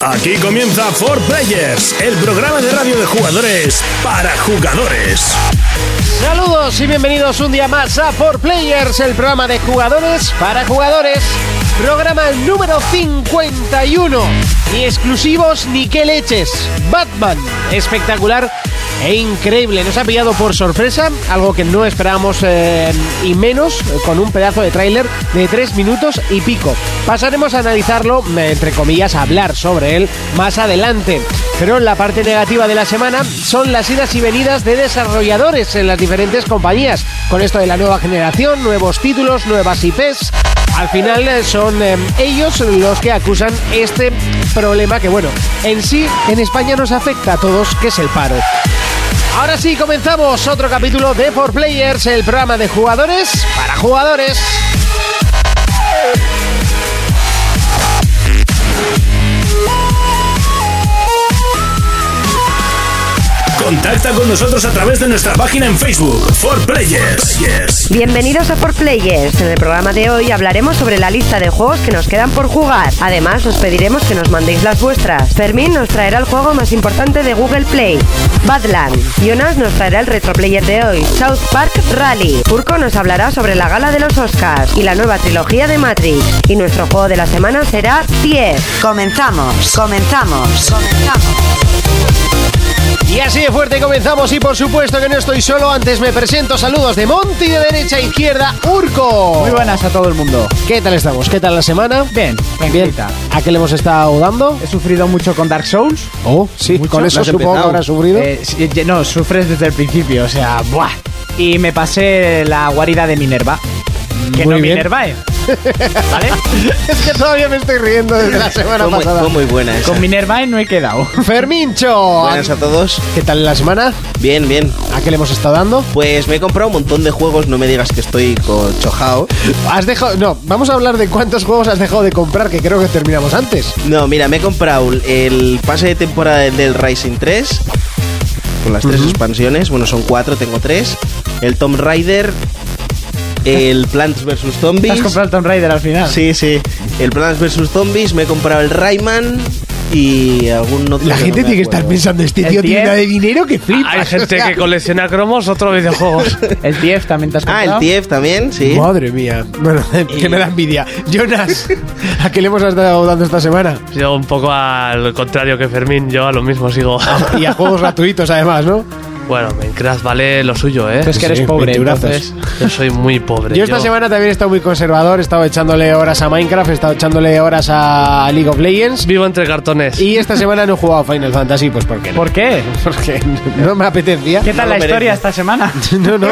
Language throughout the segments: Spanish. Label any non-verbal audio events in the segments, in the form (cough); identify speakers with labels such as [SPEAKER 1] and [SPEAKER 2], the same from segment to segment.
[SPEAKER 1] Aquí comienza For Players, el programa de radio de jugadores para jugadores.
[SPEAKER 2] Saludos y bienvenidos un día más a For Players, el programa de jugadores para jugadores. Programa número 51. Ni exclusivos ni qué leches. Batman, espectacular e increíble. Nos ha pillado por sorpresa, algo que no esperábamos eh, y menos, con un pedazo de tráiler de 3 minutos y pico. Pasaremos a analizarlo, entre comillas, a hablar sobre él más adelante. Pero la parte negativa de la semana son las idas y venidas de desarrolladores en las diferentes compañías. Con esto de la nueva generación, nuevos títulos, nuevas IPs, al final son eh, ellos los que acusan este problema que, bueno, en sí en España nos afecta a todos, que es el paro. Ahora sí, comenzamos otro capítulo de 4Players, el programa de jugadores para jugadores.
[SPEAKER 1] Contacta con nosotros a través de nuestra página en Facebook, For Players.
[SPEAKER 3] Bienvenidos a For Players. En el programa de hoy hablaremos sobre la lista de juegos que nos quedan por jugar. Además, os pediremos que nos mandéis las vuestras. Fermín nos traerá el juego más importante de Google Play, Badland. Jonas nos traerá el retroplayer de hoy, South Park Rally. Urco nos hablará sobre la gala de los Oscars y la nueva trilogía de Matrix. Y nuestro juego de la semana será 10.
[SPEAKER 4] Comenzamos, comenzamos, comenzamos.
[SPEAKER 2] Y así de fuerte comenzamos y por supuesto que no estoy solo, antes me presento saludos de Monty de derecha a izquierda, Urco.
[SPEAKER 5] Muy buenas a todo el mundo.
[SPEAKER 2] ¿Qué tal estamos? ¿Qué tal la semana?
[SPEAKER 5] Bien,
[SPEAKER 2] Bien.
[SPEAKER 5] tranquilita.
[SPEAKER 2] ¿A qué le hemos estado dando?
[SPEAKER 5] He sufrido mucho con Dark Souls.
[SPEAKER 2] Oh, sí,
[SPEAKER 5] Mucho.
[SPEAKER 2] con
[SPEAKER 5] ¿Lo
[SPEAKER 2] eso
[SPEAKER 5] has
[SPEAKER 2] supongo que
[SPEAKER 5] empezado?
[SPEAKER 2] habrás sufrido.
[SPEAKER 5] Eh, sí, ye- no, sufres desde el principio, o sea, ¡buah! Y me pasé la guarida de Minerva. Que
[SPEAKER 2] Muy
[SPEAKER 5] no
[SPEAKER 2] bien.
[SPEAKER 5] Minerva,
[SPEAKER 2] (laughs)
[SPEAKER 5] ¿eh? ¿Vale?
[SPEAKER 2] (laughs) es que todavía me estoy riendo desde (laughs) la semana
[SPEAKER 6] Fue muy,
[SPEAKER 2] pasada.
[SPEAKER 6] fue muy buena esa.
[SPEAKER 5] Con Minerva eh, no he quedado.
[SPEAKER 2] Fermincho,
[SPEAKER 6] Buenas a todos.
[SPEAKER 2] ¿qué tal la semana?
[SPEAKER 6] Bien, bien.
[SPEAKER 2] ¿A qué le hemos estado dando?
[SPEAKER 6] Pues me he comprado un montón de juegos, no me digas que estoy cochojao.
[SPEAKER 2] Has dejado, no, vamos a hablar de cuántos juegos has dejado de comprar, que creo que terminamos antes.
[SPEAKER 6] No, mira, me he comprado el pase de temporada del Dead Rising 3, con las tres expansiones, bueno, son cuatro, tengo tres. El Tomb Raider,
[SPEAKER 2] (laughs)
[SPEAKER 6] el Plants vs.
[SPEAKER 5] ¿Te has
[SPEAKER 6] Zombies.
[SPEAKER 5] comprado el Tomb Raider al final?
[SPEAKER 6] Sí, sí. El Plants vs. Zombies, me he comprado el Rayman y algún otro.
[SPEAKER 2] La
[SPEAKER 6] que no
[SPEAKER 2] gente
[SPEAKER 6] me
[SPEAKER 2] tiene que estar
[SPEAKER 6] acuerdo.
[SPEAKER 2] pensando, este
[SPEAKER 5] El
[SPEAKER 2] tío tiene
[SPEAKER 5] diez.
[SPEAKER 2] una de dinero que flipa. (laughs)
[SPEAKER 7] Hay gente que colecciona cromos, otro videojuegos.
[SPEAKER 5] El TF también te has
[SPEAKER 6] Ah,
[SPEAKER 5] comprado.
[SPEAKER 6] el TF también,
[SPEAKER 5] ¿Eh?
[SPEAKER 6] sí.
[SPEAKER 2] Madre mía, bueno, (laughs) que me da envidia. Jonas, ¿a qué le hemos estado dando esta semana?
[SPEAKER 7] Yo un poco al contrario que Fermín, yo a lo mismo
[SPEAKER 2] (laughs)
[SPEAKER 7] sigo.
[SPEAKER 2] Y a juegos gratuitos además, ¿no?
[SPEAKER 7] bueno, Minecraft vale lo suyo, ¿eh?
[SPEAKER 5] Es que eres
[SPEAKER 2] Sí,
[SPEAKER 5] pobre,
[SPEAKER 2] 20 brazos.
[SPEAKER 5] entonces.
[SPEAKER 7] Yo soy muy pobre.
[SPEAKER 2] Pues Yo esta semana también he estado muy conservador, he estado echándole horas a Minecraft, he estado echándole horas a League of Legends.
[SPEAKER 7] vivo entre cartones.
[SPEAKER 2] Y esta semana no he jugado a Final Fantasy, pues porque no.
[SPEAKER 5] ¿Por qué?
[SPEAKER 2] Porque no me apetecía.
[SPEAKER 5] ¿Qué tal
[SPEAKER 6] No
[SPEAKER 5] la
[SPEAKER 6] lo
[SPEAKER 5] historia
[SPEAKER 6] merece.
[SPEAKER 5] esta
[SPEAKER 6] (laughs)
[SPEAKER 5] semana?
[SPEAKER 2] No, no,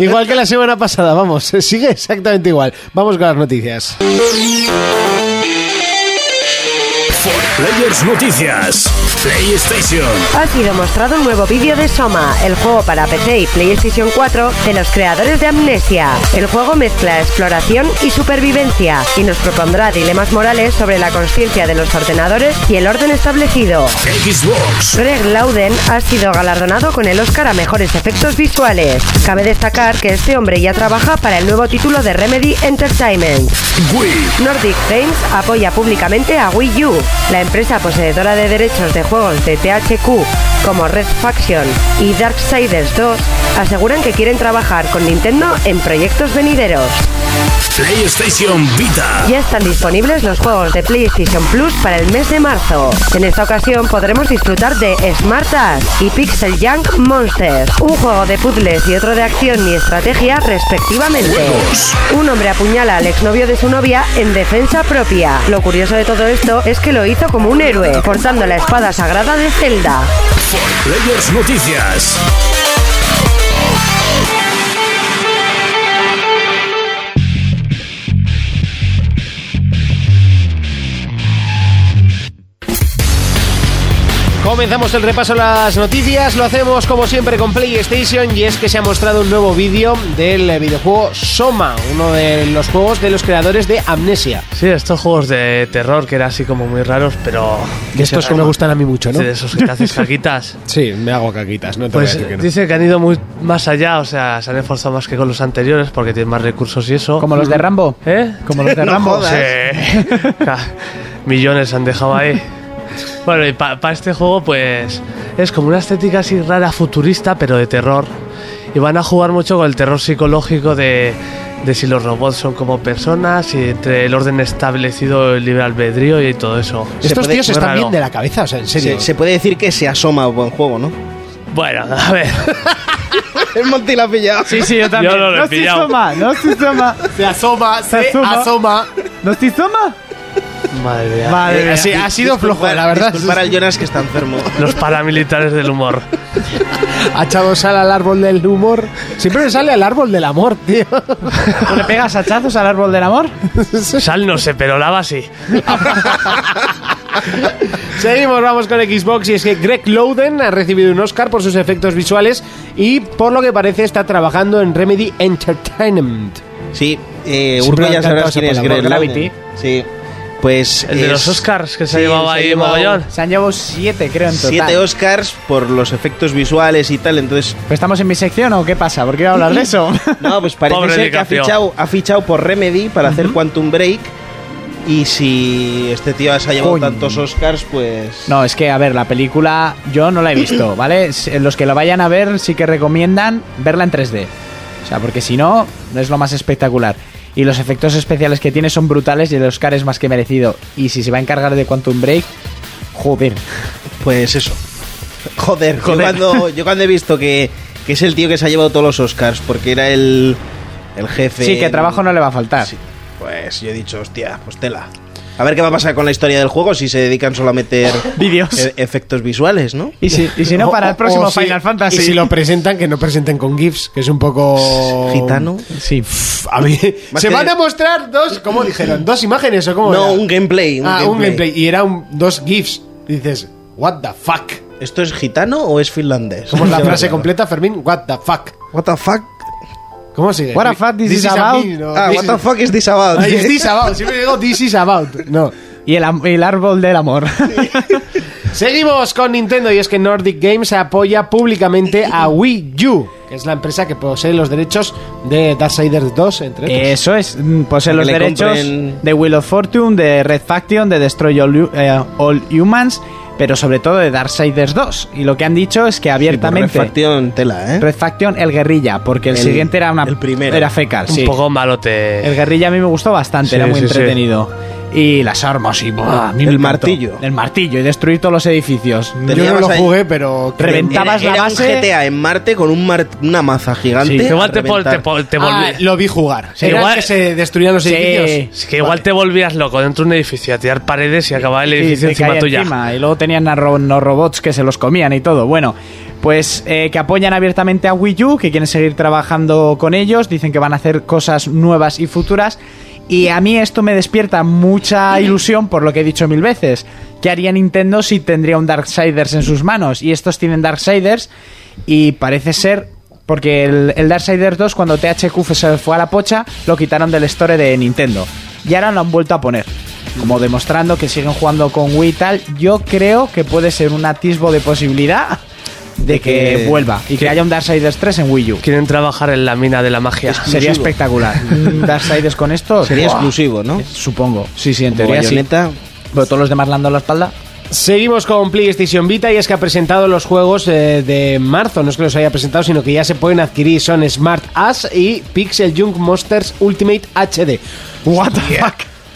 [SPEAKER 2] Igual que la semana pasada, vamos. Sigue exactamente igual. Vamos con las noticias.
[SPEAKER 1] Players Noticias, PlayStation,
[SPEAKER 3] Ha sido mostrado un nuevo vídeo de Soma, el juego para PC y PlayStation 4 de los creadores de Amnesia. El juego mezcla exploración y supervivencia y nos propondrá dilemas morales sobre la conciencia de los ordenadores y el orden establecido.
[SPEAKER 1] Xbox,
[SPEAKER 3] Greg Lauden ha sido galardonado con el Oscar a Mejores Efectos Visuales. Cabe destacar que este hombre ya trabaja para el nuevo título de Remedy Entertainment.
[SPEAKER 1] Wii,
[SPEAKER 3] Nordic Games apoya públicamente a Wii U. La empresa poseedora de derechos de juegos de THQ como Red Faction y Darksiders 2 aseguran que quieren trabajar con Nintendo en proyectos venideros.
[SPEAKER 1] PlayStation Vita,
[SPEAKER 3] Ya están disponibles los juegos de PlayStation Plus para el mes de marzo. En esta ocasión podremos disfrutar de Smart Ass y Pixel Junk Monsters, un juego de puzzles y otro de acción y estrategia respectivamente. Un hombre apuñala al exnovio de su novia en defensa propia. Lo curioso de todo esto es que lo hizo como un héroe, portando la espada sagrada de Zelda.
[SPEAKER 1] Players Noticias.
[SPEAKER 2] Comenzamos el repaso a las noticias. Lo hacemos como siempre con PlayStation y es que se ha mostrado un nuevo vídeo del eh, videojuego Soma, uno de los juegos de los creadores de Amnesia.
[SPEAKER 7] Sí, estos juegos de terror que eran así como muy raros, pero. "Ah,
[SPEAKER 2] De estos que me gustan a mí mucho, ¿no?
[SPEAKER 7] Sí, De esos que te haces
[SPEAKER 2] (laughs)
[SPEAKER 7] caquitas.
[SPEAKER 2] Sí, me hago caquitas, no te
[SPEAKER 7] Pues
[SPEAKER 2] voy a decir que no.
[SPEAKER 7] dice que han ido muy más allá, o sea, se han esforzado más que con los anteriores porque tienen más recursos y eso.
[SPEAKER 5] Como los de Rambo.
[SPEAKER 7] ¿Eh?
[SPEAKER 5] Como los de
[SPEAKER 6] No
[SPEAKER 5] Rambo.
[SPEAKER 6] jodas.
[SPEAKER 7] Sí. Millones han dejado ahí. Bueno, y para este juego, pues es como una estética así rara, futurista, pero de terror. Y van a jugar mucho con el terror psicológico de, de si los robots son como personas, y entre el orden establecido, el libre albedrío y todo eso.
[SPEAKER 6] Se
[SPEAKER 5] Estos
[SPEAKER 6] puede-
[SPEAKER 5] tíos están
[SPEAKER 7] raro.
[SPEAKER 5] bien de la cabeza, o sea, en serio.
[SPEAKER 6] Se, se puede decir que se asoma buen juego, ¿no?
[SPEAKER 7] Bueno, a ver.
[SPEAKER 6] El Monty la ha pillado.
[SPEAKER 5] Sí, sí, yo
[SPEAKER 7] también. Yo no lo he
[SPEAKER 5] no se
[SPEAKER 7] pillado.
[SPEAKER 5] asoma, no se asoma.
[SPEAKER 2] Se asoma, se
[SPEAKER 5] asoma.
[SPEAKER 2] asoma.
[SPEAKER 5] ¿No se asoma?
[SPEAKER 7] Madre mía.
[SPEAKER 5] Vale.
[SPEAKER 2] Eh, sí, ha sido flojo, la verdad.
[SPEAKER 6] Para el Jonas que está enfermo.
[SPEAKER 7] Los paramilitares del humor.
[SPEAKER 2] Ha echado sal al árbol del humor. Siempre me sale al árbol del amor, tío.
[SPEAKER 5] ¿Tú le pegas hachazos al árbol del amor?
[SPEAKER 7] Sal no sé, pero lava sí.
[SPEAKER 8] Seguimos, vamos con Xbox y es que Greg Loden ha recibido un Oscar por sus efectos visuales y por lo que parece está trabajando en Remedy Entertainment.
[SPEAKER 6] Sí, eh,
[SPEAKER 2] Siempre
[SPEAKER 6] Urco
[SPEAKER 2] me ha
[SPEAKER 6] ya
[SPEAKER 2] encantado
[SPEAKER 6] sabrás
[SPEAKER 2] esa
[SPEAKER 6] quién es
[SPEAKER 2] palabra,
[SPEAKER 6] Greg
[SPEAKER 5] Gravity.
[SPEAKER 6] Louden. Sí, pues...
[SPEAKER 7] El de
[SPEAKER 6] es-
[SPEAKER 7] los Oscars que se
[SPEAKER 6] sí,
[SPEAKER 7] ha llevado
[SPEAKER 6] se ha
[SPEAKER 7] ahí en
[SPEAKER 6] llevado
[SPEAKER 7] Mogollón.
[SPEAKER 5] Se han llevado siete, creo, en total.
[SPEAKER 6] Siete Oscars por los efectos visuales y tal, entonces...
[SPEAKER 5] ¿Pero ¿Estamos en mi sección o qué pasa? ¿Por qué iba a hablar de (laughs) eso?
[SPEAKER 6] No, pues parece
[SPEAKER 7] Pobre
[SPEAKER 6] ser que ha
[SPEAKER 7] DiCaprio.
[SPEAKER 6] fichado, ha fichado por Remedy para hacer Quantum Break y si este tío se ha llevado
[SPEAKER 5] Coño.
[SPEAKER 6] tantos Oscars, pues...
[SPEAKER 5] No, es que, a ver, la película yo no la he visto, ¿vale? S- eh, Los que la vayan a ver sí que recomiendan verla en 3D. O sea, porque si no, no es lo más espectacular. Y los efectos especiales que tiene son brutales y el Oscar es más que merecido. Y si se va a encargar de Quantum Break, joder.
[SPEAKER 6] Pues eso. Joder, Yo, cuando, yo cuando he visto que, que es el tío que se ha llevado todos los Oscars, porque era el, el jefe...
[SPEAKER 2] Eh,
[SPEAKER 5] Sí, que trabajo no le va a faltar.
[SPEAKER 6] Sí. Pues yo he dicho, hostia, pues tela. A ver qué va a pasar con la historia del juego si se dedican solo a meter
[SPEAKER 5] Vídeos.
[SPEAKER 6] e- efectos visuales, ¿no?
[SPEAKER 5] Y si, y si no,
[SPEAKER 2] (laughs)
[SPEAKER 5] para
[SPEAKER 2] O-
[SPEAKER 5] el próximo
[SPEAKER 2] o si-
[SPEAKER 5] Final Fantasy.
[SPEAKER 2] Y si lo presentan, que no presenten con GIFs, que es un poco.
[SPEAKER 6] Gitano.
[SPEAKER 5] (laughs) Sí.
[SPEAKER 2] Pff, A mí.
[SPEAKER 6] Más
[SPEAKER 2] Se
[SPEAKER 6] que-
[SPEAKER 2] van a mostrar dos. ¿Cómo dijeron? ¿Dos imágenes o cómo?
[SPEAKER 6] No,
[SPEAKER 2] era?
[SPEAKER 6] un gameplay. Un
[SPEAKER 2] ah,
[SPEAKER 6] gameplay.
[SPEAKER 2] un gameplay. Y era un- dos GIFs. Y dices, ¿What the fuck?
[SPEAKER 6] ¿Esto es gitano o es finlandés?
[SPEAKER 2] ¿Cómo es
[SPEAKER 5] (laughs)
[SPEAKER 2] la
[SPEAKER 6] No sé,
[SPEAKER 2] frase
[SPEAKER 6] no.
[SPEAKER 2] completa, Fermín? ¿What the fuck?
[SPEAKER 6] What the fuck?
[SPEAKER 2] ¿Cómo sigue?
[SPEAKER 5] What the fuck this is
[SPEAKER 2] a
[SPEAKER 5] about?
[SPEAKER 2] me, no,
[SPEAKER 6] Ah,
[SPEAKER 2] this
[SPEAKER 6] what
[SPEAKER 2] is-
[SPEAKER 6] the fuck is this
[SPEAKER 5] (laughs)
[SPEAKER 6] about? pues
[SPEAKER 2] Ay, es this about. Siempre digo this is about. No.
[SPEAKER 5] Y el, am- el árbol del amor.
[SPEAKER 8] Seguimos con Nintendo y es que Nordic Games apoya públicamente a Wii U, que es la empresa que posee los derechos de Darksiders 2, entre otros.
[SPEAKER 5] (laughs) Eso es, mm, posee
[SPEAKER 6] Que
[SPEAKER 5] los
[SPEAKER 6] le
[SPEAKER 5] derechos
[SPEAKER 6] compren-
[SPEAKER 5] de Wheel of Fortune, de Red Faction, de Destroy All, Hu- eh, All Humans, pero sobre todo de Darksiders 2. Y lo que han dicho es que abiertamente Red,
[SPEAKER 6] Refacción tela, ¿eh?
[SPEAKER 5] Faction, el guerrilla, porque el,
[SPEAKER 6] El-
[SPEAKER 5] siguiente era una
[SPEAKER 6] el primero.
[SPEAKER 5] era fecal, sí.
[SPEAKER 7] Un poco malote.
[SPEAKER 5] El guerrilla a mí me gustó bastante,
[SPEAKER 7] Sí,
[SPEAKER 5] era muy
[SPEAKER 7] sí, sí.
[SPEAKER 5] entretenido. Y
[SPEAKER 7] (laughs)
[SPEAKER 5] las armas y buah, a mí me
[SPEAKER 6] Ah, El
[SPEAKER 5] encantó.
[SPEAKER 6] martillo.
[SPEAKER 5] El martillo y destruir todos los edificios.
[SPEAKER 6] Te
[SPEAKER 2] Yo no
[SPEAKER 6] liabas
[SPEAKER 2] lo
[SPEAKER 6] ahí.
[SPEAKER 2] jugué, pero.
[SPEAKER 5] Reventabas
[SPEAKER 6] Era-
[SPEAKER 5] la
[SPEAKER 6] era
[SPEAKER 5] base.
[SPEAKER 6] un GTA en Marte con un mar- una maza gigante.
[SPEAKER 5] Sí,
[SPEAKER 7] Igual
[SPEAKER 6] a
[SPEAKER 7] te, pol- te
[SPEAKER 6] reventar.
[SPEAKER 7] pol- te
[SPEAKER 2] Ah,
[SPEAKER 7] volvi-
[SPEAKER 2] lo vi jugar.
[SPEAKER 7] Sí,
[SPEAKER 2] Era
[SPEAKER 7] igual-
[SPEAKER 2] que se destruían los
[SPEAKER 5] Sí.
[SPEAKER 2] edificios.
[SPEAKER 7] Es que igual te volvías loco dentro de un edificio a tirar paredes y acababa el
[SPEAKER 5] Sí,
[SPEAKER 7] edificio
[SPEAKER 5] te
[SPEAKER 7] encima
[SPEAKER 5] caía
[SPEAKER 7] tuya.
[SPEAKER 5] encima, y luego tenían a ro- los robots que se los comían y todo. Bueno, pues eh, que apoyan abiertamente a Wii U, que quieren seguir trabajando con ellos, dicen que van a hacer cosas nuevas y futuras. Y a mí esto me despierta mucha ilusión por lo que he dicho mil veces. ¿Qué haría Nintendo si tendría un Darksiders en sus manos? Y estos tienen Darksiders y parece ser... Porque el, el Darksiders 2 cuando THQ se fue a la pocha lo quitaron del store de Nintendo. Y ahora lo han vuelto a poner como demostrando que siguen jugando con Wii y tal, yo creo que puede ser un atisbo de posibilidad de que,
[SPEAKER 6] que-
[SPEAKER 5] vuelva y que haya un Darksiders 3 en Wii U.
[SPEAKER 7] Quieren trabajar en la mina de la magia.
[SPEAKER 5] Sería (laughs) espectacular. Un Darksiders con esto
[SPEAKER 6] Sería
[SPEAKER 5] ¡buah!
[SPEAKER 6] exclusivo, ¿no?
[SPEAKER 5] Supongo. Sí, sí, en
[SPEAKER 6] Como
[SPEAKER 5] teoría sí.
[SPEAKER 6] bayoneta.
[SPEAKER 5] Pero todos los demás le han dado la espalda.
[SPEAKER 8] Seguimos con PlayStation Vita y es que ha presentado los juegos eh, de marzo. No es que los haya presentado, sino que ya se pueden adquirir. Son Smart Ass y Pixel Junk Monsters Ultimate HD.
[SPEAKER 5] What the fuck?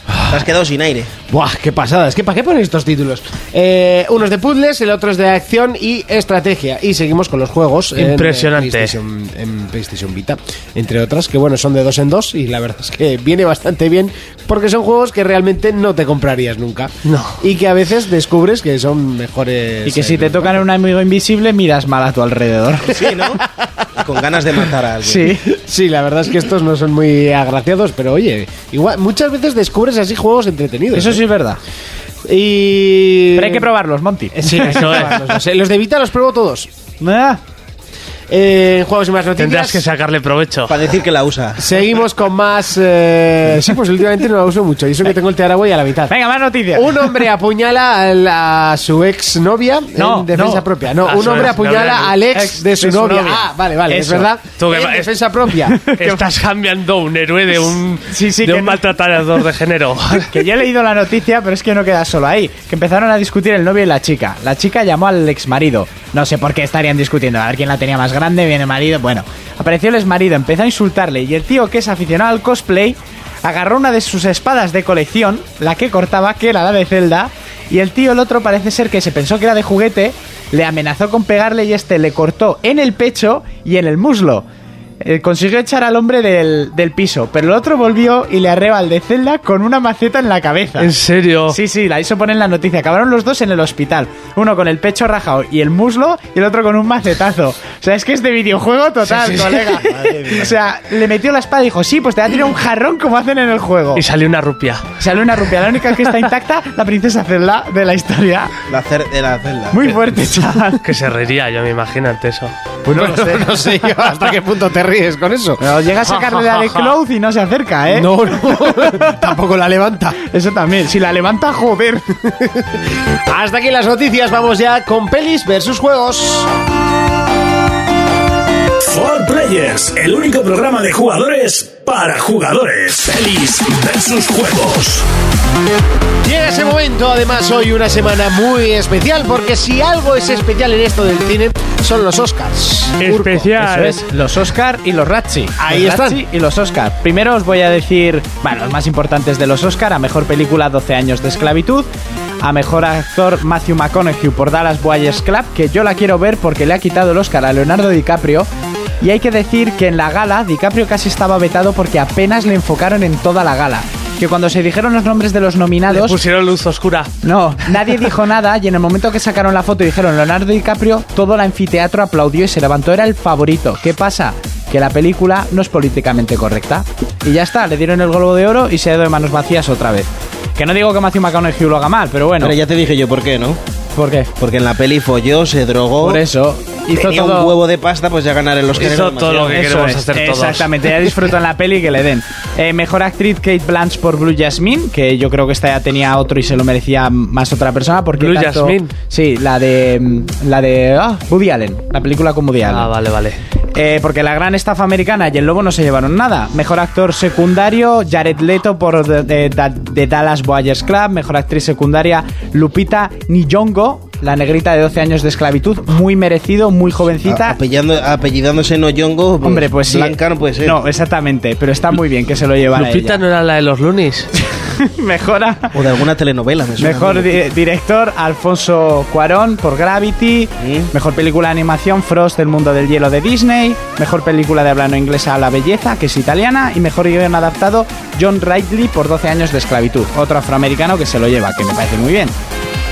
[SPEAKER 5] Ah.
[SPEAKER 6] Te has quedado sin aire.
[SPEAKER 8] Buah, qué pasada. Es que ¿para qué ponen estos títulos? Eh, uno es de puzzles, el otro es de acción y estrategia. Y seguimos con los juegos. en, eh,
[SPEAKER 7] Impresionante.
[SPEAKER 8] PlayStation, en PlayStation Vita. Entre otras, que bueno, son de dos en dos y la verdad es que viene bastante bien porque son juegos que realmente no te comprarías nunca.
[SPEAKER 7] No.
[SPEAKER 8] Y que a veces descubres que son mejores.
[SPEAKER 5] Y que
[SPEAKER 8] eh,
[SPEAKER 5] si te tocan un amigo invisible, miras mal a tu
[SPEAKER 7] (laughs)
[SPEAKER 5] alrededor.
[SPEAKER 6] Sí, ¿no? (laughs) Con ganas de matar a alguien.
[SPEAKER 5] Sí.
[SPEAKER 8] Sí, la verdad es que estos no son muy agraciados, pero oye, igual muchas veces descubres así juegos entretenidos.
[SPEAKER 5] Eso
[SPEAKER 8] ¿eh?
[SPEAKER 5] sí es verdad.
[SPEAKER 8] Y
[SPEAKER 5] Pero hay que probarlos, Monty.
[SPEAKER 8] Sí, hay que
[SPEAKER 7] Eso es.
[SPEAKER 5] (laughs)
[SPEAKER 8] probarlos, no sé, Los de Vita los pruebo todos.
[SPEAKER 5] Ah,
[SPEAKER 8] eh, en juegos y más noticias.
[SPEAKER 7] Tendrás que sacarle provecho. (laughs)
[SPEAKER 6] Para decir que la usa.
[SPEAKER 8] Seguimos con más. eh, sí, pues últimamente no la uso mucho. Y eso que tengo el Tearaway a la mitad.
[SPEAKER 5] Venga, más noticias.
[SPEAKER 8] Un hombre apuñala a, la- a su ex novia
[SPEAKER 5] No,
[SPEAKER 8] en defensa
[SPEAKER 5] no.
[SPEAKER 8] propia. No, Ah,
[SPEAKER 7] A
[SPEAKER 8] un
[SPEAKER 7] su
[SPEAKER 8] hombre
[SPEAKER 7] ex
[SPEAKER 8] apuñala
[SPEAKER 7] novia,
[SPEAKER 8] al ex, de su, novia.
[SPEAKER 7] novia.
[SPEAKER 8] Ah, vale, vale,
[SPEAKER 5] Eso.
[SPEAKER 8] es verdad.
[SPEAKER 7] Tú que
[SPEAKER 8] en
[SPEAKER 7] va-
[SPEAKER 8] defensa (laughs) propia.
[SPEAKER 5] (laughs)
[SPEAKER 7] Estás cambiando un héroe de un,
[SPEAKER 5] Sí, sí,
[SPEAKER 7] de
[SPEAKER 5] que
[SPEAKER 7] un
[SPEAKER 5] no.
[SPEAKER 7] maltratador de
[SPEAKER 5] (laughs)
[SPEAKER 7] género. (laughs)
[SPEAKER 5] Que yo he leído la noticia, pero es que no queda solo ahí. Que empezaron a discutir el novio y la chica. La chica llamó al ex marido. No sé por qué estarían discutiendo. A ver quién la tenía más grande. Viene el marido. Bueno, apareció el ex marido, empezó a insultarle. Y el tío, que es aficionado al cosplay, agarró una de sus espadas de colección, la que cortaba, que era la de Zelda. Y el tío, el otro, parece ser que se pensó que era de juguete. Le amenazó con pegarle y este le cortó en el pecho y en el muslo. Eh, consiguió echar al hombre del, del piso, pero el otro volvió y le arreba al de celda con una maceta en la cabeza.
[SPEAKER 7] en serio.
[SPEAKER 5] Sí, sí, la hizo poner en la noticia. Acabaron los dos en el hospital. Uno con el pecho rajado y el muslo y el otro con un macetazo. O sea, es que es de videojuego total,
[SPEAKER 7] Sí, sí, sí. (laughs)
[SPEAKER 5] colega. O sea, le metió la espada y dijo, sí, pues te va a tirar un jarrón como hacen en el juego.
[SPEAKER 7] Y salió una rupia.
[SPEAKER 5] Sale una rupia, la única que está intacta, la princesa Zelda de la historia.
[SPEAKER 6] La cer de la celda.
[SPEAKER 5] Muy fuerte,
[SPEAKER 7] (laughs)
[SPEAKER 5] chaval.
[SPEAKER 7] Que se reiría, yo me imagino, ante eso.
[SPEAKER 5] Pues no lo sé.
[SPEAKER 8] (laughs) No sé yo hasta qué punto te ríes con eso.
[SPEAKER 5] Pero llega a sacarle la
[SPEAKER 7] (laughs)
[SPEAKER 5] de Cloud y no se acerca, ¿eh?
[SPEAKER 8] No, no, (laughs) tampoco la levanta.
[SPEAKER 5] Eso también, si la levanta, joder.
[SPEAKER 8] Hasta aquí las noticias, vamos ya con pelis versus juegos.
[SPEAKER 1] For Players, el único programa de jugadores para jugadores. Feliz versus juegos.
[SPEAKER 8] Llega ese momento, además hoy una semana muy especial, porque si algo es especial en esto del cine, son los Oscars.
[SPEAKER 7] Especial.
[SPEAKER 5] Eso es, los Oscar y los Ratchi.
[SPEAKER 8] Ahí
[SPEAKER 5] los
[SPEAKER 8] están.
[SPEAKER 5] Razzie Pues y los Oscar. Primero os voy a decir, bueno, los más importantes de los Oscar, a mejor película 12 años de esclavitud, a mejor actor Matthew McConaughey por Dallas Buyers Club, que yo la quiero ver porque le ha quitado el Oscar a Leonardo DiCaprio. Y hay que decir que en la gala DiCaprio casi estaba vetado porque apenas le enfocaron en toda la gala. Que cuando se dijeron los nombres de los
[SPEAKER 7] Le
[SPEAKER 5] nominados,
[SPEAKER 7] pusieron luz oscura.
[SPEAKER 5] No, nadie dijo nada y en el momento que sacaron la foto y dijeron Leonardo DiCaprio, todo el anfiteatro aplaudió y se levantó, era el favorito. ¿Qué pasa? Que la película no es políticamente correcta. Y ya está, le dieron el globo de oro y se ha ido de manos vacías otra vez. Que no digo que Matthew McConaughey lo haga mal, pero bueno.
[SPEAKER 6] Pero ya te dije yo por qué, ¿no?
[SPEAKER 5] ¿Por qué?
[SPEAKER 6] Porque en la peli folló, se drogó.
[SPEAKER 5] Por eso. Hizo
[SPEAKER 6] tenía
[SPEAKER 5] todo...
[SPEAKER 6] un huevo de pasta, pues ya ganar en los
[SPEAKER 7] Hizo todo lo que- queremos hacer todos.
[SPEAKER 5] Exactamente, ya disfruto en la peli y que le den. Eh, mejor actriz Kate Blanch por Blue Jasmine, que yo creo que esta ya tenía otro y se lo merecía más otra persona porque
[SPEAKER 7] (laughs) Blue
[SPEAKER 5] tanto-
[SPEAKER 7] Jasmine.
[SPEAKER 5] Sí, la de mm, la de ah, Woody Allen, la película con Woody Allen.
[SPEAKER 7] Ah, vale, vale.
[SPEAKER 5] Eh, porque la gran estafa americana y el lobo no se llevaron nada. Mejor actor secundario, Jared Leto por The, The- The- The Dallas Buyers Club. Mejor actriz secundaria, Lupita Nyong'o, la negrita de 12 años de esclavitud. Muy merecido, muy jovencita.
[SPEAKER 6] Apellidando, apellidándose Noyongo,
[SPEAKER 5] Hombre, pues sí.
[SPEAKER 6] Ah, Blanca no puede ser.
[SPEAKER 5] No, exactamente, pero está muy bien que se lo llevara
[SPEAKER 7] Lupita no
[SPEAKER 5] ella.
[SPEAKER 7] era la de los Lunis.
[SPEAKER 5] (laughs) Mejora.
[SPEAKER 6] O de alguna telenovela, me suena.
[SPEAKER 5] Mejor di- director, Alfonso Cuarón por Gravity.
[SPEAKER 6] Sí.
[SPEAKER 5] Mejor película de animación, Frost, El mundo del hielo de Disney. Mejor película de habla no inglesa, La belleza, que es italiana. Y mejor guion adaptado, John Ridley por 12 años de esclavitud. Otro afroamericano que se lo lleva, que me parece muy bien.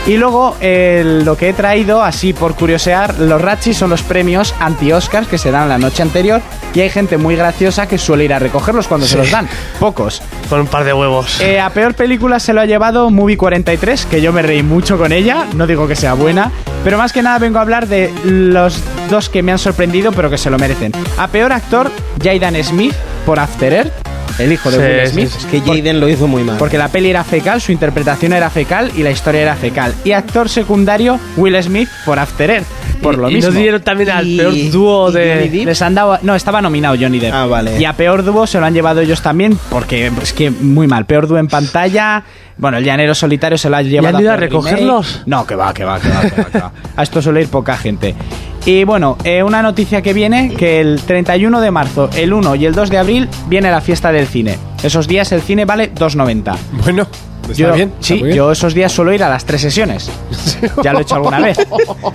[SPEAKER 5] Y luego eh, lo que he traído, así por curiosear, los Ratchis son los premios anti-Oscars que se dan la noche anterior y hay gente muy graciosa que suele ir a recogerlos cuando se los dan. Pocos.
[SPEAKER 7] Con un par de huevos.
[SPEAKER 5] Eh, a peor película se lo ha llevado Movie 43, que yo me reí mucho con ella, no digo que sea buena, pero más que nada vengo a hablar de los dos que me han sorprendido, pero que se lo merecen. A peor actor, Jaidan Smith por After Earth, el hijo de
[SPEAKER 7] Sí,
[SPEAKER 5] Will
[SPEAKER 7] sí,
[SPEAKER 5] Smith.
[SPEAKER 7] sí.
[SPEAKER 6] Es que Jaden lo hizo muy mal.
[SPEAKER 5] Porque la peli era fecal, su interpretación era fecal y la historia era fecal. Y actor secundario, Will Smith por After Earth, por lo
[SPEAKER 7] y
[SPEAKER 5] mismo.
[SPEAKER 7] nos dieron también al
[SPEAKER 6] Y-
[SPEAKER 7] peor dúo
[SPEAKER 6] y Johnny
[SPEAKER 7] de... (laughs)
[SPEAKER 6] Depp.
[SPEAKER 5] Les han dado. No, estaba nominado Johnny Depp.
[SPEAKER 6] Ah, vale.
[SPEAKER 5] Y a peor dúo se lo han llevado ellos también, porque es que muy mal. Peor dúo en pantalla. Bueno, el llanero solitario se lo ha llevado.
[SPEAKER 7] han ido
[SPEAKER 5] peor
[SPEAKER 7] a recogerlos?
[SPEAKER 5] remake. No, que va, que va, que va, que va, que va. A esto suele ir poca gente. Y bueno, eh, una noticia que viene: que el 31 de marzo, el 1 y el 2 de abril viene la fiesta del cine. Esos días el cine vale 2.90.
[SPEAKER 2] Bueno, está
[SPEAKER 5] Yo,
[SPEAKER 2] bien. está
[SPEAKER 5] sí,
[SPEAKER 2] muy bien.
[SPEAKER 5] yo esos días suelo ir a las
[SPEAKER 2] (laughs)
[SPEAKER 5] tres sesiones. Ya lo he hecho alguna vez.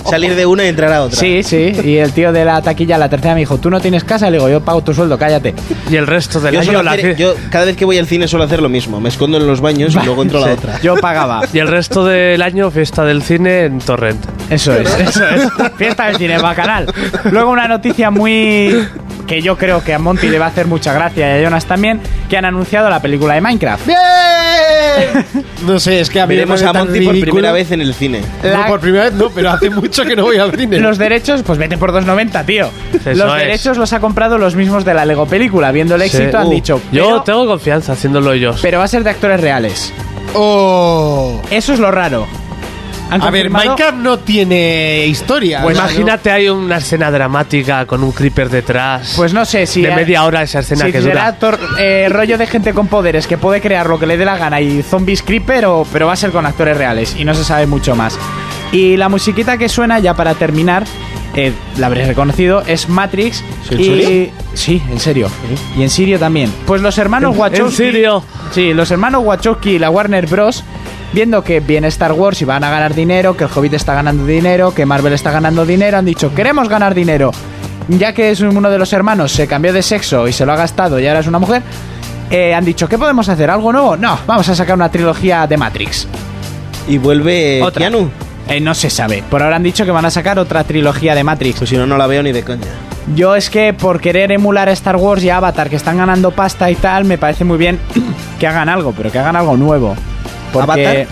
[SPEAKER 6] Salir de una y entrar a otra.
[SPEAKER 5] Sí, sí. Y el tío de la taquilla, la tercera, me dijo: Tú no tienes casa. Le digo: Yo pago tu sueldo, cállate.
[SPEAKER 7] Y el resto del
[SPEAKER 6] Yo,
[SPEAKER 7] año...
[SPEAKER 6] suelo
[SPEAKER 7] la
[SPEAKER 6] hacer-
[SPEAKER 7] ci-
[SPEAKER 6] yo cada vez que voy al cine suelo hacer lo mismo. Me escondo en los baños y luego entro a la otra.
[SPEAKER 5] Yo pagaba.
[SPEAKER 7] Y el resto del año fiesta del cine en Torrent. (laughs)
[SPEAKER 5] Eso es, eso es. Fiesta del cine, bacanal. Luego una noticia muy. que yo creo que a Monty le va a hacer mucha gracia y a Jonas también, que han anunciado la película de Minecraft.
[SPEAKER 2] (laughs) ¡Bien! No sé, es que a mí me
[SPEAKER 6] Veremos
[SPEAKER 2] parece
[SPEAKER 6] a
[SPEAKER 2] tan
[SPEAKER 6] Monty por
[SPEAKER 2] ridículo.
[SPEAKER 6] primera vez en el cine.
[SPEAKER 5] La-
[SPEAKER 2] No, por primera vez no, pero
[SPEAKER 5] (laughs)
[SPEAKER 2] hace mucho que no voy al cine.
[SPEAKER 5] Los derechos, pues vete por 2.90, tío.
[SPEAKER 7] Eso
[SPEAKER 5] los
[SPEAKER 7] es.
[SPEAKER 5] derechos los ha comprado los mismos de la Lego película. Viendo el éxito, han
[SPEAKER 7] Uh,
[SPEAKER 5] dicho.
[SPEAKER 7] Yo
[SPEAKER 5] pero-
[SPEAKER 7] tengo confianza haciéndolo ellos.
[SPEAKER 5] pero va a ser de actores reales.
[SPEAKER 2] Oh.
[SPEAKER 5] Eso es lo raro. Han
[SPEAKER 2] A ver,
[SPEAKER 5] confirmado-
[SPEAKER 2] Minecraft no tiene historia.
[SPEAKER 7] Pues
[SPEAKER 2] o sea,
[SPEAKER 7] imagínate, hay una escena dramática con un creeper detrás.
[SPEAKER 5] Pues no sé si.
[SPEAKER 7] de media hora esa escena
[SPEAKER 5] si
[SPEAKER 7] que
[SPEAKER 5] será
[SPEAKER 7] dura.
[SPEAKER 5] actor, eh, rollo de gente con poderes que puede crear lo que le dé la gana y zombies creeper, o- pero va a ser con actores reales y no se sabe mucho más. Y la musiquita que suena, ya para terminar, eh, la habréis reconocido, es Matrix.
[SPEAKER 7] ¿En
[SPEAKER 5] y,
[SPEAKER 7] serio?
[SPEAKER 5] Sí, en serio. Y en Sirio también. Pues los hermanos
[SPEAKER 7] En-
[SPEAKER 5] Wachowski.
[SPEAKER 7] en serio.
[SPEAKER 5] Sí, los hermanos Wachowski y la Warner Bros. Viendo que viene Star Wars y van a ganar dinero, que el Hobbit está ganando dinero, que Marvel está ganando dinero, han dicho, queremos ganar dinero. Ya que es uno de los hermanos se cambió de sexo y se lo ha gastado y ahora es una mujer, eh, han dicho, ¿qué podemos hacer? ¿Algo nuevo? No, vamos a sacar una trilogía de Matrix.
[SPEAKER 6] Y vuelve
[SPEAKER 5] Otra.
[SPEAKER 6] Keanu.
[SPEAKER 5] Eh, no se sabe. Por ahora han dicho que van a sacar otra trilogía de Matrix.
[SPEAKER 6] Pues si no, no la veo ni de coña.
[SPEAKER 5] Yo es que por querer emular a Star Wars y a Avatar, que están ganando pasta y tal, me parece muy bien que hagan algo, pero que hagan algo nuevo. Porque...
[SPEAKER 6] ¿Avatar?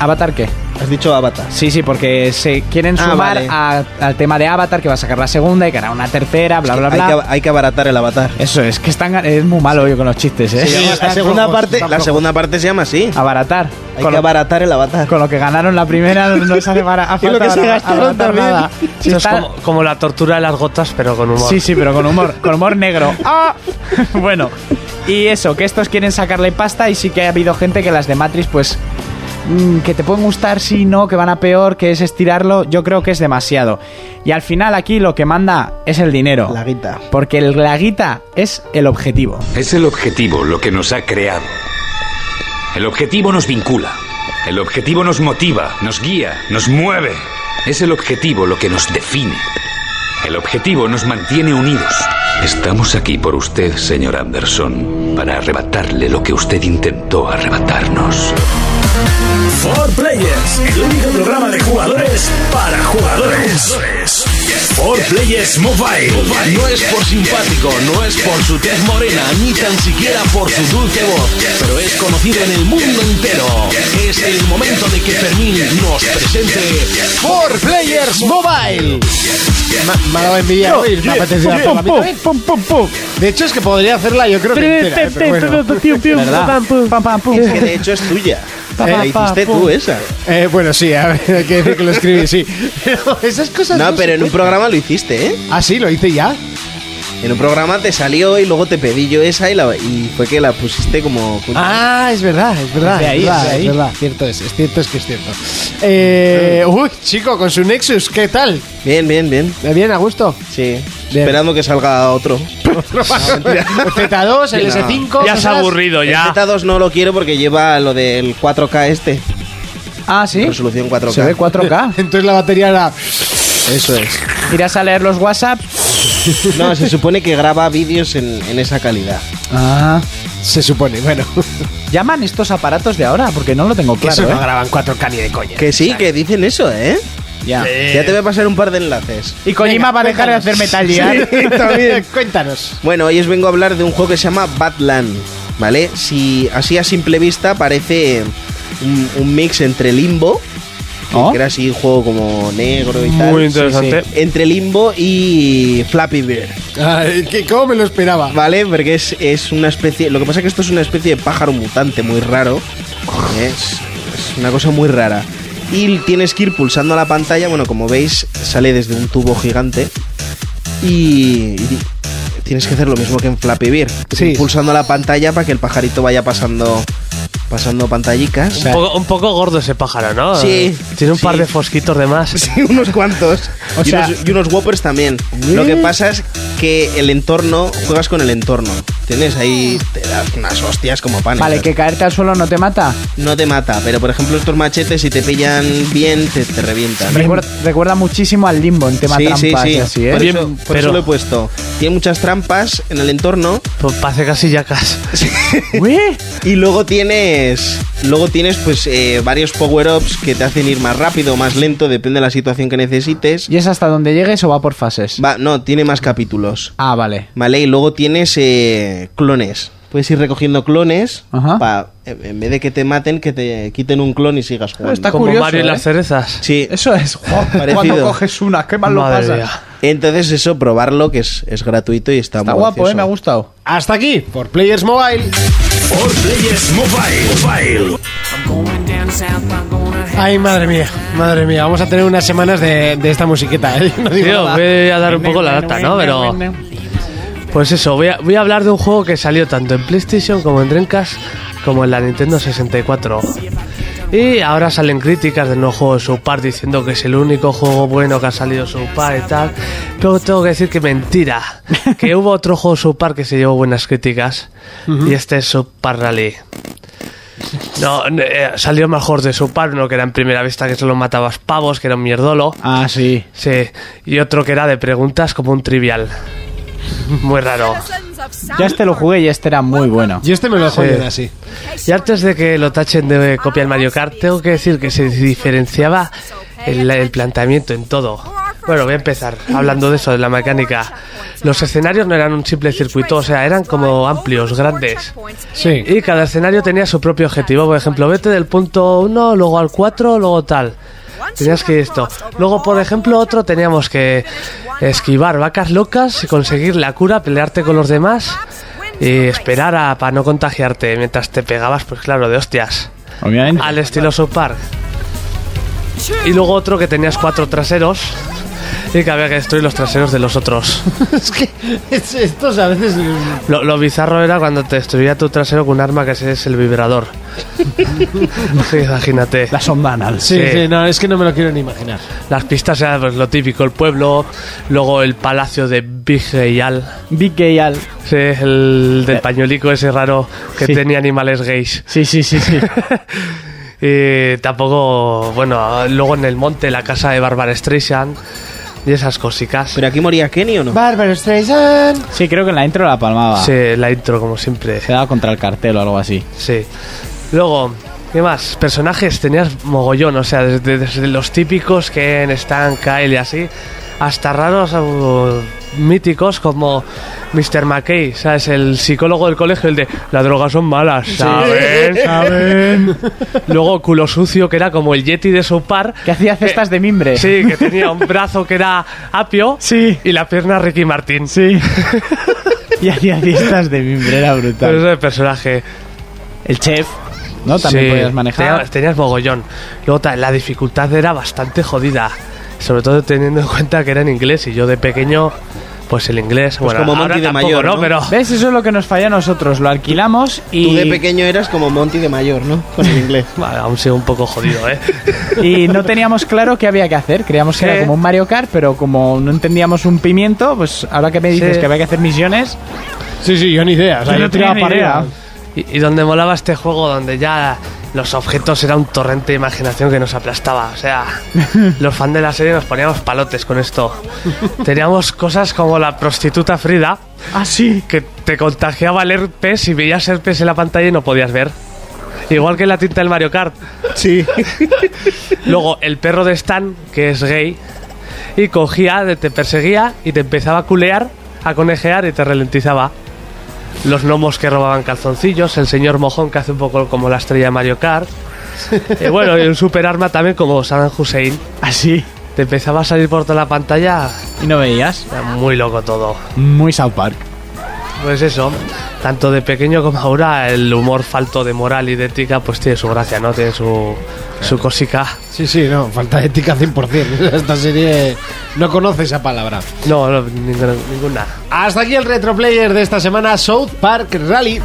[SPEAKER 5] ¿Avatar qué?
[SPEAKER 6] Has dicho Avatar.
[SPEAKER 5] Sí, sí, porque se quieren
[SPEAKER 6] Ah,
[SPEAKER 5] sumar
[SPEAKER 6] vale.
[SPEAKER 5] a- al tema de Avatar, que va a sacar la segunda y que hará una tercera, bla, bla,
[SPEAKER 6] hay,
[SPEAKER 5] bla.
[SPEAKER 6] que, hay que abaratar el Avatar.
[SPEAKER 5] Eso es, que están, es muy malo yo con los chistes, ¿eh?
[SPEAKER 6] Se llama-
[SPEAKER 2] están
[SPEAKER 6] la, segunda
[SPEAKER 2] flojos,
[SPEAKER 6] parte,
[SPEAKER 2] están
[SPEAKER 6] la
[SPEAKER 2] flojos.
[SPEAKER 6] segunda parte se llama así.
[SPEAKER 5] Abaratar.
[SPEAKER 6] Hay
[SPEAKER 5] Con
[SPEAKER 6] que
[SPEAKER 5] lo,
[SPEAKER 6] abaratar el Avatar.
[SPEAKER 5] con lo que ganaron la primera no se hace para,
[SPEAKER 6] (laughs)
[SPEAKER 5] a
[SPEAKER 6] Y lo
[SPEAKER 5] falta
[SPEAKER 6] que se
[SPEAKER 5] abara-
[SPEAKER 6] gastaron
[SPEAKER 5] abaratar
[SPEAKER 6] también.
[SPEAKER 5] nada. Si
[SPEAKER 7] Eso es
[SPEAKER 5] está-
[SPEAKER 7] como, como la tortura de las gotas, pero con humor.
[SPEAKER 5] Sí, sí, pero con humor, con humor negro. ¡Ah! (laughs) bueno, y eso, que estos quieren sacarle pasta y sí que ha habido gente que las de Matrix, pues, mm, que te pueden gustar, sí, no, que van a peor, que es estirarlo, yo creo que es demasiado. Y al final aquí lo que manda es (laughs) el dinero.
[SPEAKER 6] La guita.
[SPEAKER 5] Porque el, la guita es el objetivo.
[SPEAKER 9] Es el objetivo lo que nos ha creado. El objetivo nos vincula. El objetivo nos motiva, nos guía, nos mueve. Es el objetivo lo que nos define. El objetivo nos mantiene unidos. Estamos aquí por usted, señor Anderson, para arrebatarle lo que usted intentó arrebatarnos.
[SPEAKER 10] For Players, el único programa de jugadores para jugadores. For Players Mobile.
[SPEAKER 1] No es por simpático, no es por su tez morena, ni tan siquiera por su dulce voz, pero es conocido en el mundo entero. Es el momento de que Fermín nos presente
[SPEAKER 2] For Players Mobile. Ma- Me ha dado envidia oír, me apetece hacerlo a mí también. De hecho, es que podría hacerla yo creo que entera,
[SPEAKER 5] este,
[SPEAKER 2] eh, pero bueno.
[SPEAKER 5] ¿Verdad? Pam, pam, pum.
[SPEAKER 6] Que de hecho es tuya.
[SPEAKER 5] Eh.
[SPEAKER 6] la hiciste tú esa.
[SPEAKER 2] Eh, bueno, sí, a ver, hay que decir que lo escribí, sí. Pero esas cosas
[SPEAKER 6] No,
[SPEAKER 2] se
[SPEAKER 6] pero en un
[SPEAKER 2] cuentan.
[SPEAKER 6] programa lo hiciste, ¿eh?
[SPEAKER 2] Ah, sí, lo hice ya.
[SPEAKER 6] En un programa te salió y luego te pedí yo esa y, la, y fue que la pusiste como...
[SPEAKER 2] Ah, es verdad, es verdad.
[SPEAKER 5] de ahí,
[SPEAKER 2] es, verdad
[SPEAKER 5] es de ahí.
[SPEAKER 2] es verdad, cierto es, es cierto es que es cierto. Eh, uy, chico, con su Nexus, ¿qué tal?
[SPEAKER 6] Bien, bien, bien.
[SPEAKER 2] ¿Bien, a gusto?
[SPEAKER 5] (laughs)
[SPEAKER 6] Sí.
[SPEAKER 2] Bien.
[SPEAKER 6] Esperando que salga otro.
[SPEAKER 2] Z2, el S5.
[SPEAKER 7] Ya se ha
[SPEAKER 2] cosas.
[SPEAKER 7] aburrido,
[SPEAKER 6] El
[SPEAKER 7] ya.
[SPEAKER 6] Z2 no lo quiero porque lleva lo del 4K este.
[SPEAKER 5] Ah, sí.
[SPEAKER 6] Resolución 4K.
[SPEAKER 5] Se ve 4K.
[SPEAKER 2] (laughs) Entonces la batería era.
[SPEAKER 6] Eso es.
[SPEAKER 5] Irás a leer los WhatsApp.
[SPEAKER 6] No, se supone que graba vídeos en, en esa calidad.
[SPEAKER 5] Ah.
[SPEAKER 2] Se supone, bueno.
[SPEAKER 5] ¿Llaman estos aparatos de ahora? Porque no lo tengo claro. ¿eh?
[SPEAKER 2] graban 4K ni de coña.
[SPEAKER 6] Que sí, que dicen eso, ¿eh?
[SPEAKER 5] Ya.
[SPEAKER 6] Ya te voy a pasar un par de enlaces.
[SPEAKER 5] Y Kojima va a dejar de hacer Metal Gear.
[SPEAKER 2] (laughs) también.
[SPEAKER 5] (laughs)
[SPEAKER 2] Cuéntanos.
[SPEAKER 6] Bueno, hoy os vengo a hablar de un juego que se llama Badland, ¿vale? Si así a simple vista parece un, un mix entre Limbo, que
[SPEAKER 5] ¿Oh?
[SPEAKER 6] era así un juego como negro y tal.
[SPEAKER 7] Muy interesante.
[SPEAKER 6] Entre Limbo y Flappy Bird,
[SPEAKER 2] Ay, que ¿Cómo me lo esperaba?
[SPEAKER 6] ¿vale? Porque es, es una especie... Lo que pasa es que esto es una especie de pájaro mutante muy raro. ¿eh? Es, es una cosa muy rara. Y tienes que ir pulsando la pantalla, bueno, como veis, sale desde un tubo gigante. Y... y Tienes que hacer lo mismo que en Flappy Bird.
[SPEAKER 2] Sí.
[SPEAKER 6] Ir Pulsando la pantalla para que el pajarito vaya pasando pasando pantallicas. (laughs)
[SPEAKER 7] Un poco, un poco gordo ese pájaro, ¿no?
[SPEAKER 6] Sí,
[SPEAKER 7] Tiene un
[SPEAKER 6] sí.
[SPEAKER 7] par de fosquitos de más.
[SPEAKER 6] Sí, unos cuantos.
[SPEAKER 5] O
[SPEAKER 6] y,
[SPEAKER 5] sea- ¿eh?
[SPEAKER 6] unos, y unos whoppers también. Lo que pasa es que el entorno, juegas con el entorno. Tienes ahí, te das unas hostias como ¿eh? pan.
[SPEAKER 5] Vale, que caerte al suelo no te mata.
[SPEAKER 6] No te mata, pero por ejemplo estos machetes si te pillan bien, te, te revientan.
[SPEAKER 5] Recuerda, recuerda muchísimo al limbo en tema
[SPEAKER 6] sí, sí,
[SPEAKER 5] trampas
[SPEAKER 6] sí.
[SPEAKER 5] y así,
[SPEAKER 6] Por,
[SPEAKER 5] ¿eh?
[SPEAKER 6] eso,
[SPEAKER 7] Bien,
[SPEAKER 6] por
[SPEAKER 7] pero-
[SPEAKER 6] eso lo he puesto. Tiene muchas trampas en el entorno
[SPEAKER 7] Pues Parece casi yacas.
[SPEAKER 5] Uy,
[SPEAKER 6] y luego tienes Luego tienes pues eh, varios power-ups que te hacen ir más rápido o más lento, depende de la situación que necesites.
[SPEAKER 5] ¿Y es hasta donde llegues o va por fases?
[SPEAKER 6] Va, no, tiene más capítulos.
[SPEAKER 5] Ah, vale.
[SPEAKER 6] Vale, y luego tienes eh, clones. Puedes ir recogiendo clones
[SPEAKER 5] Ajá.
[SPEAKER 6] pa- en en vez de que te maten, que te quiten un clon y sigas jugando.
[SPEAKER 5] Está
[SPEAKER 7] Como
[SPEAKER 5] curioso,
[SPEAKER 7] Mario y
[SPEAKER 5] ¿eh?
[SPEAKER 7] las cerezas.
[SPEAKER 6] Sí,
[SPEAKER 5] Eso es. jo, cuando
[SPEAKER 6] Parecido.
[SPEAKER 5] coges una, qué mal lo
[SPEAKER 7] Madre
[SPEAKER 5] pasas.
[SPEAKER 7] mía.
[SPEAKER 6] entonces eso, probarlo, que es, es gratuito y está,
[SPEAKER 5] Está
[SPEAKER 6] muy
[SPEAKER 5] guapo,
[SPEAKER 6] gracioso.
[SPEAKER 5] eh, me ha gustado.
[SPEAKER 8] Hasta aquí, por Players Mobile.
[SPEAKER 1] For Players Mobile. Mobile.
[SPEAKER 8] Ay, madre mía, madre mía, vamos a tener unas semanas de, de esta musiqueta, ¿eh? (laughs) No digo
[SPEAKER 7] Tío,
[SPEAKER 8] nada.
[SPEAKER 7] voy a dar un poco la lata, ¿no? Pero. Pues eso, voy a, voy a hablar de un juego que salió tanto en PlayStation como en Dreamcast como en la Nintendo 64. Y ahora salen críticas del nuevo juego de South Park diciendo que es el único juego bueno que ha salido de South Park y tal. Pero tengo que decir que mentira. que hubo otro juego de South Park que se llevó buenas críticas. Y este es South Park Rally. No, n- eh, salió mejor de South Park, uno que era en primera vista que solo matabas pavos, que era un mierdolo.
[SPEAKER 5] Ah, sí.
[SPEAKER 7] Sí, y otro que era de preguntas como un trivial. (laughs) Muy raro.
[SPEAKER 5] Yo este lo jugué y este era muy bueno.
[SPEAKER 8] Yo (laughs) este me lo
[SPEAKER 7] Sí.
[SPEAKER 8] juego así.
[SPEAKER 7] Y antes de que lo tachen de copia al Mario Kart, tengo que decir que se diferenciaba el, el planteamiento en todo. Bueno, voy a empezar hablando de eso, de la mecánica. Los escenarios no eran un simple circuito, o sea, eran como amplios, grandes.
[SPEAKER 8] Sí.
[SPEAKER 7] Y cada escenario tenía su propio objetivo. Por ejemplo, vete del punto 1, luego al 4, luego tal. Tenías que ir esto. Luego, por ejemplo, otro teníamos que esquivar vacas locas, conseguir la cura, pelearte con los demás y esperar a, para no contagiarte mientras te pegabas, pues claro, de hostias.
[SPEAKER 5] Obviamente.
[SPEAKER 7] Al estilo South Park. Y luego otro que tenías cuatro traseros y que había que destruir los traseros de los otros.
[SPEAKER 8] es que es- estos a veces. mm,
[SPEAKER 7] Lo, lo bizarro era cuando te destruía tu trasero con un arma que ese es el vibrador. (laughs) Sí, imagínate.
[SPEAKER 5] Las ondanas.
[SPEAKER 8] Sí, sí,
[SPEAKER 7] Sí.
[SPEAKER 8] no, es que no me lo quiero ni imaginar.
[SPEAKER 7] Las pistas eran pues, lo típico, el pueblo, luego el palacio de Vigeyal,
[SPEAKER 5] Big Gay Al.
[SPEAKER 7] sí, el del pañuelico ese raro que
[SPEAKER 5] Sí.
[SPEAKER 7] tenía animales gays.
[SPEAKER 5] Sí, sí, sí, sí.
[SPEAKER 7] Y tampoco, bueno, luego en el monte la casa de Barbara Streisand y esas cosicas.
[SPEAKER 6] ¿Pero aquí moría Kenny o no?
[SPEAKER 8] Bárbaro Streisand.
[SPEAKER 5] (laughs) Sí, creo que en la intro la palmaba.
[SPEAKER 7] Sí, la intro como siempre.
[SPEAKER 5] Se daba contra el cartel o algo así.
[SPEAKER 7] Sí. Luego, ¿qué más? Personajes tenías mogollón, o sea, desde, desde los típicos Ken, Stan, Kyle y así, hasta raros uh, míticos como Mr. McKay, ¿sabes? El psicólogo del colegio, el de las drogas son malas, ¿saben?
[SPEAKER 5] (laughs)
[SPEAKER 7] ¿Saben? Luego, culo sucio, que era como el Yeti de su par.
[SPEAKER 5] Que hacía cestas de mimbre.
[SPEAKER 7] Sí, que tenía un brazo que era apio
[SPEAKER 5] Sí.
[SPEAKER 7] y la pierna Ricky Martín.
[SPEAKER 5] Sí. (laughs) y hacía cestas de mimbre, era
[SPEAKER 7] Pero
[SPEAKER 5] brutal.
[SPEAKER 7] (laughs) ese personaje.
[SPEAKER 5] El chef, ¿no? También
[SPEAKER 7] Sí,
[SPEAKER 5] podías manejar.
[SPEAKER 7] Tenías, tenías mogollón. Luego ta- la dificultad era bastante jodida. Sobre todo teniendo en cuenta que era en inglés y yo de pequeño, pues el inglés. bueno,
[SPEAKER 6] como
[SPEAKER 7] ahora
[SPEAKER 6] Monty de
[SPEAKER 7] tampoco,
[SPEAKER 6] mayor,
[SPEAKER 7] ¿no?
[SPEAKER 6] ¿no?
[SPEAKER 7] Pero
[SPEAKER 5] ¿Ves? Eso es lo que nos falla a nosotros. Lo alquilamos y.
[SPEAKER 6] Tú de pequeño eras como Monty de mayor, ¿no? Con el inglés.
[SPEAKER 7] Vale, aún sigo un poco jodido, ¿eh?
[SPEAKER 5] (laughs) Y no teníamos claro qué había que hacer. Creíamos que
[SPEAKER 7] Sí.
[SPEAKER 5] era como un Mario Kart, pero como no entendíamos un pimiento, pues ahora que me dices
[SPEAKER 7] Sí.
[SPEAKER 5] que había que hacer misiones,
[SPEAKER 8] Sí, sí, yo ni idea. O sea,
[SPEAKER 5] Yo
[SPEAKER 8] yo,
[SPEAKER 5] no
[SPEAKER 8] tiraba
[SPEAKER 5] tenía ni
[SPEAKER 8] para
[SPEAKER 5] idea.
[SPEAKER 8] arriba.
[SPEAKER 7] y, y donde molaba este juego, donde ya los objetos era un torrente de imaginación que nos aplastaba.
[SPEAKER 5] (laughs)
[SPEAKER 7] O sea, los fans de la serie nos poníamos palotes con esto. Teníamos cosas como la prostituta Frida,
[SPEAKER 5] Ah, sí.
[SPEAKER 7] que te contagiaba el herpes y veías herpes en la pantalla y no podías ver. Igual que la tinta del Mario Kart.
[SPEAKER 6] Sí.
[SPEAKER 7] (laughs) Luego el perro de Stan, que es gay, y cogía, de- te perseguía y te empezaba a culear, a conejear y te ralentizaba. Los gnomos que robaban calzoncillos, el señor mojón que hace un poco como la estrella de
[SPEAKER 2] (laughs)
[SPEAKER 7] Mario Kart. Y bueno, y un super arma también como Saddam Hussein.
[SPEAKER 2] ¿Ah,
[SPEAKER 5] Así.
[SPEAKER 7] Te empezaba a salir por toda la pantalla.
[SPEAKER 5] Y no veías.
[SPEAKER 7] Era muy loco todo.
[SPEAKER 5] Muy South Park.
[SPEAKER 7] Pues eso, tanto de pequeño como ahora, el humor falto de moral y de ética, pues tiene su gracia, ¿no? Tiene su, su cosica.
[SPEAKER 8] Sí, sí, no, falta de ética
[SPEAKER 2] (laughs)
[SPEAKER 8] 100%. Esta serie no conoce esa palabra.
[SPEAKER 7] No, no, ninguna. ninguna.
[SPEAKER 8] Hasta aquí el retroplayer de esta semana, South Park Rally.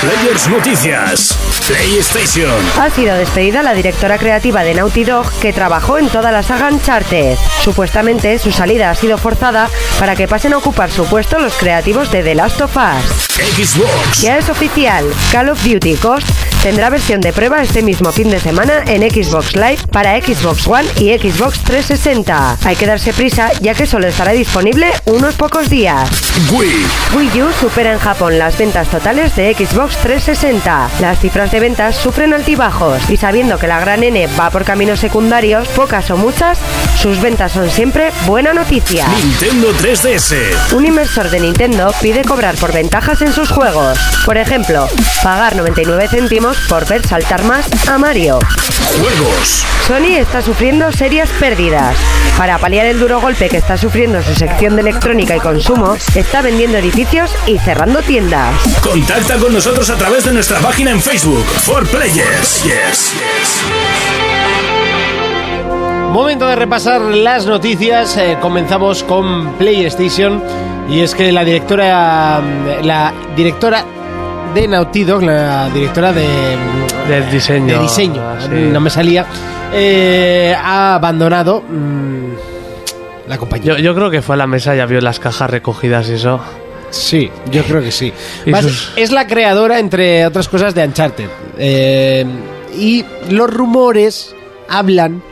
[SPEAKER 1] Players Noticias. PlayStation.
[SPEAKER 3] Ha sido despedida la directora creativa de Naughty Dog que trabajó en toda la saga Uncharted. Supuestamente su salida ha sido forzada para que pasen a ocupar su puesto los creativos de The Last of Us.
[SPEAKER 1] Xbox.
[SPEAKER 3] Ya es oficial, Call of Duty Ghost tendrá versión de prueba este mismo fin de semana en Xbox Live para Xbox One y Xbox 360. Hay que darse prisa ya que solo estará disponible unos pocos días.
[SPEAKER 1] Wii,
[SPEAKER 3] Wii U supera en Japón las ventas totales de Xbox 360. Las cifras de ventas sufren altibajos y sabiendo que la gran N va por caminos secundarios, pocas o muchas, sus ventas son siempre buena noticia.
[SPEAKER 1] Nintendo 3DS,
[SPEAKER 3] Un inversor de Nintendo pide cobrar por ventajas en sus juegos. Por ejemplo, pagar 99 céntimos por ver saltar más a Mario.
[SPEAKER 1] juegos,
[SPEAKER 3] Sony está sufriendo serias pérdidas. Para paliar el duro golpe que está sufriendo su sección de electrónica y consumo, está vendiendo edificios y cerrando tiendas.
[SPEAKER 1] Contacta con nosotros a través de nuestra página en Facebook, For Players. Yes.
[SPEAKER 2] Momento de repasar las noticias. Eh, comenzamos con PlayStation. Y es que la directora. mm, La directora de Naughty Dog, la directora de.
[SPEAKER 7] Del diseño.
[SPEAKER 2] de diseño, Ah,
[SPEAKER 7] así.
[SPEAKER 2] no me salía. eh, ha abandonado mm, la compañía.
[SPEAKER 7] yo, yo creo que fue a la mesa, ya vio las cajas recogidas y eso.
[SPEAKER 11] Sí, yo creo que sí.
[SPEAKER 7] Y
[SPEAKER 2] Más-
[SPEAKER 7] sus-
[SPEAKER 2] Es la creadora, entre otras cosas, de Uncharted. Eh, y los rumores hablan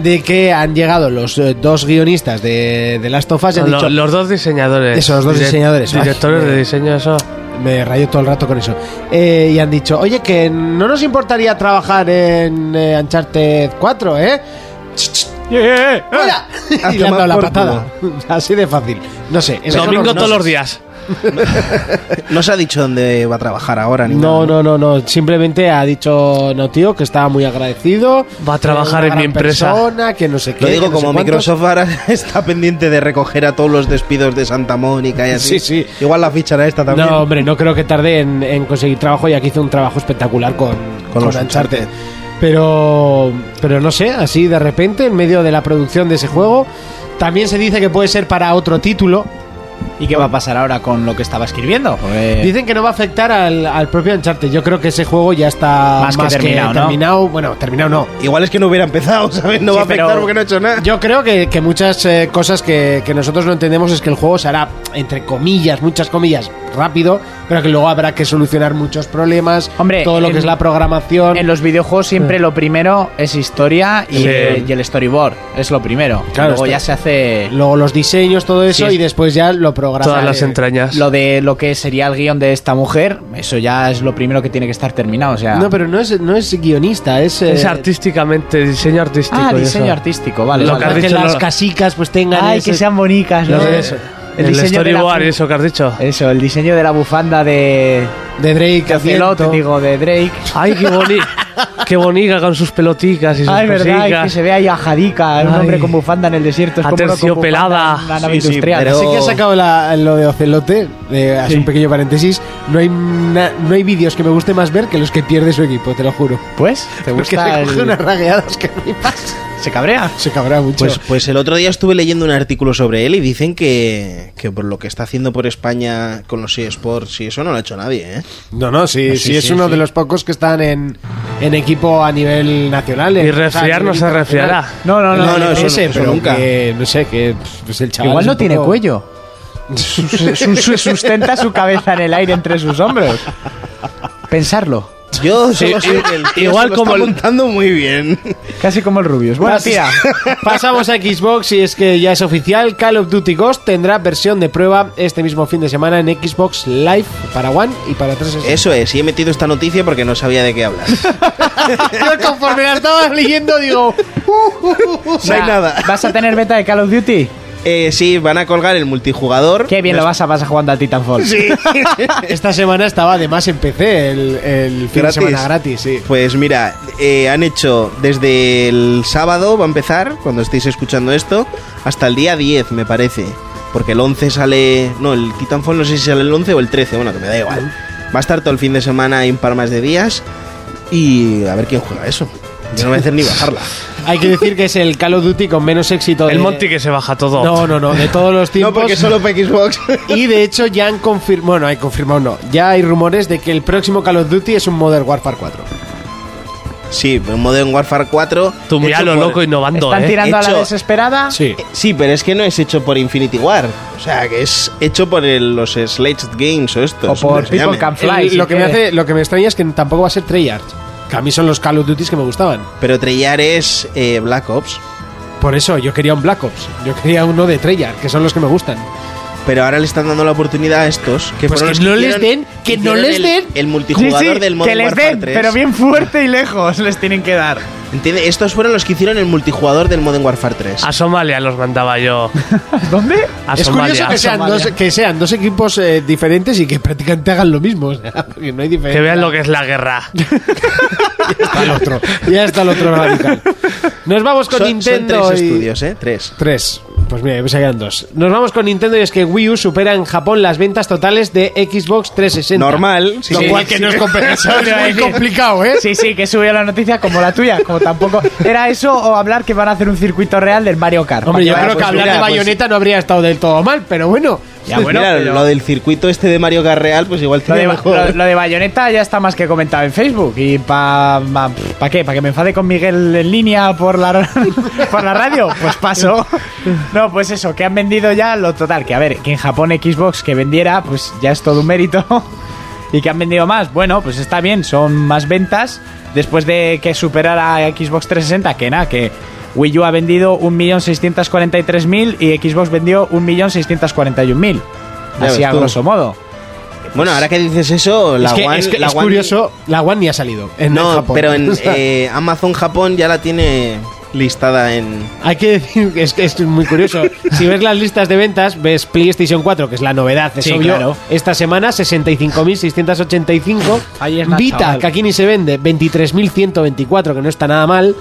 [SPEAKER 2] de que han llegado los eh, dos guionistas de, de Last of Us y han
[SPEAKER 7] Lo-
[SPEAKER 2] dicho,
[SPEAKER 7] los dos diseñadores.
[SPEAKER 2] Eso, los dos diseñadores. Ay,
[SPEAKER 7] Directores
[SPEAKER 2] mira.
[SPEAKER 7] de diseño, eso.
[SPEAKER 2] me rayo todo el rato con eso, Eh, y han dicho, oye, que no nos importaría trabajar en eh, Uncharted 4, ¿eh? Ch, ch,
[SPEAKER 7] Ah,
[SPEAKER 2] ¡Fuera! (laughs)
[SPEAKER 6] A
[SPEAKER 2] y le han dado
[SPEAKER 6] tomar
[SPEAKER 2] la
[SPEAKER 6] por
[SPEAKER 2] patada. (laughs) Así de fácil. No sé. eso no-
[SPEAKER 7] Domingo
[SPEAKER 2] no
[SPEAKER 7] todos
[SPEAKER 2] sé.
[SPEAKER 7] los días.
[SPEAKER 6] (laughs) No se ha dicho dónde va a trabajar ahora. Ni
[SPEAKER 2] No,
[SPEAKER 6] nada.
[SPEAKER 2] no, no, no. Simplemente ha dicho no tío que estaba muy agradecido.
[SPEAKER 7] Va a trabajar
[SPEAKER 2] que era
[SPEAKER 7] en
[SPEAKER 2] una
[SPEAKER 7] mi
[SPEAKER 2] gran
[SPEAKER 7] empresa.
[SPEAKER 2] persona, que no sé qué.
[SPEAKER 6] Lo digo
[SPEAKER 2] que no sé
[SPEAKER 6] como
[SPEAKER 2] cuántos.
[SPEAKER 6] Microsoft ahora (laughs) está pendiente de recoger a todos los despidos de Santa Mónica y así.
[SPEAKER 2] Sí, sí.
[SPEAKER 6] Igual la fichará esta también.
[SPEAKER 2] No, hombre, no creo que tarde en, en conseguir trabajo, ya que hizo un trabajo espectacular con, con,
[SPEAKER 6] los
[SPEAKER 2] Uncharted.
[SPEAKER 6] Uncharted.
[SPEAKER 2] Pero, pero no sé, así de repente, en medio de la producción de ese juego, también se dice que puede ser para otro título.
[SPEAKER 5] ¿Y qué va a pasar ahora con lo que estaba escribiendo? Porque-
[SPEAKER 2] Dicen que no va a afectar al, al propio Uncharted. Yo creo que ese juego ya está
[SPEAKER 5] Más que terminado, ¿no?
[SPEAKER 2] terminado. Bueno, terminado no.
[SPEAKER 6] Igual es que no hubiera empezado, (laughs) ¿sabes? No
[SPEAKER 5] Sí,
[SPEAKER 6] va a afectar
[SPEAKER 5] pero-
[SPEAKER 6] porque no ha hecho nada.
[SPEAKER 2] Yo creo que, que muchas eh, cosas que, que nosotros no entendemos es que el juego se hará, entre comillas, muchas comillas, rápido, pero que luego habrá que solucionar muchos problemas,
[SPEAKER 5] Hombre,
[SPEAKER 2] todo lo
[SPEAKER 5] en-
[SPEAKER 2] que es la programación.
[SPEAKER 5] En los videojuegos siempre lo primero es historia y,
[SPEAKER 7] Sí.
[SPEAKER 5] y el storyboard. Es lo primero.
[SPEAKER 2] Claro,
[SPEAKER 5] Luego
[SPEAKER 2] esto-
[SPEAKER 5] ya se hace
[SPEAKER 2] Luego los diseños, todo eso,
[SPEAKER 5] Sí.
[SPEAKER 2] y después ya lo programas.
[SPEAKER 7] Todas las entrañas.
[SPEAKER 5] eh, lo de lo que sería el guión de esta mujer. Eso ya es lo primero que tiene que estar terminado. O sea,
[SPEAKER 2] No, pero no es, no es guionista, es... eh,
[SPEAKER 7] Es artísticamente, diseño artístico.
[SPEAKER 5] ah,
[SPEAKER 7] y
[SPEAKER 5] diseño
[SPEAKER 7] eso.
[SPEAKER 5] artístico, vale.
[SPEAKER 7] Lo
[SPEAKER 5] vale.
[SPEAKER 7] que has
[SPEAKER 2] que
[SPEAKER 7] dicho
[SPEAKER 2] las
[SPEAKER 7] no-
[SPEAKER 2] casicas pues tengan...
[SPEAKER 5] Ay,
[SPEAKER 2] ese-
[SPEAKER 5] que sean bonitas, ¿no?
[SPEAKER 2] Lo de-
[SPEAKER 5] Eso.
[SPEAKER 7] El,
[SPEAKER 5] diseño de la- Eh.
[SPEAKER 7] storyboard y eso que has dicho.
[SPEAKER 5] Eso, el diseño de la bufanda de.
[SPEAKER 2] De Drake,
[SPEAKER 5] de Ocelot,
[SPEAKER 2] haciendo-
[SPEAKER 5] digo, de Drake.
[SPEAKER 7] Ay, qué
[SPEAKER 5] (laughs)
[SPEAKER 7] bonita. qué bonita con sus peloticas y sus
[SPEAKER 5] Ay, verdad, y que
[SPEAKER 7] cositas.
[SPEAKER 5] se ve ahí a Jadica, un
[SPEAKER 7] Ay.
[SPEAKER 5] hombre con bufanda en el desierto. Es como uno con
[SPEAKER 7] Aterciopelada.
[SPEAKER 5] bufanda en Una nave
[SPEAKER 6] Sí, sí,
[SPEAKER 5] industrial.
[SPEAKER 6] pero-
[SPEAKER 2] Así que ha
[SPEAKER 6] (laughs)
[SPEAKER 2] sacado la- lo de Ocelote, eh, hace
[SPEAKER 5] Sí.
[SPEAKER 2] un pequeño paréntesis, no hay, na- no hay vídeos que me guste más ver que los que pierde su equipo, te lo juro. (laughs)
[SPEAKER 5] Pues, ¿te
[SPEAKER 2] Porque
[SPEAKER 5] gusta
[SPEAKER 2] se
[SPEAKER 5] el-
[SPEAKER 2] coge unas ragueadas que flipas.
[SPEAKER 5] ¿Se cabrea?
[SPEAKER 2] Se cabrá mucho.
[SPEAKER 6] Pues, pues el otro día estuve leyendo un artículo sobre él y dicen que, que por lo que está haciendo por España con los eSports y eso no lo ha hecho nadie, ¿eh?
[SPEAKER 2] no, no, sí, Pues sí, es uno de los pocos que están en, en equipo a nivel nacional.
[SPEAKER 7] Y
[SPEAKER 2] en- o sea, a
[SPEAKER 7] resfriar no
[SPEAKER 2] nivel
[SPEAKER 7] se
[SPEAKER 2] internacional.
[SPEAKER 7] resfriará.
[SPEAKER 5] No, no, no.
[SPEAKER 6] No, no,
[SPEAKER 2] ese,
[SPEAKER 6] eso- eso
[SPEAKER 2] pero
[SPEAKER 6] nunca.
[SPEAKER 2] que, no sé, que pues, el chaval...
[SPEAKER 5] Igual
[SPEAKER 2] es
[SPEAKER 5] no
[SPEAKER 2] un
[SPEAKER 5] tiene
[SPEAKER 2] poco-
[SPEAKER 5] cuello. Su- su- su- sustenta su cabeza en el aire entre sus hombros. Pensarlo.
[SPEAKER 6] (laughs) Yo solo sé que el tío
[SPEAKER 7] igual
[SPEAKER 6] se lo
[SPEAKER 7] como
[SPEAKER 6] está
[SPEAKER 7] el-
[SPEAKER 6] montando muy (laughs) bien.
[SPEAKER 5] Casi como el Rubius. Bueno, tía.
[SPEAKER 6] (laughs)
[SPEAKER 2] Pasamos a Xbox y es que ya es oficial, Call of Duty Ghost tendrá versión de prueba este mismo fin de semana en Xbox Live para One y para 360.
[SPEAKER 6] Eso es, y he metido esta noticia porque no sabía de qué hablar.
[SPEAKER 2] Yo conforme la estabas leyendo
[SPEAKER 6] (laughs)
[SPEAKER 2] digo, "Uh,
[SPEAKER 6] No hay nada.
[SPEAKER 5] ¿Vas a tener beta de Call of Duty?
[SPEAKER 6] Eh, sí, van a colgar el multijugador.
[SPEAKER 5] Qué bien lo vas a pasar jugando al Titanfall.
[SPEAKER 6] Sí.
[SPEAKER 2] (laughs) esta semana estaba además en PC el, el fin de
[SPEAKER 6] Gratis.
[SPEAKER 2] semana gratis, sí.
[SPEAKER 6] Pues mira, eh, han hecho desde el sábado, va a empezar, cuando estéis escuchando esto, hasta el día 10, me parece. Porque el 11 sale. No, el Titanfall no sé si sale el 11 o el 13, bueno, que me da igual. Va a estar todo el fin de semana y un par más de días. Y a ver quién juega eso. Yo no voy a hacer ni
[SPEAKER 7] (laughs)
[SPEAKER 6] bajarla.
[SPEAKER 2] Hay que decir que es el Call of Duty con menos éxito.
[SPEAKER 7] El
[SPEAKER 2] de-
[SPEAKER 7] Monty que se baja todo.
[SPEAKER 2] No, no, no, de todos los
[SPEAKER 6] No,
[SPEAKER 2] tiempos.
[SPEAKER 6] porque solo para Xbox. (laughs)
[SPEAKER 2] Y de hecho ya han confirmado, bueno, hay confirmado no, ya hay rumores de que el próximo Call of Duty es un Modern Warfare 4.
[SPEAKER 6] Sí, pero en Modern Warfare 4.
[SPEAKER 7] Tú mira
[SPEAKER 6] hecho
[SPEAKER 7] lo
[SPEAKER 6] por-
[SPEAKER 7] loco innovando,
[SPEAKER 5] ¿Están
[SPEAKER 7] ¿eh?
[SPEAKER 5] tirando a la
[SPEAKER 6] Hecho-
[SPEAKER 5] desesperada?
[SPEAKER 2] Sí.
[SPEAKER 6] Sí, pero es que no es hecho por Infinity War. O sea, que es hecho por el- los Sledged Games o esto.
[SPEAKER 5] O por People Can Fly.
[SPEAKER 2] El-
[SPEAKER 5] si
[SPEAKER 2] lo, que me
[SPEAKER 5] quieres.
[SPEAKER 2] hace, lo que me extraña es que tampoco va a ser Treyarch. Que a mí son los Call of Duty que me gustaban.
[SPEAKER 6] Pero Treyarch es eh, Black Ops.
[SPEAKER 2] Por eso yo quería un Black Ops. Yo quería uno de Treyarch, que son los que me gustan.
[SPEAKER 6] Pero ahora le están dando la oportunidad a estos. Que
[SPEAKER 2] Pues
[SPEAKER 6] fueron
[SPEAKER 2] que
[SPEAKER 6] los
[SPEAKER 2] no les
[SPEAKER 6] hicieron-
[SPEAKER 2] den, que no
[SPEAKER 6] hicieron
[SPEAKER 2] les
[SPEAKER 6] el-
[SPEAKER 2] den.
[SPEAKER 6] El
[SPEAKER 5] Sí,
[SPEAKER 6] multijugador
[SPEAKER 5] sí,
[SPEAKER 6] del Modern
[SPEAKER 5] que les
[SPEAKER 6] Warfare
[SPEAKER 5] den,
[SPEAKER 6] 3.
[SPEAKER 5] pero bien fuerte y lejos les tienen que dar.
[SPEAKER 6] ¿Entiendes? Estos fueron los que hicieron el multijugador del Modern Warfare 3.
[SPEAKER 7] A Somalia los mandaba yo.
[SPEAKER 5] ¿Dónde?
[SPEAKER 7] A
[SPEAKER 2] es
[SPEAKER 7] Somalia.
[SPEAKER 2] curioso que sean,
[SPEAKER 5] Somalia.
[SPEAKER 2] dos, que sean dos equipos eh, diferentes y que prácticamente hagan lo mismo. o sea, porque no hay diferencia.
[SPEAKER 7] Que vean lo que es
[SPEAKER 5] (laughs)
[SPEAKER 7] la guerra.
[SPEAKER 2] Ya está el otro. Ya está el otro radical. Nos vamos con
[SPEAKER 6] Son- son,
[SPEAKER 2] Nintendo.
[SPEAKER 6] tres
[SPEAKER 2] y-
[SPEAKER 6] estudios, ¿eh? Tres.
[SPEAKER 2] Tres. Pues mira, me quedan dos. Nos vamos con Nintendo y es que Wii U supera en Japón las ventas totales de Xbox 360.
[SPEAKER 6] Normal.
[SPEAKER 2] Lo
[SPEAKER 6] sí.
[SPEAKER 2] cual que no es, comp-
[SPEAKER 6] (laughs)
[SPEAKER 2] eso es muy complicado, ¿eh?
[SPEAKER 5] Sí, sí, que subió la noticia como la tuya, como tampoco. Era eso o hablar que van a hacer un circuito real del Mario Kart.
[SPEAKER 2] Hombre, yo
[SPEAKER 6] Vale,
[SPEAKER 2] creo
[SPEAKER 6] pues
[SPEAKER 2] que hablar
[SPEAKER 6] mira,
[SPEAKER 2] de
[SPEAKER 6] pues-
[SPEAKER 2] bayoneta no habría estado del todo mal, pero bueno.
[SPEAKER 5] Ya, bueno,
[SPEAKER 6] Mira,
[SPEAKER 5] pero-
[SPEAKER 6] lo del circuito este de Mario Kart Real, pues igual
[SPEAKER 5] Lo
[SPEAKER 6] tiene
[SPEAKER 5] de,
[SPEAKER 6] mejor.
[SPEAKER 5] lo- lo de Bayonetta ya está más que comentado en Facebook. ¿Y para pa qué? ¿Para que me enfade con Miguel en línea por la, (laughs) por la radio? Pues paso. No, pues eso, que han vendido ya lo total. Que a ver, que en Japón Xbox que vendiera, pues ya es todo un mérito. (laughs) Y que han vendido más. Bueno, pues está bien, son más ventas. Después de que superara a Xbox 360, que nada, que Wii U ha vendido 1.643.000 y Xbox vendió 1.641.000.
[SPEAKER 6] Ya
[SPEAKER 5] Así
[SPEAKER 6] ves
[SPEAKER 5] a
[SPEAKER 6] tú.
[SPEAKER 5] grosso modo.
[SPEAKER 6] Bueno, ahora que dices eso, la
[SPEAKER 2] es que,
[SPEAKER 6] One.
[SPEAKER 2] es, que
[SPEAKER 6] la
[SPEAKER 2] es
[SPEAKER 6] One-
[SPEAKER 2] curioso, la One ni ha salido. En
[SPEAKER 6] No,
[SPEAKER 2] Japón.
[SPEAKER 6] pero
[SPEAKER 2] (laughs)
[SPEAKER 6] en
[SPEAKER 2] O sea,
[SPEAKER 6] eh, Amazon Japón ya la tiene listada en.
[SPEAKER 2] Hay que decir que es, que es muy curioso. si ves las listas de ventas, ves PlayStation 4, que es la novedad, es
[SPEAKER 5] Sí,
[SPEAKER 2] obvio.
[SPEAKER 5] claro.
[SPEAKER 2] Esta semana, 65.685.
[SPEAKER 5] Ahí es nada,
[SPEAKER 2] Vita,
[SPEAKER 5] chaval.
[SPEAKER 2] que aquí ni se vende, 23.124, que no está nada mal.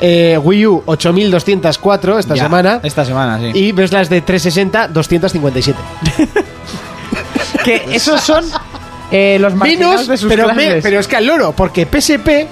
[SPEAKER 2] Eh, Wii U, 8.204 esta
[SPEAKER 5] Ya,
[SPEAKER 2] semana.
[SPEAKER 5] Esta semana, sí.
[SPEAKER 2] Y ves las de 360, 257.
[SPEAKER 5] que esos son eh, los
[SPEAKER 2] Menos,
[SPEAKER 5] marginados de sus
[SPEAKER 2] Pues pero,
[SPEAKER 5] clases.
[SPEAKER 2] me- pero es que al loro, porque PSP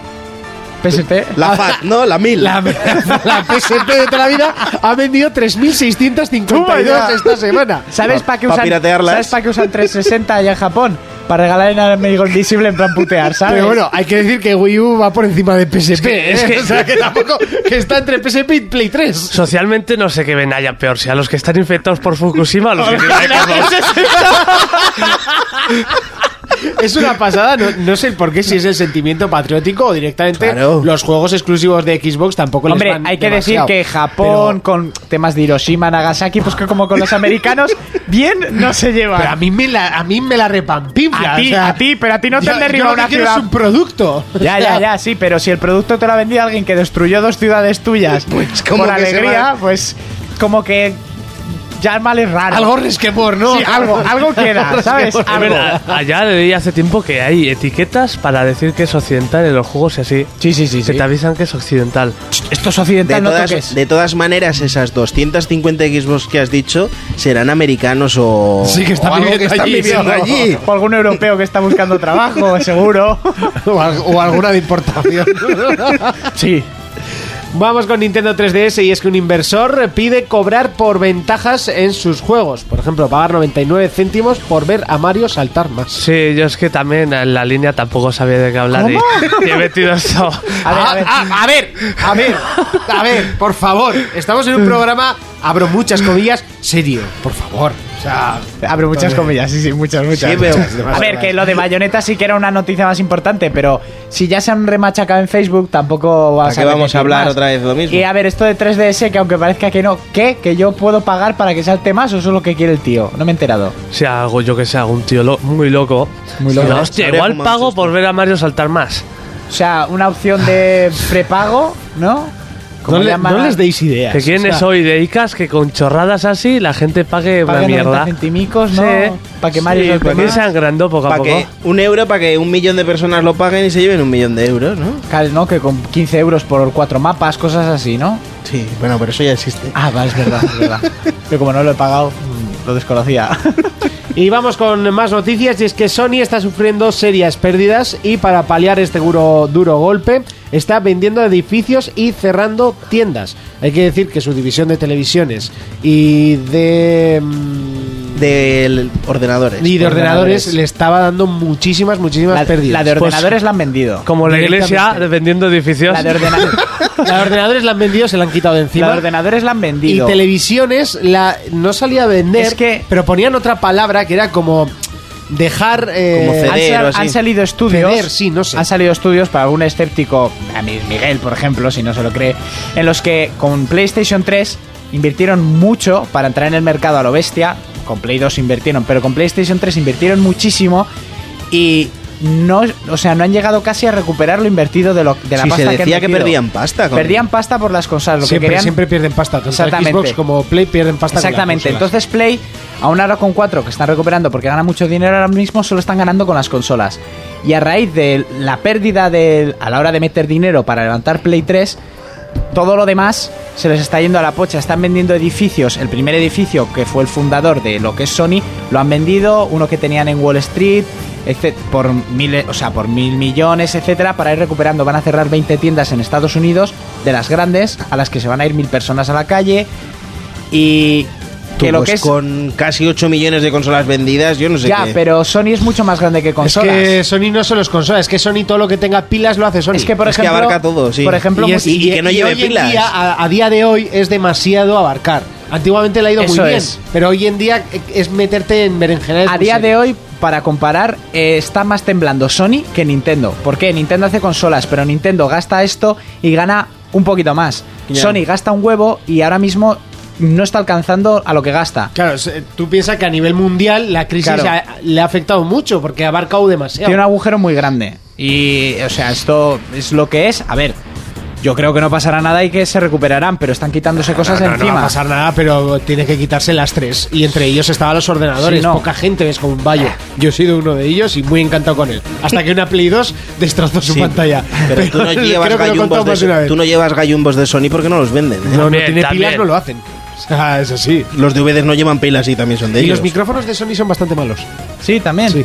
[SPEAKER 5] PSP.
[SPEAKER 6] La FAT, ¿no? La 1000.
[SPEAKER 2] La, (laughs) la PSP de toda la vida ha vendido
[SPEAKER 5] Toma
[SPEAKER 2] 3.652
[SPEAKER 5] ya.
[SPEAKER 2] esta
[SPEAKER 5] (laughs)
[SPEAKER 2] semana.
[SPEAKER 5] ¿Sabes
[SPEAKER 6] Pa-
[SPEAKER 5] para qué
[SPEAKER 6] pa
[SPEAKER 5] usan?
[SPEAKER 6] piratearlas.
[SPEAKER 5] ¿Sabes para qué usan 360 allá en Japón? Para regalar en enemigo invisible en plan putear, ¿sabes?
[SPEAKER 2] Pero bueno, hay que decir que Wii U va por encima de PSP. ¿eh? (laughs) O sea, que tampoco que está entre PSP y Play 3.
[SPEAKER 7] Socialmente no sé qué ven allá peor, si a los que están infectados por Fukushima o los que tienen Xbox.
[SPEAKER 2] Es una pasada, no, no sé el por qué, si es el sentimiento patriótico o directamente
[SPEAKER 6] Claro.
[SPEAKER 2] los juegos exclusivos de Xbox tampoco
[SPEAKER 5] Hombre,
[SPEAKER 2] les van
[SPEAKER 5] hay que
[SPEAKER 2] demasiado.
[SPEAKER 5] decir que Japón, con temas de Hiroshima, Nagasaki, pues que como con los americanos, bien no se
[SPEAKER 2] Pero, pero a
[SPEAKER 5] lleva.
[SPEAKER 2] mí me la, a mí me la repampinfla.
[SPEAKER 5] A ti,
[SPEAKER 2] o sea,
[SPEAKER 5] a ti, pero a ti no te
[SPEAKER 2] yo-
[SPEAKER 5] han
[SPEAKER 2] yo
[SPEAKER 5] derribado
[SPEAKER 2] lo que
[SPEAKER 5] una
[SPEAKER 2] quiero
[SPEAKER 5] ciudad.
[SPEAKER 2] es un producto.
[SPEAKER 5] Ya,
[SPEAKER 2] O sea,
[SPEAKER 5] ya, ya, sí, pero si el producto te lo ha vendido alguien que destruyó dos ciudades tuyas
[SPEAKER 6] Pues como
[SPEAKER 5] por
[SPEAKER 6] que se
[SPEAKER 5] alegría,
[SPEAKER 6] va-
[SPEAKER 5] pues como que ya el mal es
[SPEAKER 2] (laughs)
[SPEAKER 5] raro.
[SPEAKER 2] Algo resquemor, ¿no?
[SPEAKER 5] Sí, algo, algo queda, ¿sabes?
[SPEAKER 7] Es
[SPEAKER 5] Algo.
[SPEAKER 7] verdad, allá leí hace tiempo que hay etiquetas para decir que es occidental en los juegos y así.
[SPEAKER 5] Sí, sí, sí.
[SPEAKER 7] Que te avisan que es occidental.
[SPEAKER 5] Esto es
[SPEAKER 6] De
[SPEAKER 5] occidental, no
[SPEAKER 6] todas,
[SPEAKER 5] toques.
[SPEAKER 6] de todas maneras, esas 250 Xbox que has dicho serán americanos o.
[SPEAKER 2] Sí, que está
[SPEAKER 6] o algo
[SPEAKER 2] viviendo
[SPEAKER 6] están
[SPEAKER 2] allí,
[SPEAKER 6] viviendo
[SPEAKER 2] sí,
[SPEAKER 6] allí.
[SPEAKER 5] O algún europeo que está buscando (laughs) trabajo, seguro.
[SPEAKER 2] (laughs) O, al- o alguna de (laughs) importación.
[SPEAKER 5] Sí.
[SPEAKER 2] Vamos con Nintendo 3DS y es que un inversor pide cobrar por ventajas en sus juegos. Por ejemplo, pagar 99 céntimos por ver a Mario saltar más.
[SPEAKER 7] Sí, yo es que también en la línea tampoco sabía de qué hablar y- y, he metido esto.
[SPEAKER 5] A ver, a ver.
[SPEAKER 2] Ah, a ver, a ver, a ver, por favor. Estamos en un programa, abro muchas comillas, serio, por favor. O sea,
[SPEAKER 5] Abro muchas comillas, sí, sí, muchas, muchas.
[SPEAKER 6] Sí, pero-
[SPEAKER 5] muchas. (laughs) a ver, que lo de Bayonetta sí que era una noticia más importante, pero si ya se han remachacado en Facebook, tampoco vas
[SPEAKER 6] ¿Para qué
[SPEAKER 5] a
[SPEAKER 6] vamos
[SPEAKER 5] repetir
[SPEAKER 6] a hablar
[SPEAKER 5] más.
[SPEAKER 6] otra vez lo mismo?
[SPEAKER 5] Y a ver, esto de 3DS, que aunque parezca que no, ¿qué? ¿Que yo puedo pagar para que salte más o eso es lo que quiere el tío? No me he enterado.
[SPEAKER 7] Si hago yo que sea un tío lo- muy loco.
[SPEAKER 5] Muy loco.
[SPEAKER 7] Digo, hostia,
[SPEAKER 6] Habría
[SPEAKER 7] igual
[SPEAKER 6] fumado
[SPEAKER 7] pago
[SPEAKER 6] esto.
[SPEAKER 7] por ver a Mario saltar más.
[SPEAKER 5] O sea, una opción de prepago, ¿no? Como
[SPEAKER 2] no, le-
[SPEAKER 5] llaman
[SPEAKER 2] no
[SPEAKER 5] a-
[SPEAKER 2] les deis ideas.
[SPEAKER 7] Que
[SPEAKER 2] o
[SPEAKER 7] quién
[SPEAKER 2] sea,
[SPEAKER 7] es hoy de Icas que con chorradas así la gente pague
[SPEAKER 5] Paga
[SPEAKER 7] una
[SPEAKER 5] 90
[SPEAKER 7] mierda.
[SPEAKER 5] centimicos, ¿no? Pa' que Mario salte
[SPEAKER 7] pero
[SPEAKER 5] más.
[SPEAKER 7] se agrandó poco a
[SPEAKER 6] Pa'
[SPEAKER 7] poco.
[SPEAKER 6] que un euro para que un millón de personas lo paguen y se lleven un millón de euros, ¿no?
[SPEAKER 5] Cal, ¿no? Que con 15 euros por cuatro mapas, cosas así, ¿no?
[SPEAKER 6] Sí, bueno, pero eso ya existe.
[SPEAKER 5] Ah, vale, es verdad, es verdad. Pero como no lo he pagado, mm, lo desconocía.
[SPEAKER 2] Y vamos con más noticias y es que Sony está sufriendo serias pérdidas y para paliar este duro, duro golpe está vendiendo edificios y cerrando tiendas. Hay que decir que su división de televisiones y de... mm,
[SPEAKER 6] de ordenadores.
[SPEAKER 2] Y de ordenadores le estaba dando muchísimas, muchísimas
[SPEAKER 5] La,
[SPEAKER 2] pérdidas.
[SPEAKER 5] la de
[SPEAKER 2] Pues,
[SPEAKER 5] ordenadores la han vendido.
[SPEAKER 7] Como la iglesia
[SPEAKER 5] Directamente.
[SPEAKER 7] vendiendo edificios.
[SPEAKER 5] La de, ordena-
[SPEAKER 2] (laughs) la de ordenadores la han vendido, se la han quitado de
[SPEAKER 5] la de
[SPEAKER 2] encima.
[SPEAKER 5] ordenadores la han
[SPEAKER 2] y
[SPEAKER 5] vendido.
[SPEAKER 2] televisiones la no salía a vender,
[SPEAKER 5] Es que-
[SPEAKER 2] pero ponían otra palabra que era como dejar eh,
[SPEAKER 6] Como
[SPEAKER 5] han,
[SPEAKER 6] ceder.
[SPEAKER 5] sal-
[SPEAKER 6] o así.
[SPEAKER 5] han salido estudios.
[SPEAKER 2] Ceder, sí, no sé.
[SPEAKER 5] Han salido estudios para algún escéptico, a mi- Miguel, por ejemplo, si no se lo cree, en los que con PlayStation 3 invirtieron mucho para entrar en el mercado a lo bestia. Con Play 2 invirtieron, pero con PlayStation 3 invirtieron muchísimo y no, o sea, no han llegado casi a recuperar lo invertido de, lo, de la
[SPEAKER 6] Sí,
[SPEAKER 5] pasta
[SPEAKER 6] se
[SPEAKER 5] han
[SPEAKER 6] decía que
[SPEAKER 5] metido.
[SPEAKER 6] perdían pasta con-
[SPEAKER 5] Perdían pasta por las cosas, lo
[SPEAKER 2] siempre,
[SPEAKER 5] que querían
[SPEAKER 2] siempre pierden pasta, tanto
[SPEAKER 5] Exactamente.
[SPEAKER 2] Xbox como Play pierden pasta. con las
[SPEAKER 5] Exactamente.
[SPEAKER 2] consolas.
[SPEAKER 5] Entonces Play, aún ahora con 4 que están recuperando porque ganan mucho dinero ahora mismo, solo están ganando con las consolas. Y a raíz de la pérdida de, a la hora de meter dinero para levantar Play 3, todo lo demás se les está yendo a la pocha. Están vendiendo edificios. El primer edificio que fue el fundador de lo que es Sony lo han vendido, uno que tenían en Wall Street, etc- por mil, o sea, por mil millones, etcétera, para ir recuperando. Van a cerrar 20 tiendas en Estados Unidos de las grandes a las que se van a ir mil personas a la calle y
[SPEAKER 6] Tú,
[SPEAKER 5] que lo
[SPEAKER 6] pues,
[SPEAKER 5] que es
[SPEAKER 6] con casi 8 millones de consolas vendidas, yo no sé
[SPEAKER 5] ya,
[SPEAKER 6] qué.
[SPEAKER 5] pero Sony es mucho más grande que
[SPEAKER 2] Es
[SPEAKER 5] consolas.
[SPEAKER 2] que Sony no solo es consola, es que Sony todo lo que tenga pilas lo hace Sony.
[SPEAKER 5] Es que, por
[SPEAKER 6] Es que
[SPEAKER 5] ejemplo,
[SPEAKER 6] abarca todo, sí.
[SPEAKER 5] Por ejemplo,
[SPEAKER 6] Y
[SPEAKER 5] mu-
[SPEAKER 6] es- y que no lleve
[SPEAKER 2] hoy en
[SPEAKER 6] pilas.
[SPEAKER 2] día, a, a día de hoy es demasiado abarcar. Antiguamente le ha ido
[SPEAKER 5] Eso
[SPEAKER 2] muy bien,
[SPEAKER 5] es.
[SPEAKER 2] pero hoy en día e, es meterte en pues berenjenales.
[SPEAKER 5] a
[SPEAKER 2] muy
[SPEAKER 5] día de
[SPEAKER 2] serias.
[SPEAKER 5] hoy para comparar eh, está más temblando Sony que Nintendo. ¿Por qué? Nintendo hace consolas, pero Nintendo gasta esto y gana un poquito más.
[SPEAKER 6] Ya.
[SPEAKER 5] Sony gasta un huevo y ahora mismo no está alcanzando a lo que gasta.
[SPEAKER 2] Claro, se- tú piensas que a nivel mundial la crisis
[SPEAKER 5] Claro.
[SPEAKER 2] ha- le ha afectado mucho porque ha abarcado demasiado.
[SPEAKER 5] Tiene un agujero muy grande. Y, o sea, esto es lo que es. A ver, yo creo que no pasará nada y que se recuperarán, pero están quitándose cosas
[SPEAKER 2] No,
[SPEAKER 5] de
[SPEAKER 2] no,
[SPEAKER 5] encima.
[SPEAKER 2] No va a pasar nada, pero tiene que quitarse las tres. Y entre ellos estaban los ordenadores.
[SPEAKER 5] Sí, no.
[SPEAKER 2] Poca gente ves con un vallo. Yo he sido uno de ellos y muy encantado con él. Hasta que una Play 2 destrozó su
[SPEAKER 6] Sí,
[SPEAKER 2] pantalla.
[SPEAKER 6] Pero tú
[SPEAKER 2] (laughs)
[SPEAKER 6] no,
[SPEAKER 2] creo
[SPEAKER 6] llevas
[SPEAKER 2] que lo he contado
[SPEAKER 6] gallumbos
[SPEAKER 2] más de una
[SPEAKER 6] de,
[SPEAKER 2] vez.
[SPEAKER 6] tú no llevas gallumbos de Sony porque no los venden. ¿eh?
[SPEAKER 2] No, no
[SPEAKER 7] También,
[SPEAKER 2] tiene pilas,
[SPEAKER 7] también.
[SPEAKER 2] no lo hacen. O sea, eso sí.
[SPEAKER 6] Los DVDs no llevan pilas y también son de
[SPEAKER 2] Y
[SPEAKER 6] ellos.
[SPEAKER 2] los micrófonos de Sony son bastante malos.
[SPEAKER 5] Sí, también.
[SPEAKER 2] Sí.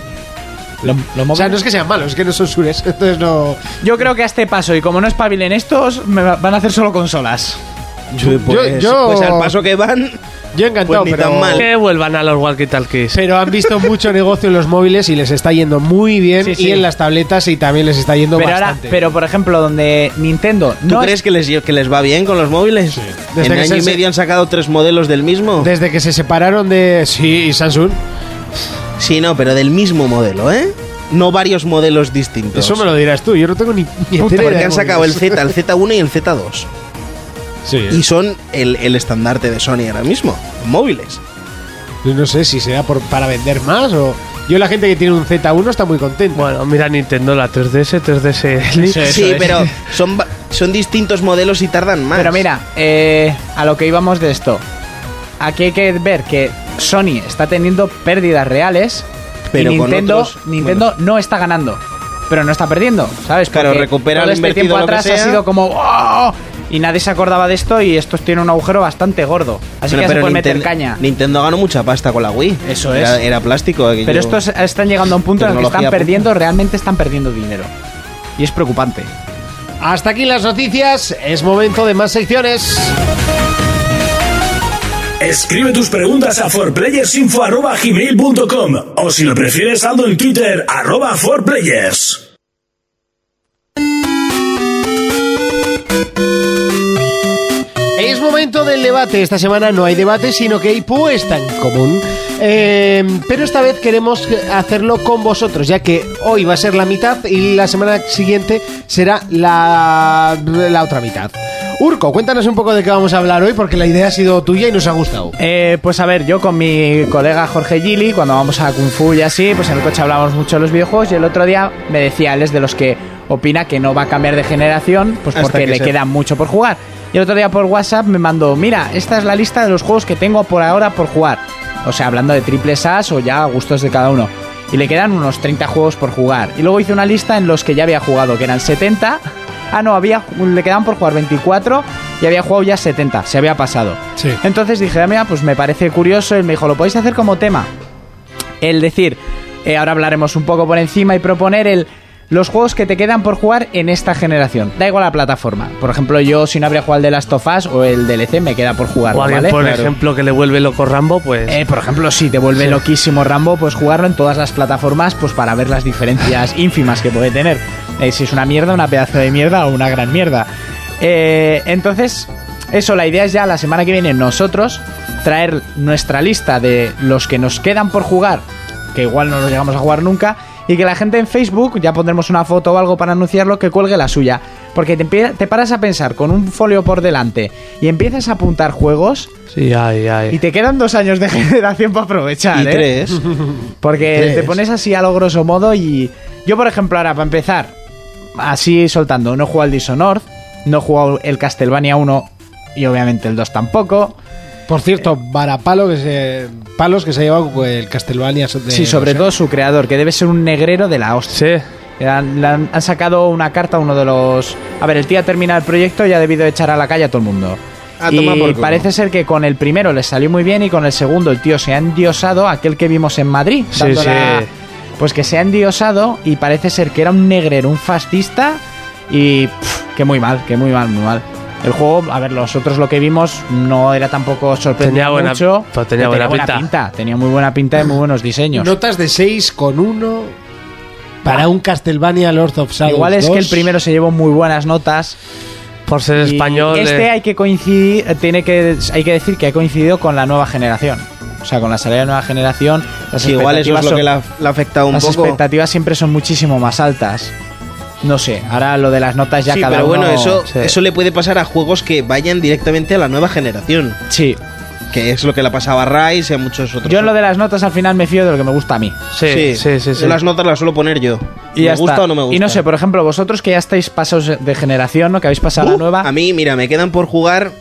[SPEAKER 5] Lo- lo
[SPEAKER 2] O sea,
[SPEAKER 5] móvil-
[SPEAKER 2] no es que sean malos, es que no son sures. (laughs) Entonces no.
[SPEAKER 5] Yo creo que a este paso, y como no espabilen estos, me va- van a hacer solo consolas.
[SPEAKER 6] Sí, pues,
[SPEAKER 2] yo-
[SPEAKER 6] pues al paso que van,
[SPEAKER 2] Yo encantado,
[SPEAKER 6] Pues ni
[SPEAKER 2] pero.
[SPEAKER 6] tan mal.
[SPEAKER 7] Que vuelvan a los walkie-talkies.
[SPEAKER 2] Pero han visto mucho negocio en los móviles y les está yendo muy bien.
[SPEAKER 5] Sí, sí.
[SPEAKER 2] Y en las tabletas y también les está yendo
[SPEAKER 5] Pero ahora,
[SPEAKER 2] bastante.
[SPEAKER 5] pero por ejemplo, donde Nintendo
[SPEAKER 6] ¿tú
[SPEAKER 5] no
[SPEAKER 6] crees que les, que les va bien con los móviles?
[SPEAKER 2] Desde
[SPEAKER 6] en
[SPEAKER 2] que
[SPEAKER 6] año
[SPEAKER 2] se-
[SPEAKER 6] y medio han sacado tres modelos del mismo.
[SPEAKER 2] Desde que se separaron de. Sí, y Samsung.
[SPEAKER 6] Sí, no, pero del mismo modelo, ¿eh? No varios modelos distintos.
[SPEAKER 2] Eso me lo dirás tú, yo no tengo ni, ni
[SPEAKER 6] Puta,
[SPEAKER 2] idea
[SPEAKER 6] porque
[SPEAKER 2] de
[SPEAKER 6] han sacado el
[SPEAKER 2] móviles.
[SPEAKER 6] Z, el Z1 y el Z2. Y
[SPEAKER 2] Sí,
[SPEAKER 6] son el, el estandarte de Sony ahora mismo, en móviles.
[SPEAKER 2] Yo no sé si será por, para vender más o... Yo la gente que tiene un Z1 está muy contenta.
[SPEAKER 7] Bueno, mira Nintendo, la 3DS, 3DS Lite.
[SPEAKER 6] sí,
[SPEAKER 5] (laughs)
[SPEAKER 6] pero son, va- son distintos modelos y tardan más.
[SPEAKER 5] Pero mira, eh, a lo que íbamos de esto. Aquí hay que ver que Sony está teniendo pérdidas reales
[SPEAKER 6] Pero
[SPEAKER 5] y
[SPEAKER 6] con
[SPEAKER 5] Nintendo,
[SPEAKER 6] otros-
[SPEAKER 5] Nintendo no está ganando. Pero no está perdiendo, ¿sabes?
[SPEAKER 6] Claro,
[SPEAKER 5] Porque
[SPEAKER 6] recupera
[SPEAKER 5] todo
[SPEAKER 6] lo
[SPEAKER 5] este
[SPEAKER 6] invertido,
[SPEAKER 5] tiempo
[SPEAKER 6] lo que
[SPEAKER 5] atrás ha
[SPEAKER 6] sea.
[SPEAKER 5] sido como "Oh", y nadie se acordaba de esto y esto tiene un agujero bastante gordo. Así
[SPEAKER 6] Bueno,
[SPEAKER 5] que se puede
[SPEAKER 6] Ninten-
[SPEAKER 5] meter caña.
[SPEAKER 6] Nintendo ganó mucha pasta con la Wii.
[SPEAKER 5] Eso
[SPEAKER 6] Era,
[SPEAKER 5] es.
[SPEAKER 6] era plástico. aquello.
[SPEAKER 5] Pero estos están llegando a un punto en el que
[SPEAKER 6] Tecnología
[SPEAKER 5] están
[SPEAKER 6] punta.
[SPEAKER 5] perdiendo, realmente están perdiendo dinero. Y es preocupante.
[SPEAKER 2] Hasta aquí las noticias, es momento de más secciones.
[SPEAKER 1] Escribe tus preguntas a forplayersinfo.com o si lo prefieres, saldo en Twitter, arroba forplayers.
[SPEAKER 2] Es momento del debate. Esta semana no hay debate, sino que hay puesta en común. Eh, pero esta vez queremos hacerlo con vosotros, ya que hoy va a ser la mitad y la semana siguiente será la, la otra mitad. Urco, cuéntanos un poco de qué vamos a hablar hoy, porque la idea ha sido tuya y nos ha gustado.
[SPEAKER 5] Eh, pues a ver, yo con mi colega Jorge Gili, cuando vamos a Kung Fu y así, pues en el coche hablábamos mucho de los videojuegos y el otro día me decía, él es de los que opina que no va a cambiar de generación, pues
[SPEAKER 6] Hasta
[SPEAKER 5] porque
[SPEAKER 6] que
[SPEAKER 5] le
[SPEAKER 6] se-
[SPEAKER 5] queda mucho por jugar. Y el otro día por WhatsApp me mandó, mira, esta es la lista de los juegos que tengo por ahora por jugar. O sea, hablando de triples as o ya a gustos de cada uno. Y le quedan unos 30 juegos por jugar. Y luego hice una lista en los que ya había jugado, que eran 70. Ah, no, había, le quedaban por jugar 24 y había jugado ya 70, se había pasado.
[SPEAKER 2] Sí.
[SPEAKER 5] Entonces dije, "Ah, mira, pues me parece curioso. Y me dijo, lo podéis hacer como tema. El decir, eh, ahora hablaremos un poco por encima y proponer el los juegos que te quedan por jugar en esta generación. Da igual la plataforma. Por ejemplo, yo si no habría jugado el de Last of Us o el DLC me queda por jugar.
[SPEAKER 7] O alguien,
[SPEAKER 5] ¿vale?
[SPEAKER 7] por
[SPEAKER 5] Claro.
[SPEAKER 7] ejemplo, que le vuelve loco Rambo, pues.
[SPEAKER 5] Eh, por ejemplo, si te vuelve
[SPEAKER 7] Sí.
[SPEAKER 5] loquísimo Rambo, pues jugarlo en todas las plataformas pues para ver las diferencias ínfimas que puede tener. Eh, si es una mierda, una pedazo de mierda o una gran mierda. Eh, entonces, eso, la idea es ya la semana que viene nosotros traer nuestra lista de los que nos quedan por jugar, que igual no lo llegamos a jugar nunca, y que la gente en Facebook, ya pondremos una foto o algo para anunciarlo, que cuelgue la suya. Porque te, empie- te paras a pensar con un folio por delante y empiezas a apuntar juegos.
[SPEAKER 7] Sí, ay, ay.
[SPEAKER 5] Y te quedan dos años de (laughs) generación para aprovechar,
[SPEAKER 6] Y
[SPEAKER 5] ¿eh?
[SPEAKER 6] tres.
[SPEAKER 5] Porque
[SPEAKER 6] tres.
[SPEAKER 5] te pones así a lo grosso modo y... Yo, por ejemplo, ahora, para empezar, así soltando, no he jugado al Dishonored, no he jugado el Castlevania 1 y obviamente el 2 tampoco.
[SPEAKER 2] Por cierto,
[SPEAKER 5] Eh.
[SPEAKER 2] varapalo que se, palos que se ha llevado el Castlevania. de-
[SPEAKER 5] sí, sobre
[SPEAKER 2] o sea,
[SPEAKER 5] todo su creador, que debe ser un negrero de la hostia.
[SPEAKER 7] Sí.
[SPEAKER 5] Le han, le han- han sacado una carta a uno de los... A ver, el tío ha terminado el proyecto y ha debido echar a la calle a todo el mundo.
[SPEAKER 6] A
[SPEAKER 5] y
[SPEAKER 6] tomar por culo.
[SPEAKER 5] parece ser que con el primero les salió muy bien y con el segundo el tío se ha endiosado, aquel que vimos en Madrid.
[SPEAKER 7] Sí,
[SPEAKER 5] dando
[SPEAKER 7] sí.
[SPEAKER 5] la- pues que se ha endiosado y parece ser que era un negrero, un fascista y pf, que muy mal, que muy mal, muy mal. El juego, a ver, nosotros lo que vimos no era tampoco sorprendente
[SPEAKER 7] Tenía buena-
[SPEAKER 5] mucho.
[SPEAKER 7] pues tenía
[SPEAKER 5] pero
[SPEAKER 7] buena pinta.
[SPEAKER 5] Tenía muy buena pinta y muy buenos diseños.
[SPEAKER 2] Notas de 6 con 1 para un Castlevania Lord of Shadows.
[SPEAKER 5] Igual es
[SPEAKER 2] 2.
[SPEAKER 5] que el primero se llevó muy buenas notas,
[SPEAKER 7] Por ser
[SPEAKER 5] Y
[SPEAKER 7] español.
[SPEAKER 5] Este
[SPEAKER 7] eh,
[SPEAKER 5] hay que coincidir, tiene que hay que decir que ha coincidido con la nueva generación. O sea, con la salida de la nueva generación, las
[SPEAKER 6] Sí, igual eso
[SPEAKER 5] expectativas
[SPEAKER 6] es lo
[SPEAKER 5] son-
[SPEAKER 6] que la, la ha afectado un
[SPEAKER 5] las
[SPEAKER 6] poco.
[SPEAKER 5] expectativas siempre son muchísimo más altas. No sé, ahora lo de las notas ya
[SPEAKER 6] Sí,
[SPEAKER 5] cada
[SPEAKER 6] pero bueno,
[SPEAKER 5] uno-
[SPEAKER 6] eso,
[SPEAKER 5] sí.
[SPEAKER 6] eso le puede pasar a juegos que vayan directamente a la nueva generación.
[SPEAKER 5] Sí.
[SPEAKER 6] Que es lo que le ha pasado a Rise y a muchos otros.
[SPEAKER 5] Yo en lo de las notas al final me fío de lo que me gusta a mí.
[SPEAKER 7] Sí, sí, sí. sí.
[SPEAKER 6] Yo Las notas las suelo poner yo.
[SPEAKER 5] Y
[SPEAKER 6] ¿Me
[SPEAKER 5] ya
[SPEAKER 6] gusta
[SPEAKER 5] está.
[SPEAKER 6] o no me gusta?
[SPEAKER 5] Y no sé, por ejemplo, vosotros que ya estáis pasados de generación, ¿no? Que habéis pasado a la
[SPEAKER 6] Uh,
[SPEAKER 5] nueva.
[SPEAKER 6] A mí, mira, me quedan por jugar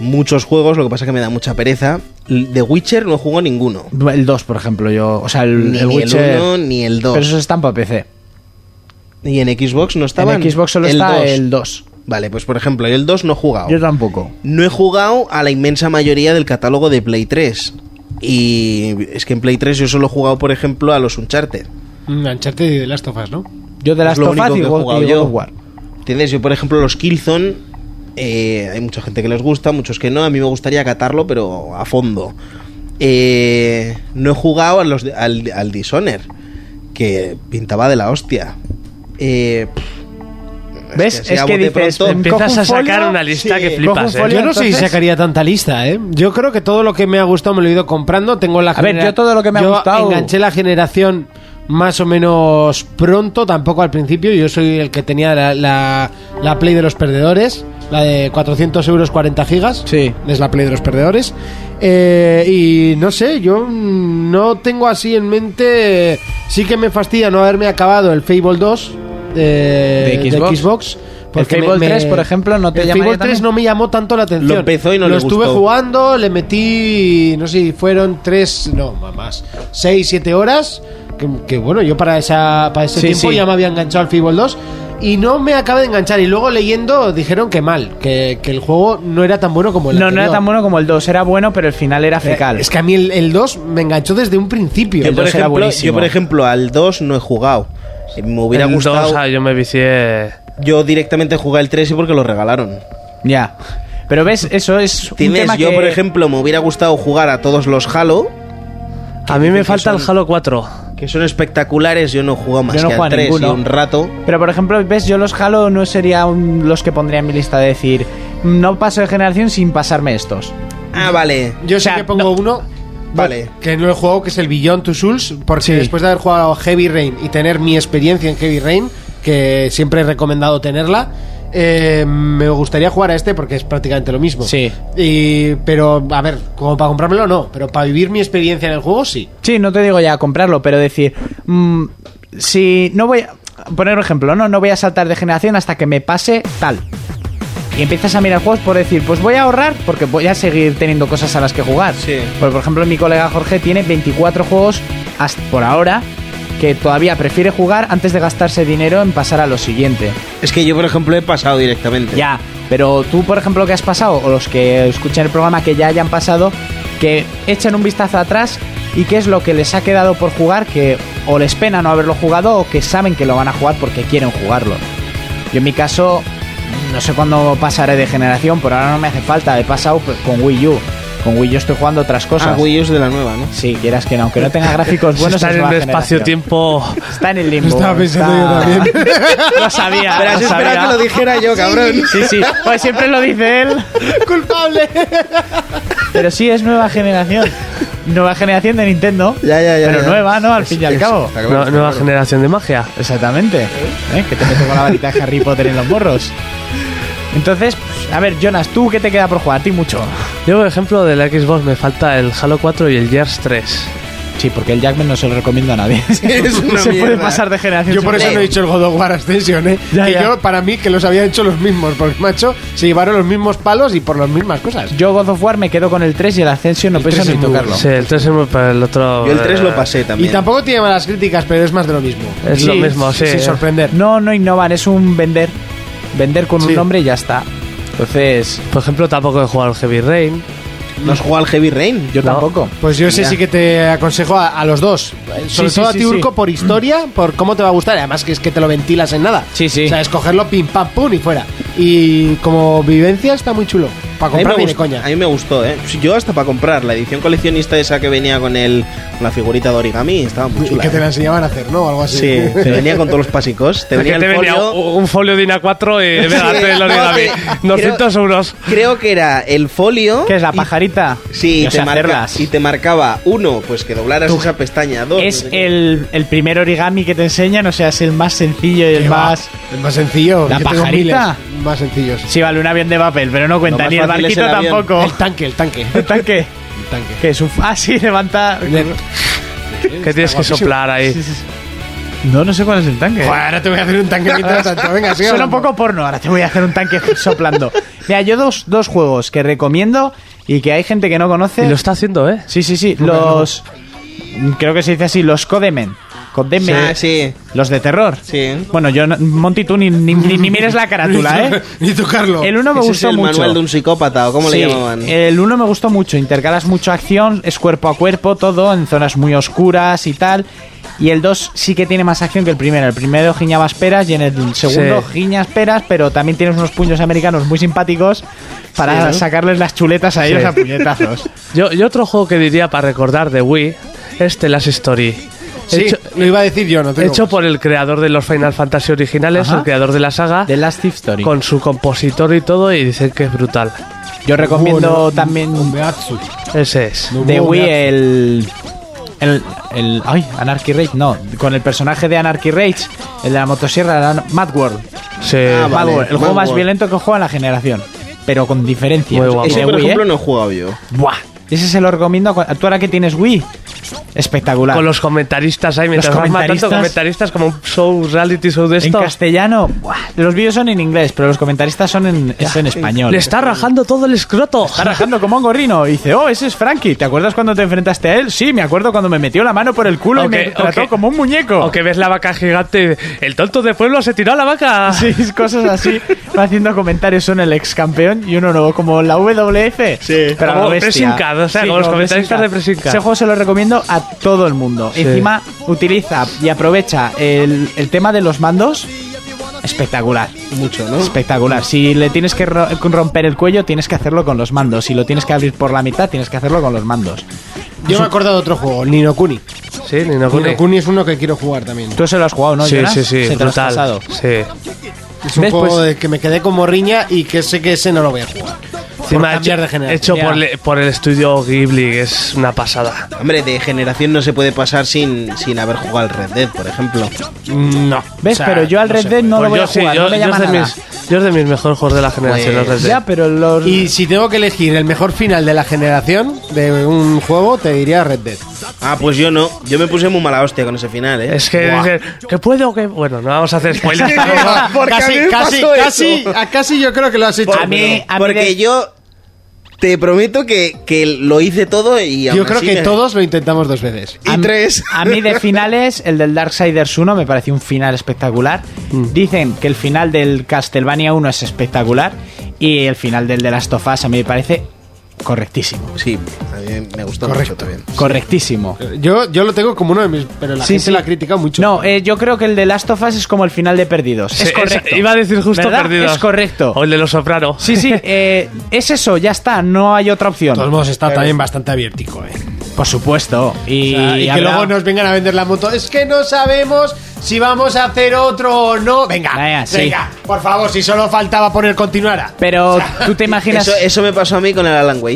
[SPEAKER 6] muchos juegos, lo que pasa es que me da mucha pereza. L- The Witcher no jugó ninguno.
[SPEAKER 5] El 2, por ejemplo, yo. O sea, el,
[SPEAKER 6] Ni
[SPEAKER 5] el
[SPEAKER 6] el,
[SPEAKER 5] Witcher.
[SPEAKER 6] 1 ni el 2.
[SPEAKER 5] pero eso están para PC.
[SPEAKER 6] Y en Xbox no estaban.
[SPEAKER 5] En Xbox solo está
[SPEAKER 6] 2.
[SPEAKER 5] el 2.
[SPEAKER 6] Vale, pues por ejemplo, yo el 2 no he jugado.
[SPEAKER 5] Yo tampoco.
[SPEAKER 6] No he jugado a la inmensa mayoría del catálogo de Play 3. Y es que en Play 3 yo solo he jugado, por ejemplo, a los Uncharted.
[SPEAKER 2] Mm, Uncharted y The Last of Us, ¿no?
[SPEAKER 5] Yo de
[SPEAKER 6] Es
[SPEAKER 5] las
[SPEAKER 6] lo
[SPEAKER 5] Tofas
[SPEAKER 6] único
[SPEAKER 5] y
[SPEAKER 6] que he
[SPEAKER 5] God
[SPEAKER 6] jugado
[SPEAKER 5] y God
[SPEAKER 6] yo.
[SPEAKER 5] of War.
[SPEAKER 6] ¿Entiendes? Yo, por ejemplo, los Killzone. eh, hay mucha gente que les gusta, muchos que no. A mí me gustaría catarlo, pero a fondo. Eh, no he jugado a los de- al, al Dishonor, que pintaba de la hostia. Eh, pff,
[SPEAKER 5] ¿Ves?
[SPEAKER 6] así
[SPEAKER 5] Es
[SPEAKER 6] a
[SPEAKER 5] que
[SPEAKER 6] bote
[SPEAKER 5] dices,
[SPEAKER 6] pronto-
[SPEAKER 7] Empiezas
[SPEAKER 5] Cojo
[SPEAKER 7] a
[SPEAKER 5] un
[SPEAKER 7] sacar
[SPEAKER 5] folio,
[SPEAKER 7] una lista
[SPEAKER 5] sí.
[SPEAKER 7] que
[SPEAKER 5] Cojo un
[SPEAKER 7] flipas, eh.
[SPEAKER 5] folio.
[SPEAKER 2] Yo no sé si
[SPEAKER 5] entonces-
[SPEAKER 2] sacaría tanta lista, ¿eh? Yo creo que todo lo que me ha gustado me lo he ido comprando. Tengo la
[SPEAKER 5] A ver,
[SPEAKER 2] genera-
[SPEAKER 5] yo todo lo que me ha gustado-
[SPEAKER 2] enganché la generación más o menos pronto, tampoco al principio. Yo soy el que tenía la, la- la Play de los perdedores, la de 400 euros 40 gigas.
[SPEAKER 5] Sí.
[SPEAKER 2] Es la Play de los perdedores. Eh, y no sé, yo mm, no tengo así en mente. Sí que me fastidia no haberme acabado el Fable 2 eh,
[SPEAKER 5] De Xbox.
[SPEAKER 2] porque
[SPEAKER 5] El Fable 3, por ejemplo, ¿no te
[SPEAKER 2] el
[SPEAKER 5] llamaría
[SPEAKER 2] Fable 3
[SPEAKER 5] tanto?
[SPEAKER 2] no me llamó tanto la atención.
[SPEAKER 6] Lo empezó y no
[SPEAKER 2] Lo
[SPEAKER 6] le
[SPEAKER 2] estuve
[SPEAKER 6] gustó.
[SPEAKER 2] jugando, le metí, no sé, si fueron 3, no, más, 6, 7 horas. Que, que bueno, yo para, esa, para ese
[SPEAKER 5] Sí,
[SPEAKER 2] tiempo
[SPEAKER 5] sí.
[SPEAKER 2] ya me había enganchado al Fable 2. Y no me acaba de enganchar. Y luego leyendo dijeron que mal, que, que el juego no era tan bueno como el
[SPEAKER 5] No, no
[SPEAKER 2] anterior.
[SPEAKER 5] era tan bueno como el 2, era bueno, pero el final era
[SPEAKER 2] Eh,
[SPEAKER 5] fecal.
[SPEAKER 2] Es que a mí el, el 2 me enganchó desde un principio.
[SPEAKER 6] Yo,
[SPEAKER 5] El
[SPEAKER 6] por
[SPEAKER 5] 2 era
[SPEAKER 6] ejemplo,
[SPEAKER 5] buenísimo.
[SPEAKER 6] yo, por ejemplo, al 2 no he jugado. Eh, Me hubiera
[SPEAKER 7] El dos,
[SPEAKER 6] gustado.
[SPEAKER 7] ah, yo me vicié.
[SPEAKER 6] Yo directamente jugué al 3 y porque lo regalaron.
[SPEAKER 5] Ya. Pero ves, eso es un
[SPEAKER 6] ¿Entiendes?
[SPEAKER 5] tema
[SPEAKER 6] Yo,
[SPEAKER 5] que-
[SPEAKER 6] por ejemplo, me hubiera gustado jugar a todos los Halo,
[SPEAKER 7] A mí
[SPEAKER 6] dicen
[SPEAKER 7] me
[SPEAKER 6] que
[SPEAKER 7] falta el
[SPEAKER 6] son-
[SPEAKER 7] Halo 4.
[SPEAKER 6] que son espectaculares. Yo no he jugado más
[SPEAKER 5] Yo no
[SPEAKER 6] que
[SPEAKER 5] juego a
[SPEAKER 6] al 3 y
[SPEAKER 5] ninguno.
[SPEAKER 6] un rato.
[SPEAKER 5] Pero por ejemplo, ves, yo los Halo no serían los que pondría en mi lista de decir, "Mm, no paso de generación sin pasarme estos.
[SPEAKER 6] Ah, vale.
[SPEAKER 2] Yo sé
[SPEAKER 5] O sea,
[SPEAKER 2] que pongo
[SPEAKER 5] no-
[SPEAKER 2] uno.
[SPEAKER 6] Vale.
[SPEAKER 2] Que no he jugado, que es el Beyond Two Souls. Porque
[SPEAKER 5] Sí.
[SPEAKER 2] después de haber jugado a Heavy Rain y tener mi experiencia en Heavy Rain, que siempre he recomendado tenerla, eh, me gustaría jugar a este porque es prácticamente lo mismo.
[SPEAKER 5] Sí.
[SPEAKER 2] Y, pero, a ver, como para comprármelo, no. Pero para vivir mi experiencia en el juego, sí.
[SPEAKER 5] Sí, no te digo ya comprarlo, pero decir, mm, si no voy a poner un ejemplo, no, no voy a saltar de generación hasta que me pase tal. Y empiezas a mirar juegos por decir, pues voy a ahorrar porque voy a seguir teniendo cosas a las que jugar.
[SPEAKER 6] Sí.
[SPEAKER 5] Porque, por ejemplo, mi colega Jorge tiene 24 juegos hasta por ahora que todavía prefiere jugar antes de gastarse dinero en pasar a lo siguiente.
[SPEAKER 6] Es que yo, por ejemplo, he pasado directamente.
[SPEAKER 5] Ya, pero tú, por ejemplo, que has pasado, o los que escuchan el programa que ya hayan pasado, que echen un vistazo atrás y qué es lo que les ha quedado por jugar que o les pena no haberlo jugado o que saben que lo van a jugar porque quieren jugarlo. Yo en mi caso, no sé cuándo pasaré de generación, por ahora no me hace falta, he pasado pues, con Wii U. Con Wii U estoy jugando otras cosas.
[SPEAKER 6] Ah, Wii U es de la nueva, ¿no?
[SPEAKER 5] Sí, quieras que no, aunque no tenga
[SPEAKER 7] (laughs)
[SPEAKER 5] gráficos buenos.
[SPEAKER 7] Está
[SPEAKER 5] es
[SPEAKER 7] en
[SPEAKER 5] nueva
[SPEAKER 7] el
[SPEAKER 5] generación.
[SPEAKER 7] espacio-tiempo.
[SPEAKER 5] Está en el limbo.
[SPEAKER 2] Estaba pensando yo también.
[SPEAKER 5] (laughs) Lo sabía.
[SPEAKER 6] Pero
[SPEAKER 5] lo
[SPEAKER 6] has
[SPEAKER 5] sabía.
[SPEAKER 6] esperado que lo dijera yo, cabrón.
[SPEAKER 5] Sí, sí. Pues siempre lo dice él.
[SPEAKER 2] ¡Culpable!
[SPEAKER 5] Pero sí, es nueva generación. Nueva generación de Nintendo.
[SPEAKER 6] Ya, ya, ya,
[SPEAKER 5] Pero
[SPEAKER 6] ya.
[SPEAKER 5] nueva, ¿no? Al fin y al
[SPEAKER 6] (laughs) Es-
[SPEAKER 5] cabo.
[SPEAKER 6] está claro,
[SPEAKER 7] Nue-
[SPEAKER 6] está
[SPEAKER 7] (laughs) Nueva
[SPEAKER 6] claro.
[SPEAKER 7] generación de magia.
[SPEAKER 5] Exactamente. ¿Eh? Que te metes con la varita de Harry Potter en los morros. Entonces, pues, a ver, Jonas, ¿tú qué te queda por jugar? A ti mucho.
[SPEAKER 7] Yo, por ejemplo, de la Xbox me falta el Halo 4 y el Gears 3.
[SPEAKER 5] Sí, porque el Jackman no se lo recomiendo a nadie.
[SPEAKER 6] Es una
[SPEAKER 5] se puede
[SPEAKER 6] mierda.
[SPEAKER 5] pasar de generación.
[SPEAKER 2] Yo por eso no he dicho el God of War Ascension, ¿eh?
[SPEAKER 5] Ya,
[SPEAKER 2] que
[SPEAKER 5] ya.
[SPEAKER 2] yo, para mí, que los habían hecho los mismos, porque, macho, se llevaron los mismos palos y por las mismas cosas.
[SPEAKER 5] Yo God of War me quedo con el 3 y el Ascension no pienso
[SPEAKER 2] 3
[SPEAKER 5] ni
[SPEAKER 2] es muy
[SPEAKER 5] tocarlo.
[SPEAKER 7] Sí, el 3 es muy para el otro.
[SPEAKER 6] Yo el 3
[SPEAKER 7] eh,
[SPEAKER 6] lo pasé
[SPEAKER 2] Y
[SPEAKER 6] también.
[SPEAKER 2] tampoco tiene malas críticas, pero es más de lo mismo.
[SPEAKER 7] Es lo mismo, sí.
[SPEAKER 2] Sin sorprender.
[SPEAKER 5] No, no innovan, es un vender. Vender con un
[SPEAKER 2] Sí.
[SPEAKER 5] nombre y ya está. Entonces,
[SPEAKER 7] Por ejemplo, tampoco he jugado al Heavy Rain.
[SPEAKER 6] ¿No has jugado al Heavy Rain?
[SPEAKER 5] yo
[SPEAKER 7] No.
[SPEAKER 5] tampoco.
[SPEAKER 2] Pues yo ese
[SPEAKER 6] Ya.
[SPEAKER 2] sí que te aconsejo a, a los dos. Eh, Sobre
[SPEAKER 5] sí,
[SPEAKER 2] todo a
[SPEAKER 5] sí,
[SPEAKER 2] ti,
[SPEAKER 5] sí.
[SPEAKER 2] Urco, por historia, por cómo te va a gustar. Además que es que te lo ventilas en nada.
[SPEAKER 5] Sí, sí.
[SPEAKER 2] O sea, escogerlo pim pam pum y fuera. Y como vivencia está muy chulo. Para
[SPEAKER 6] A mí, me
[SPEAKER 2] comprar ni de
[SPEAKER 6] gustó,
[SPEAKER 2] coña.
[SPEAKER 6] a mí me gustó, ¿eh? Yo hasta para comprar la edición coleccionista esa que venía con el con la figurita de origami, estaba muy
[SPEAKER 2] Y
[SPEAKER 6] chula.
[SPEAKER 2] que te
[SPEAKER 6] ¿eh?
[SPEAKER 2] la enseñaban a hacer, ¿no? Algo así.
[SPEAKER 6] Sí,
[SPEAKER 2] (laughs)
[SPEAKER 6] te venía con todos los pásicos. Te venía
[SPEAKER 7] Que te
[SPEAKER 6] el
[SPEAKER 7] venía
[SPEAKER 5] uh.
[SPEAKER 6] folio.
[SPEAKER 7] un un folio de INA 4 y
[SPEAKER 6] (laughs)
[SPEAKER 7] me da el origami.
[SPEAKER 6] No, te-
[SPEAKER 7] 200 euros.
[SPEAKER 6] Creo que era el folio.
[SPEAKER 5] ¿Qué es la
[SPEAKER 6] y-
[SPEAKER 5] pajarita?
[SPEAKER 6] Sí,
[SPEAKER 5] Yo
[SPEAKER 6] y
[SPEAKER 5] sé
[SPEAKER 6] te, marca,
[SPEAKER 5] hacerlas.
[SPEAKER 6] y te marcaba uno, pues que doblaras esa pestaña, dos.
[SPEAKER 5] Es
[SPEAKER 6] no sé qué.
[SPEAKER 5] el, el primer origami que te enseñan, o sea, es el más sencillo y
[SPEAKER 2] ¿Qué
[SPEAKER 5] el
[SPEAKER 2] va?
[SPEAKER 5] más.
[SPEAKER 2] El más sencillo.
[SPEAKER 5] ¿La
[SPEAKER 2] yo tengo
[SPEAKER 5] pajarita?
[SPEAKER 2] miles Más sencillos.
[SPEAKER 5] Sí, vale, un avión de papel, pero no cuenta,
[SPEAKER 6] más
[SPEAKER 5] ni el
[SPEAKER 6] fácil es
[SPEAKER 5] barquito
[SPEAKER 6] el avión.
[SPEAKER 5] tampoco.
[SPEAKER 2] El tanque, el tanque.
[SPEAKER 5] El tanque.
[SPEAKER 2] El tanque.
[SPEAKER 5] Que es un. (laughs) Ah, sí, levanta.
[SPEAKER 7] Que tienes que soplar ahí.
[SPEAKER 5] No, no sé cuál es el tanque.
[SPEAKER 2] Joder, ahora te voy a hacer un tanque mientras tanto. Venga, sigue
[SPEAKER 5] Suena un
[SPEAKER 2] hablando.
[SPEAKER 5] poco porno, ahora te voy a hacer un tanque (laughs) soplando. Mira, yo dos, dos juegos que recomiendo y que hay gente que no conoce.
[SPEAKER 7] Y lo está haciendo, ¿eh?
[SPEAKER 5] Sí, sí, sí. Los. Creo que se dice así, los Codemen. Codemen.
[SPEAKER 6] Ah, sí,
[SPEAKER 5] Los de terror.
[SPEAKER 6] sí.
[SPEAKER 5] Bueno, yo, no- Monty, tú ni, ni, ni- ni mires la
[SPEAKER 6] (laughs)
[SPEAKER 5] carátula, ¿eh?
[SPEAKER 2] Ni tocarlo.
[SPEAKER 5] El uno me
[SPEAKER 6] Ese
[SPEAKER 5] gustó
[SPEAKER 6] es el
[SPEAKER 5] mucho.
[SPEAKER 6] manual de un psicópata, ¿o cómo
[SPEAKER 5] Sí, Eh,
[SPEAKER 6] le llamaban?
[SPEAKER 5] El uno me gustó mucho. Intercalas mucho acción, es cuerpo a cuerpo, todo, en zonas muy oscuras y tal. Y el 2 sí que tiene más acción que el primero. El primero giñabas peras y en el segundo
[SPEAKER 7] Sí.
[SPEAKER 5] giñas peras, pero también tienes unos puños americanos muy simpáticos para
[SPEAKER 6] Sí, ¿no?
[SPEAKER 5] sacarles las chuletas a ellos a
[SPEAKER 6] (laughs)
[SPEAKER 5] puñetazos.
[SPEAKER 7] Yo, yo otro juego que diría para recordar de Wii es The Last Story.
[SPEAKER 2] Sí,
[SPEAKER 7] Hecho-
[SPEAKER 2] lo iba a decir yo, no tengo.
[SPEAKER 7] Hecho por el creador de los Final Fantasy originales,
[SPEAKER 5] Ajá.
[SPEAKER 7] el creador de la saga,
[SPEAKER 5] The Last Thief Story.
[SPEAKER 7] con su compositor y todo, y dicen que es brutal.
[SPEAKER 5] Yo recomiendo también
[SPEAKER 2] Beatsu.
[SPEAKER 7] Ese es.
[SPEAKER 5] de
[SPEAKER 2] hubo
[SPEAKER 5] Wii
[SPEAKER 2] un-
[SPEAKER 5] el, el, el- Ay, Anarchy Rage, no. Con el personaje de Anarchy Rage, el de la motosierra, era Mad World.
[SPEAKER 7] Sí.
[SPEAKER 6] Ah,
[SPEAKER 5] Mad
[SPEAKER 6] vale.
[SPEAKER 5] World, el juego
[SPEAKER 6] Mad
[SPEAKER 5] más
[SPEAKER 6] World.
[SPEAKER 5] violento que juega en la generación. Pero con diferencia.
[SPEAKER 7] Muy guapo.
[SPEAKER 5] Ese
[SPEAKER 6] Ese,
[SPEAKER 5] de
[SPEAKER 6] por
[SPEAKER 5] Wii,
[SPEAKER 6] ejemplo,
[SPEAKER 5] ¿eh?
[SPEAKER 6] no he jugado yo.
[SPEAKER 5] Buah. Ese se lo recomiendo. a cua- Tú ahora que tienes Wii.
[SPEAKER 2] Ah.
[SPEAKER 5] Espectacular.
[SPEAKER 7] Con los comentaristas ahí, mientras vas matando
[SPEAKER 5] comentaristas.
[SPEAKER 7] comentaristas como un show, reality show de
[SPEAKER 5] en
[SPEAKER 7] esto.
[SPEAKER 5] castellano. buah. Los vídeos son en inglés, pero los comentaristas son en, es en español.
[SPEAKER 7] Le está rajando todo el escroto.
[SPEAKER 5] Está rajando como un gorrino. Y dice, oh, ese es Frankie. ¿Te acuerdas cuando te enfrentaste a él? Sí, me acuerdo cuando me metió la mano por el culo
[SPEAKER 7] Ok,
[SPEAKER 5] y me trató
[SPEAKER 7] ok.
[SPEAKER 5] como un muñeco.
[SPEAKER 7] O que ves la vaca gigante, el tonto de pueblo se tiró a la vaca.
[SPEAKER 5] Sí, cosas así. Va haciendo comentarios uno el ex campeón y uno nuevo, como la WF.
[SPEAKER 6] Sí.
[SPEAKER 5] Pero a
[SPEAKER 7] Como
[SPEAKER 5] lo bestia.
[SPEAKER 7] Pressing Card, o sea, como los comentaristas
[SPEAKER 5] Pressing
[SPEAKER 7] de Pressing
[SPEAKER 5] Card.
[SPEAKER 7] Card.
[SPEAKER 5] Ese juego se lo recomiendo a todo el mundo.
[SPEAKER 7] Sí.
[SPEAKER 5] Encima utiliza y aprovecha el, el tema de los mandos. Espectacular.
[SPEAKER 6] Mucho, ¿no?
[SPEAKER 5] Espectacular. Si le tienes que ro- romper el cuello, tienes que hacerlo con los mandos. Si lo tienes que abrir por la mitad, tienes que hacerlo con los mandos.
[SPEAKER 2] Yo me he acordado de otro juego, el Nino Kuni.
[SPEAKER 7] Sí, ni no
[SPEAKER 2] Nino Kuni es uno que quiero jugar también.
[SPEAKER 5] Tú se lo has jugado, ¿no?
[SPEAKER 7] Sí,
[SPEAKER 5] Jonas?
[SPEAKER 7] sí, sí,
[SPEAKER 5] Se te lo has pasado.
[SPEAKER 7] brutal. Sí.
[SPEAKER 2] Es un
[SPEAKER 5] ¿Ves?
[SPEAKER 2] juego
[SPEAKER 5] Pues-
[SPEAKER 2] de que me quedé como riña y que sé que ese no lo voy a jugar. Por
[SPEAKER 7] Encima
[SPEAKER 2] cambiar
[SPEAKER 7] hecho-
[SPEAKER 2] de generación.
[SPEAKER 7] Hecho por,
[SPEAKER 5] Ya.
[SPEAKER 7] le- por el estudio Ghibli, que es una pasada.
[SPEAKER 6] Hombre, de generación no se puede pasar sin, sin haber jugado al Red Dead, por ejemplo.
[SPEAKER 2] No.
[SPEAKER 5] ¿Ves? pero yo al Red Dead no lo
[SPEAKER 7] Pues
[SPEAKER 5] voy a
[SPEAKER 7] sí,
[SPEAKER 5] jugar. no me
[SPEAKER 7] yo
[SPEAKER 5] llama
[SPEAKER 7] es de
[SPEAKER 5] nada.
[SPEAKER 7] mis, yo es de mis mejores juegos de la generación. los Red Dead.
[SPEAKER 5] Ya, pero los.
[SPEAKER 2] Y si tengo que elegir el mejor final de la generación de un juego, te diría Red
[SPEAKER 5] (laughs)
[SPEAKER 2] Dead.
[SPEAKER 6] Ah, pues yo no. Yo me puse muy mala hostia con ese final, ¿eh?
[SPEAKER 7] Es que
[SPEAKER 6] Buah.
[SPEAKER 7] dicen, que puedo, que. Bueno, no vamos a hacer spoilers.
[SPEAKER 6] Porque a mí
[SPEAKER 2] casi,
[SPEAKER 6] me
[SPEAKER 2] casi,
[SPEAKER 6] pasó
[SPEAKER 2] casi,
[SPEAKER 6] eso.
[SPEAKER 2] a casi yo creo que lo has hecho.
[SPEAKER 5] A mí-
[SPEAKER 2] pero-
[SPEAKER 5] a mí
[SPEAKER 6] Porque
[SPEAKER 5] de-
[SPEAKER 6] yo te prometo que, que lo hice todo y aún
[SPEAKER 2] yo creo
[SPEAKER 6] así
[SPEAKER 2] que
[SPEAKER 6] me-
[SPEAKER 2] todos lo intentamos dos veces.
[SPEAKER 6] Y
[SPEAKER 5] A m-
[SPEAKER 6] tres.
[SPEAKER 5] A mí de finales, el del Darksiders 1 me pareció un final espectacular.
[SPEAKER 2] Mm.
[SPEAKER 5] Dicen que el final del Castlevania 1 es espectacular. Y el final del de Last of Us a mí me parece Correctísimo.
[SPEAKER 6] Sí, a mí me gustó mucho también.
[SPEAKER 5] Correctísimo.
[SPEAKER 2] Yo, yo lo tengo como uno de mis. Pero la
[SPEAKER 5] Sí,
[SPEAKER 2] gente
[SPEAKER 5] sí.
[SPEAKER 2] la ha criticado mucho.
[SPEAKER 5] No, eh, yo creo que el de Last of Us es como el final de Perdidos.
[SPEAKER 7] Sí,
[SPEAKER 5] es correcto.
[SPEAKER 7] iba a decir justo
[SPEAKER 5] ¿Verdad?
[SPEAKER 7] perdido.
[SPEAKER 5] Es correcto.
[SPEAKER 7] O el de los soprano.
[SPEAKER 5] Sí, sí, eh, es eso, ya está, no hay otra opción.
[SPEAKER 2] De todos modos, está también bastante abiertico, ¿eh?
[SPEAKER 5] Por supuesto. Y,
[SPEAKER 2] O sea, y que
[SPEAKER 5] habrá-
[SPEAKER 2] luego nos vengan a vender la moto. Es que no sabemos si vamos a hacer otro o no. Venga,
[SPEAKER 5] Venga,
[SPEAKER 2] venga,
[SPEAKER 5] sí.
[SPEAKER 2] por favor, si solo faltaba poner continuara.
[SPEAKER 5] Pero tú te imaginas.
[SPEAKER 6] Eso, eso me pasó a mí con el Alan Wake.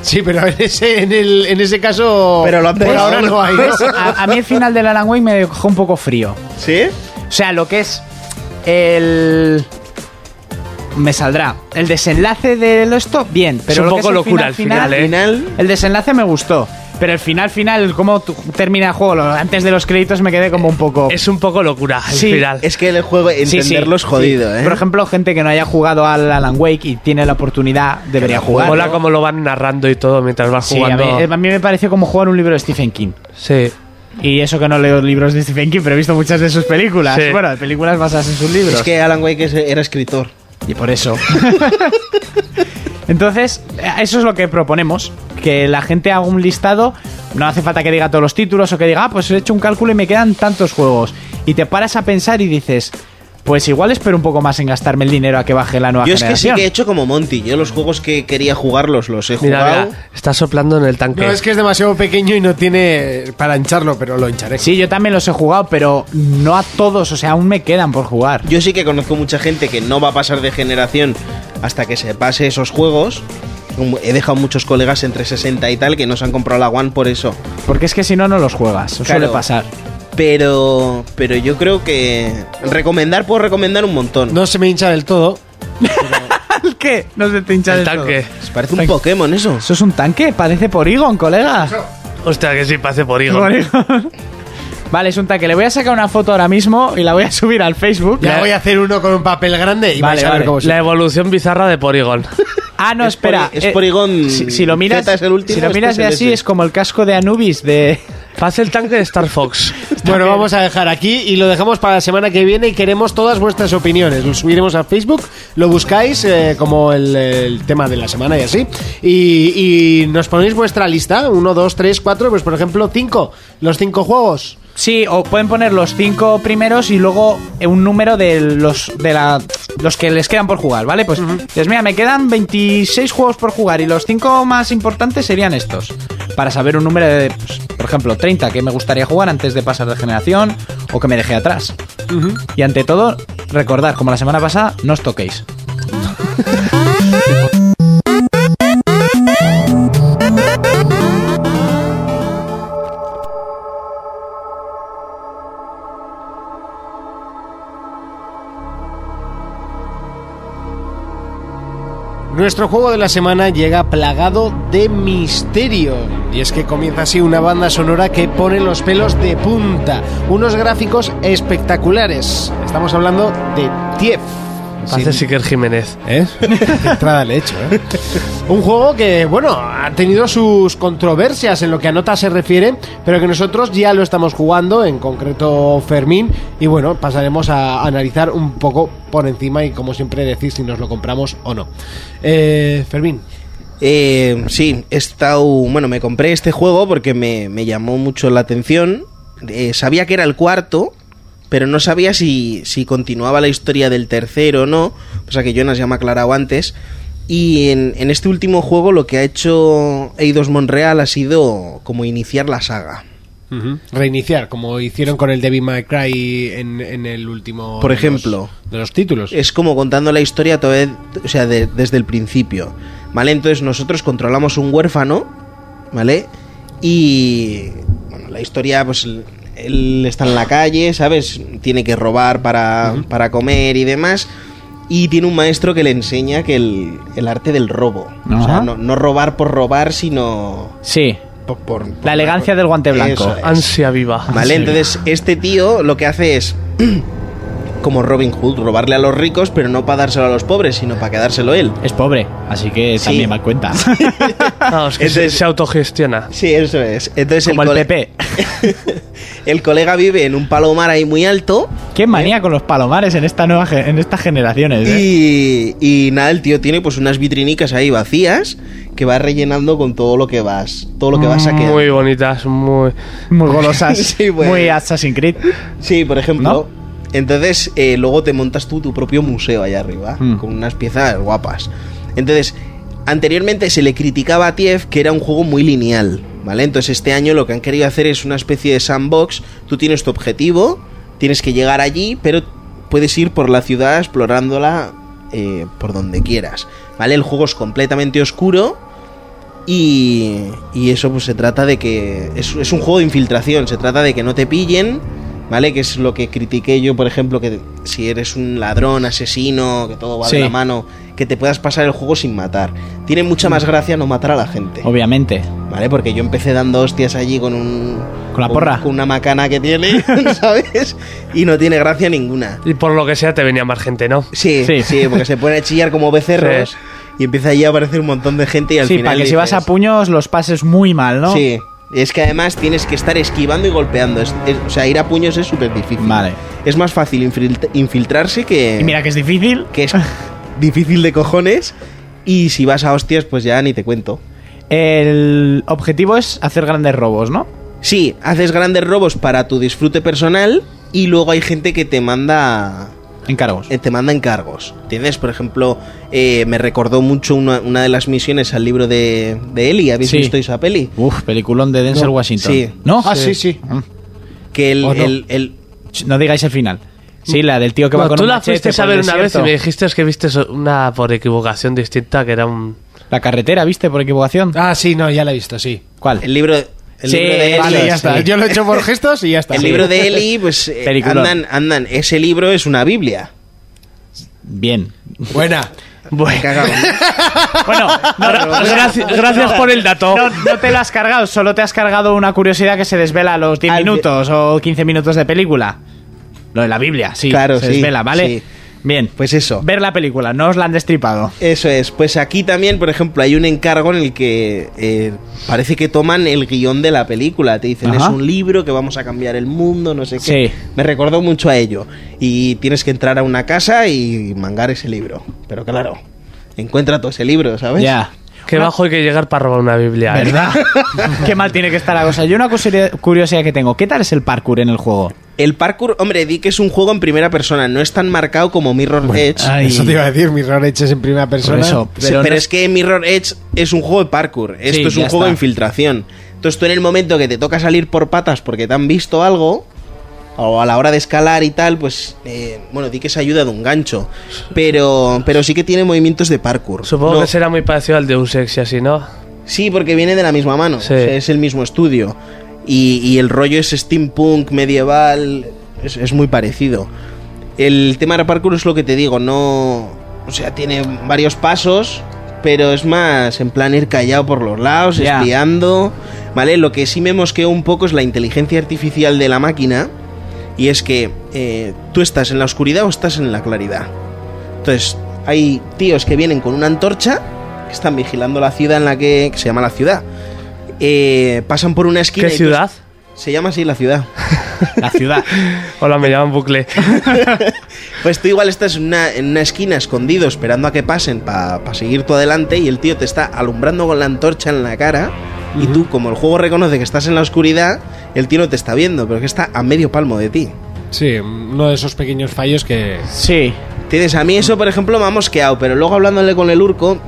[SPEAKER 2] Sí, pero en ese, en el, en ese caso.
[SPEAKER 6] Pero lo han
[SPEAKER 2] por
[SPEAKER 6] dejado.
[SPEAKER 2] ahora no hay. ¿no?
[SPEAKER 5] ¿Ves? A, a mí el final del Alan Wake me dejó un poco frío.
[SPEAKER 6] ¿Sí?
[SPEAKER 5] O sea, lo que es el... Me saldrá. El desenlace de esto, bien. Pero
[SPEAKER 7] un
[SPEAKER 5] lo que
[SPEAKER 7] poco
[SPEAKER 5] el
[SPEAKER 7] locura al final, ¿eh?
[SPEAKER 6] Final.
[SPEAKER 5] El desenlace me gustó. Pero el final, final, cómo tu- termina el juego, lo- antes de los créditos me quedé como un poco...
[SPEAKER 7] ¿eh? Es un poco locura el
[SPEAKER 5] Sí,
[SPEAKER 7] final.
[SPEAKER 6] Es que el juego,
[SPEAKER 5] Sí, sí,
[SPEAKER 6] entenderlo es
[SPEAKER 5] sí.
[SPEAKER 6] jodido, ¿eh?
[SPEAKER 5] Por ejemplo, gente que no haya jugado al Alan Wake y tiene la oportunidad, debería jugar.
[SPEAKER 7] Mola como lo van narrando y todo mientras vas
[SPEAKER 5] Sí, a
[SPEAKER 7] jugando.
[SPEAKER 5] mí, eh, a mí me pareció como jugar un libro de Stephen King.
[SPEAKER 7] Sí.
[SPEAKER 5] Y eso que no leo libros de Stephen King, pero he visto muchas de sus películas.
[SPEAKER 7] Sí.
[SPEAKER 5] Bueno, de películas basadas en sus libros.
[SPEAKER 6] es que Alan Wake es- era escritor.
[SPEAKER 5] Y por eso. (laughs) Entonces, eso es lo que proponemos. Que la gente haga un listado. No hace falta que diga todos los títulos o que diga, ah, pues he hecho un cálculo y me quedan tantos juegos. Y te paras a pensar y dices, pues igual espero un poco más en gastarme el dinero a que baje la nueva
[SPEAKER 6] Yo es que sí
[SPEAKER 5] generación.
[SPEAKER 6] que he hecho como Monty. Yo los juegos que quería jugarlos los he
[SPEAKER 7] Mira,
[SPEAKER 6] jugado.
[SPEAKER 7] mira, está soplando en el tanque.
[SPEAKER 2] No, es que es demasiado pequeño y no tiene para hincharlo, pero lo hincharé.
[SPEAKER 5] Sí, yo también los he jugado, pero no a todos. O sea, aún me quedan por jugar.
[SPEAKER 6] Yo sí que conozco mucha gente que no va a pasar de generación hasta que se pase esos juegos. Como He dejado muchos colegas entre 60 y tal que no se han comprado la One por eso.
[SPEAKER 5] Porque es que si no,
[SPEAKER 2] (laughs)
[SPEAKER 5] no los juegas. Suele
[SPEAKER 6] Claro.
[SPEAKER 5] pasar.
[SPEAKER 6] Pero, pero yo creo que recomendar puedo recomendar un montón.
[SPEAKER 2] No se me hincha del todo.
[SPEAKER 5] ¿El qué? No se te hincha
[SPEAKER 7] el
[SPEAKER 5] del
[SPEAKER 7] tanque.
[SPEAKER 5] todo.
[SPEAKER 6] Parece un Pokémon eso.
[SPEAKER 5] ¿Eso es un tanque? Parece Porygon, colega.
[SPEAKER 7] Hostia, que sí, pase por higo.
[SPEAKER 5] Porygon. (laughs) Vale, es un tanque. Le voy a sacar una foto ahora mismo y la voy a (laughs) subir al Facebook.
[SPEAKER 2] Ya voy a hacer uno con un papel grande y
[SPEAKER 5] Vale,
[SPEAKER 2] vais a ver
[SPEAKER 5] vale.
[SPEAKER 2] cómo se
[SPEAKER 7] La evolución bizarra de Porygon.
[SPEAKER 5] Ah, no,
[SPEAKER 6] Es
[SPEAKER 5] espera.
[SPEAKER 6] pori- es
[SPEAKER 5] eh,
[SPEAKER 6] Porygon
[SPEAKER 5] Si, si lo miras,
[SPEAKER 6] Z es el último,
[SPEAKER 5] si lo
[SPEAKER 6] este
[SPEAKER 5] miras
[SPEAKER 6] es
[SPEAKER 5] de
[SPEAKER 6] el
[SPEAKER 5] así,
[SPEAKER 6] S.
[SPEAKER 5] es como el casco de Anubis de.
[SPEAKER 7] Pase el tanque de Star Fox.
[SPEAKER 5] (laughs)
[SPEAKER 2] Bueno, vamos a dejar aquí y lo dejamos para la semana que viene y queremos todas vuestras opiniones. Lo subiremos a Facebook, lo buscáis eh, como el, el tema de la semana y así. Y, y nos ponéis vuestra lista, 1, 2, 3, 4, pues por ejemplo 5, los 5 juegos.
[SPEAKER 5] Sí, o pueden poner los cinco primeros y luego eh, un número de los de la, los que les quedan por jugar, ¿vale? Pues, pues mira, me quedan 26 juegos por jugar y los cinco más importantes serían estos. Para saber un número de, pues, por ejemplo, 30 que me gustaría jugar antes de pasar de generación o que me dejé atrás. Y ante todo, recordad, como la semana pasada, no os toquéis.
[SPEAKER 2] Nuestro juego de la semana llega plagado de misterio. Y es que comienza así una banda sonora que pone los pelos de punta. Unos gráficos espectaculares. Estamos hablando de Tief.
[SPEAKER 7] Pase Siker Jiménez.
[SPEAKER 2] ¿Eh? Entrada le he hecho, ¿eh? (laughs) Un juego que, bueno, ha tenido sus controversias en lo que a nota se refiere, pero que nosotros ya lo estamos jugando, en concreto Fermín, y bueno, pasaremos a analizar un poco por encima y como siempre decir si nos lo compramos o no. Eh, Fermín,
[SPEAKER 6] Eh, sí, he estado. Bueno, me compré este juego porque me, me llamó mucho la atención. Eh, sabía que era el cuarto, pero no sabía si, si continuaba la historia del tercero o no. O sea que Jonas ya me ha aclarado antes. Y en, en este último juego lo que ha hecho Eidos Monreal ha sido como iniciar la saga.
[SPEAKER 2] reiniciar, como hicieron con el Devil May Cry en, en el último...
[SPEAKER 6] Por
[SPEAKER 2] de los-
[SPEAKER 6] ejemplo.
[SPEAKER 2] de los títulos.
[SPEAKER 6] Es como contando la historia todo el- o sea, de- desde el principio. ¿Vale? Entonces nosotros controlamos un huérfano, ¿vale? Y bueno, la historia, pues l- él está en la calle, ¿sabes? Tiene que robar para, para comer y demás. Y tiene un maestro que le enseña que el, el arte del robo. O sea,
[SPEAKER 5] Ajá.
[SPEAKER 6] no, no robar por robar, sino
[SPEAKER 5] Sí,
[SPEAKER 6] por, por- por-
[SPEAKER 5] la elegancia del guante blanco.
[SPEAKER 6] Eso es.
[SPEAKER 7] Ansia viva.
[SPEAKER 6] Vale, entonces este tío lo que hace es (clears throat) como Robin Hood, robarle a los ricos, pero no para dárselo a los pobres, sino para quedárselo él.
[SPEAKER 5] Es pobre, así que
[SPEAKER 6] Sí.
[SPEAKER 5] también mal (laughs) cuenta.
[SPEAKER 7] Vamos, que se,
[SPEAKER 6] Entonces-
[SPEAKER 7] se autogestiona.
[SPEAKER 6] Sí, eso es. Entonces
[SPEAKER 5] Como el
[SPEAKER 6] cole-
[SPEAKER 5] PP.
[SPEAKER 6] el colega vive en un palomar ahí muy alto
[SPEAKER 5] Qué manía con los palomares en esta nueva ge- en estas generaciones, ¿eh?
[SPEAKER 6] y, y nada, el tío tiene pues unas vitrinicas ahí vacías que va rellenando con todo lo que vas, todo lo que vas saqueando.
[SPEAKER 7] Muy bonitas, muy.
[SPEAKER 5] Muy golosas,
[SPEAKER 6] (laughs) Sí, bueno.
[SPEAKER 5] muy Assassin's Creed.
[SPEAKER 6] Sí, por ejemplo.
[SPEAKER 5] ¿No?
[SPEAKER 6] Entonces, eh, luego te montas tú tu propio museo allá arriba,
[SPEAKER 5] Mm.
[SPEAKER 6] con unas piezas guapas. Entonces, anteriormente se le criticaba a TF que era un juego muy lineal, ¿vale? Entonces, este año lo que han querido hacer es una especie de sandbox. Tú tienes tu objetivo, tienes que llegar allí, pero puedes ir por la ciudad explorándola eh, por donde quieras, ¿vale? El juego es completamente oscuro. Y, y eso pues se trata de que es, es un juego de infiltración, se trata de que no te pillen, ¿vale? Que es lo que critiqué yo, por ejemplo, que si eres un ladrón, asesino, que todo va
[SPEAKER 5] Sí.
[SPEAKER 6] de la mano, que te puedas pasar el juego sin matar. Tiene mucha más gracia no matar a la gente,
[SPEAKER 5] Obviamente.
[SPEAKER 6] ¿vale? Porque yo empecé dando hostias allí con un...
[SPEAKER 5] Con la porra.
[SPEAKER 6] Con una macana que tiene, (laughs) ¿sabes? Y no tiene gracia ninguna.
[SPEAKER 7] Y por lo que sea, te venía más gente, ¿no?
[SPEAKER 6] Sí,
[SPEAKER 5] Sí.
[SPEAKER 6] sí, porque se pone a chillar como becerros
[SPEAKER 7] Sí.
[SPEAKER 6] y empieza allí a aparecer un montón de gente y al
[SPEAKER 5] sí,
[SPEAKER 6] final
[SPEAKER 5] para que si vas a
[SPEAKER 6] dices,
[SPEAKER 5] puños los pases muy mal, ¿no?
[SPEAKER 6] Sí. Es que además tienes que estar esquivando y golpeando. Es- es- o sea, ir a puños es súper difícil.
[SPEAKER 5] Vale.
[SPEAKER 6] Es más fácil infiltra- infiltrarse que.
[SPEAKER 5] Y mira que es difícil.
[SPEAKER 6] Que es difícil de cojones. Y si vas a hostias, pues ya ni te cuento.
[SPEAKER 5] El objetivo es hacer grandes robos, ¿no?
[SPEAKER 6] Sí, haces grandes robos para tu disfrute personal. Y luego hay gente que te manda.
[SPEAKER 5] Encargos.
[SPEAKER 6] eh, Te manda encargos. ¿Entiendes? Por ejemplo, eh, me recordó mucho una, una de las misiones al libro de, de Eli. ¿Habéis
[SPEAKER 5] Sí.
[SPEAKER 6] visto esa peli?
[SPEAKER 5] Uf, peliculón de Denzel
[SPEAKER 6] No,
[SPEAKER 5] Washington.
[SPEAKER 6] sí.
[SPEAKER 5] ¿No?
[SPEAKER 2] Ah, sí, sí.
[SPEAKER 6] Que el-
[SPEAKER 5] ¿O no?
[SPEAKER 6] el- el,
[SPEAKER 5] Ch, No digáis el final. Sí, la del tío que va
[SPEAKER 7] No,
[SPEAKER 5] con
[SPEAKER 7] tú
[SPEAKER 5] un
[SPEAKER 7] la
[SPEAKER 5] machete
[SPEAKER 7] fuiste a
[SPEAKER 5] por el
[SPEAKER 7] ver una vez y
[SPEAKER 5] desierto.
[SPEAKER 7] me dijiste que viste so- una por equivocación distinta que era un.
[SPEAKER 5] La carretera, ¿viste? Por equivocación.
[SPEAKER 2] Ah, sí, no, ya la he visto, sí.
[SPEAKER 5] ¿Cuál?
[SPEAKER 6] El libro, el
[SPEAKER 5] Sí,
[SPEAKER 6] libro de Eli.
[SPEAKER 2] Vale, ya
[SPEAKER 6] sí.
[SPEAKER 2] está. Yo lo he hecho
[SPEAKER 6] (laughs)
[SPEAKER 2] por gestos y ya está.
[SPEAKER 6] El libro de Eli, pues eh,
[SPEAKER 5] Peliculón.
[SPEAKER 6] andan, andan. Ese libro es
[SPEAKER 5] (laughs)
[SPEAKER 6] una Biblia.
[SPEAKER 5] Bien.
[SPEAKER 2] Buena.
[SPEAKER 6] Me cago en-
[SPEAKER 5] Bueno, Ah, no, no,
[SPEAKER 7] Gra- gracias- gracias por el dato.
[SPEAKER 5] No, no te la has cargado, solo te has cargado una curiosidad que se desvela a los 10
[SPEAKER 6] Al-
[SPEAKER 5] minutos o 15 minutos de película. Lo de la Biblia, sí.
[SPEAKER 6] Claro,
[SPEAKER 5] se
[SPEAKER 6] sí,
[SPEAKER 5] desvela, ¿vale?
[SPEAKER 6] sí.
[SPEAKER 5] Bien.
[SPEAKER 6] Pues eso.
[SPEAKER 5] Ver la película, no os la han destripado.
[SPEAKER 6] Eso es. Pues aquí también, por ejemplo, hay un encargo en el que eh, parece que toman el guión de la película. Te dicen,
[SPEAKER 5] Ajá.
[SPEAKER 6] es un libro que vamos a cambiar el mundo, no sé qué.
[SPEAKER 5] Sí.
[SPEAKER 6] Me recordó mucho a ello. Y tienes que entrar a una casa y mangar ese libro. Pero claro, encuentra todo ese libro, ¿sabes?
[SPEAKER 5] Ya.
[SPEAKER 7] Que bajo hay que llegar para robar una Biblia. ¿eh?
[SPEAKER 5] ¿Verdad?
[SPEAKER 6] (laughs)
[SPEAKER 5] Qué mal tiene que estar la cosa. Yo una cusi- curiosidad que tengo, ¿qué tal es el parkour en el juego?
[SPEAKER 6] El parkour, hombre, di que es un juego en primera persona. No es tan marcado como Mirror Edge.
[SPEAKER 2] Eso te iba a decir, mis rareches en primera persona.
[SPEAKER 5] Por eso.
[SPEAKER 6] Sí,
[SPEAKER 5] Pero
[SPEAKER 6] Pero,
[SPEAKER 5] no
[SPEAKER 6] es que Mirror Edge es un juego de parkour. Esto
[SPEAKER 5] Sí,
[SPEAKER 6] es pues un
[SPEAKER 5] ya
[SPEAKER 6] juego de
[SPEAKER 5] está.
[SPEAKER 6] infiltración. Entonces tú en el momento que te toca salir por patas porque te han visto algo, o a la hora de escalar y tal, pues eh, bueno, di que se ayuda de un gancho. Pero, pero sí que tiene movimientos de parkour.
[SPEAKER 7] Supongo
[SPEAKER 6] No-
[SPEAKER 7] que será muy parecido al de Usex y así, ¿no?
[SPEAKER 6] Sí, porque viene de la misma mano.
[SPEAKER 7] Sí.
[SPEAKER 6] o sea, es el mismo estudio. Y, y el rollo es steampunk, medieval. Es, es muy parecido. El tema de parkour es lo que te digo, no. O sea, tiene varios pasos, pero es más en plan ir callado por los lados,
[SPEAKER 5] Ya.
[SPEAKER 6] espiando. ¿Vale? Lo que sí me mosqueó un poco es la inteligencia artificial de la máquina. Y es que eh, tú estás en la oscuridad o estás en la claridad. Entonces, hay tíos que vienen con una antorcha, que están vigilando la ciudad en la que, que se llama la ciudad. Eh, pasan por una esquina.
[SPEAKER 7] ¿Qué
[SPEAKER 6] y tú-
[SPEAKER 7] ciudad?
[SPEAKER 6] se llama así la ciudad.
[SPEAKER 5] La
[SPEAKER 6] (laughs)
[SPEAKER 5] ciudad.
[SPEAKER 7] Hola, me llaman Bucle.
[SPEAKER 6] Pues tú igual estás en una, en una esquina escondido esperando a que pasen para seguir tú adelante y el tío te está alumbrando con la antorcha en la cara. Y tú, como el juego reconoce que estás en la oscuridad, el tío no te está viendo, pero que está a medio palmo de ti.
[SPEAKER 2] Sí, uno de esos pequeños fallos que.
[SPEAKER 5] Sí.
[SPEAKER 6] Tienes a mí eso, por ejemplo, me ha mosqueado, pero luego hablándole con el urco,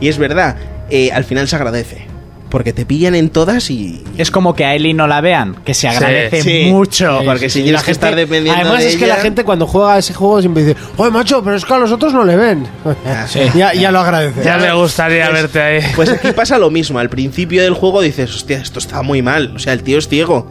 [SPEAKER 6] y es verdad, eh, al final se agradece. Porque te pillan en todas y.
[SPEAKER 5] Es como que a Eli no la vean, que se agradece
[SPEAKER 6] sí.
[SPEAKER 5] mucho.
[SPEAKER 2] Eh,
[SPEAKER 6] Sí, porque si
[SPEAKER 2] Y
[SPEAKER 6] tienes que estar dependiendo
[SPEAKER 2] este- Además,
[SPEAKER 6] de
[SPEAKER 2] es que
[SPEAKER 6] ella-
[SPEAKER 2] la gente cuando juega a ese juego siempre dice: Oye, macho, pero es que a los otros no le
[SPEAKER 6] (laughs)
[SPEAKER 2] ven.
[SPEAKER 6] Ah,
[SPEAKER 2] ya, ya lo agradece.
[SPEAKER 7] Ya
[SPEAKER 5] Pues,
[SPEAKER 7] me gustaría verte ahí.
[SPEAKER 6] Pues aquí pasa lo mismo. Al principio del juego dices, hostia, esto está muy mal. O sea, el tío es ciego.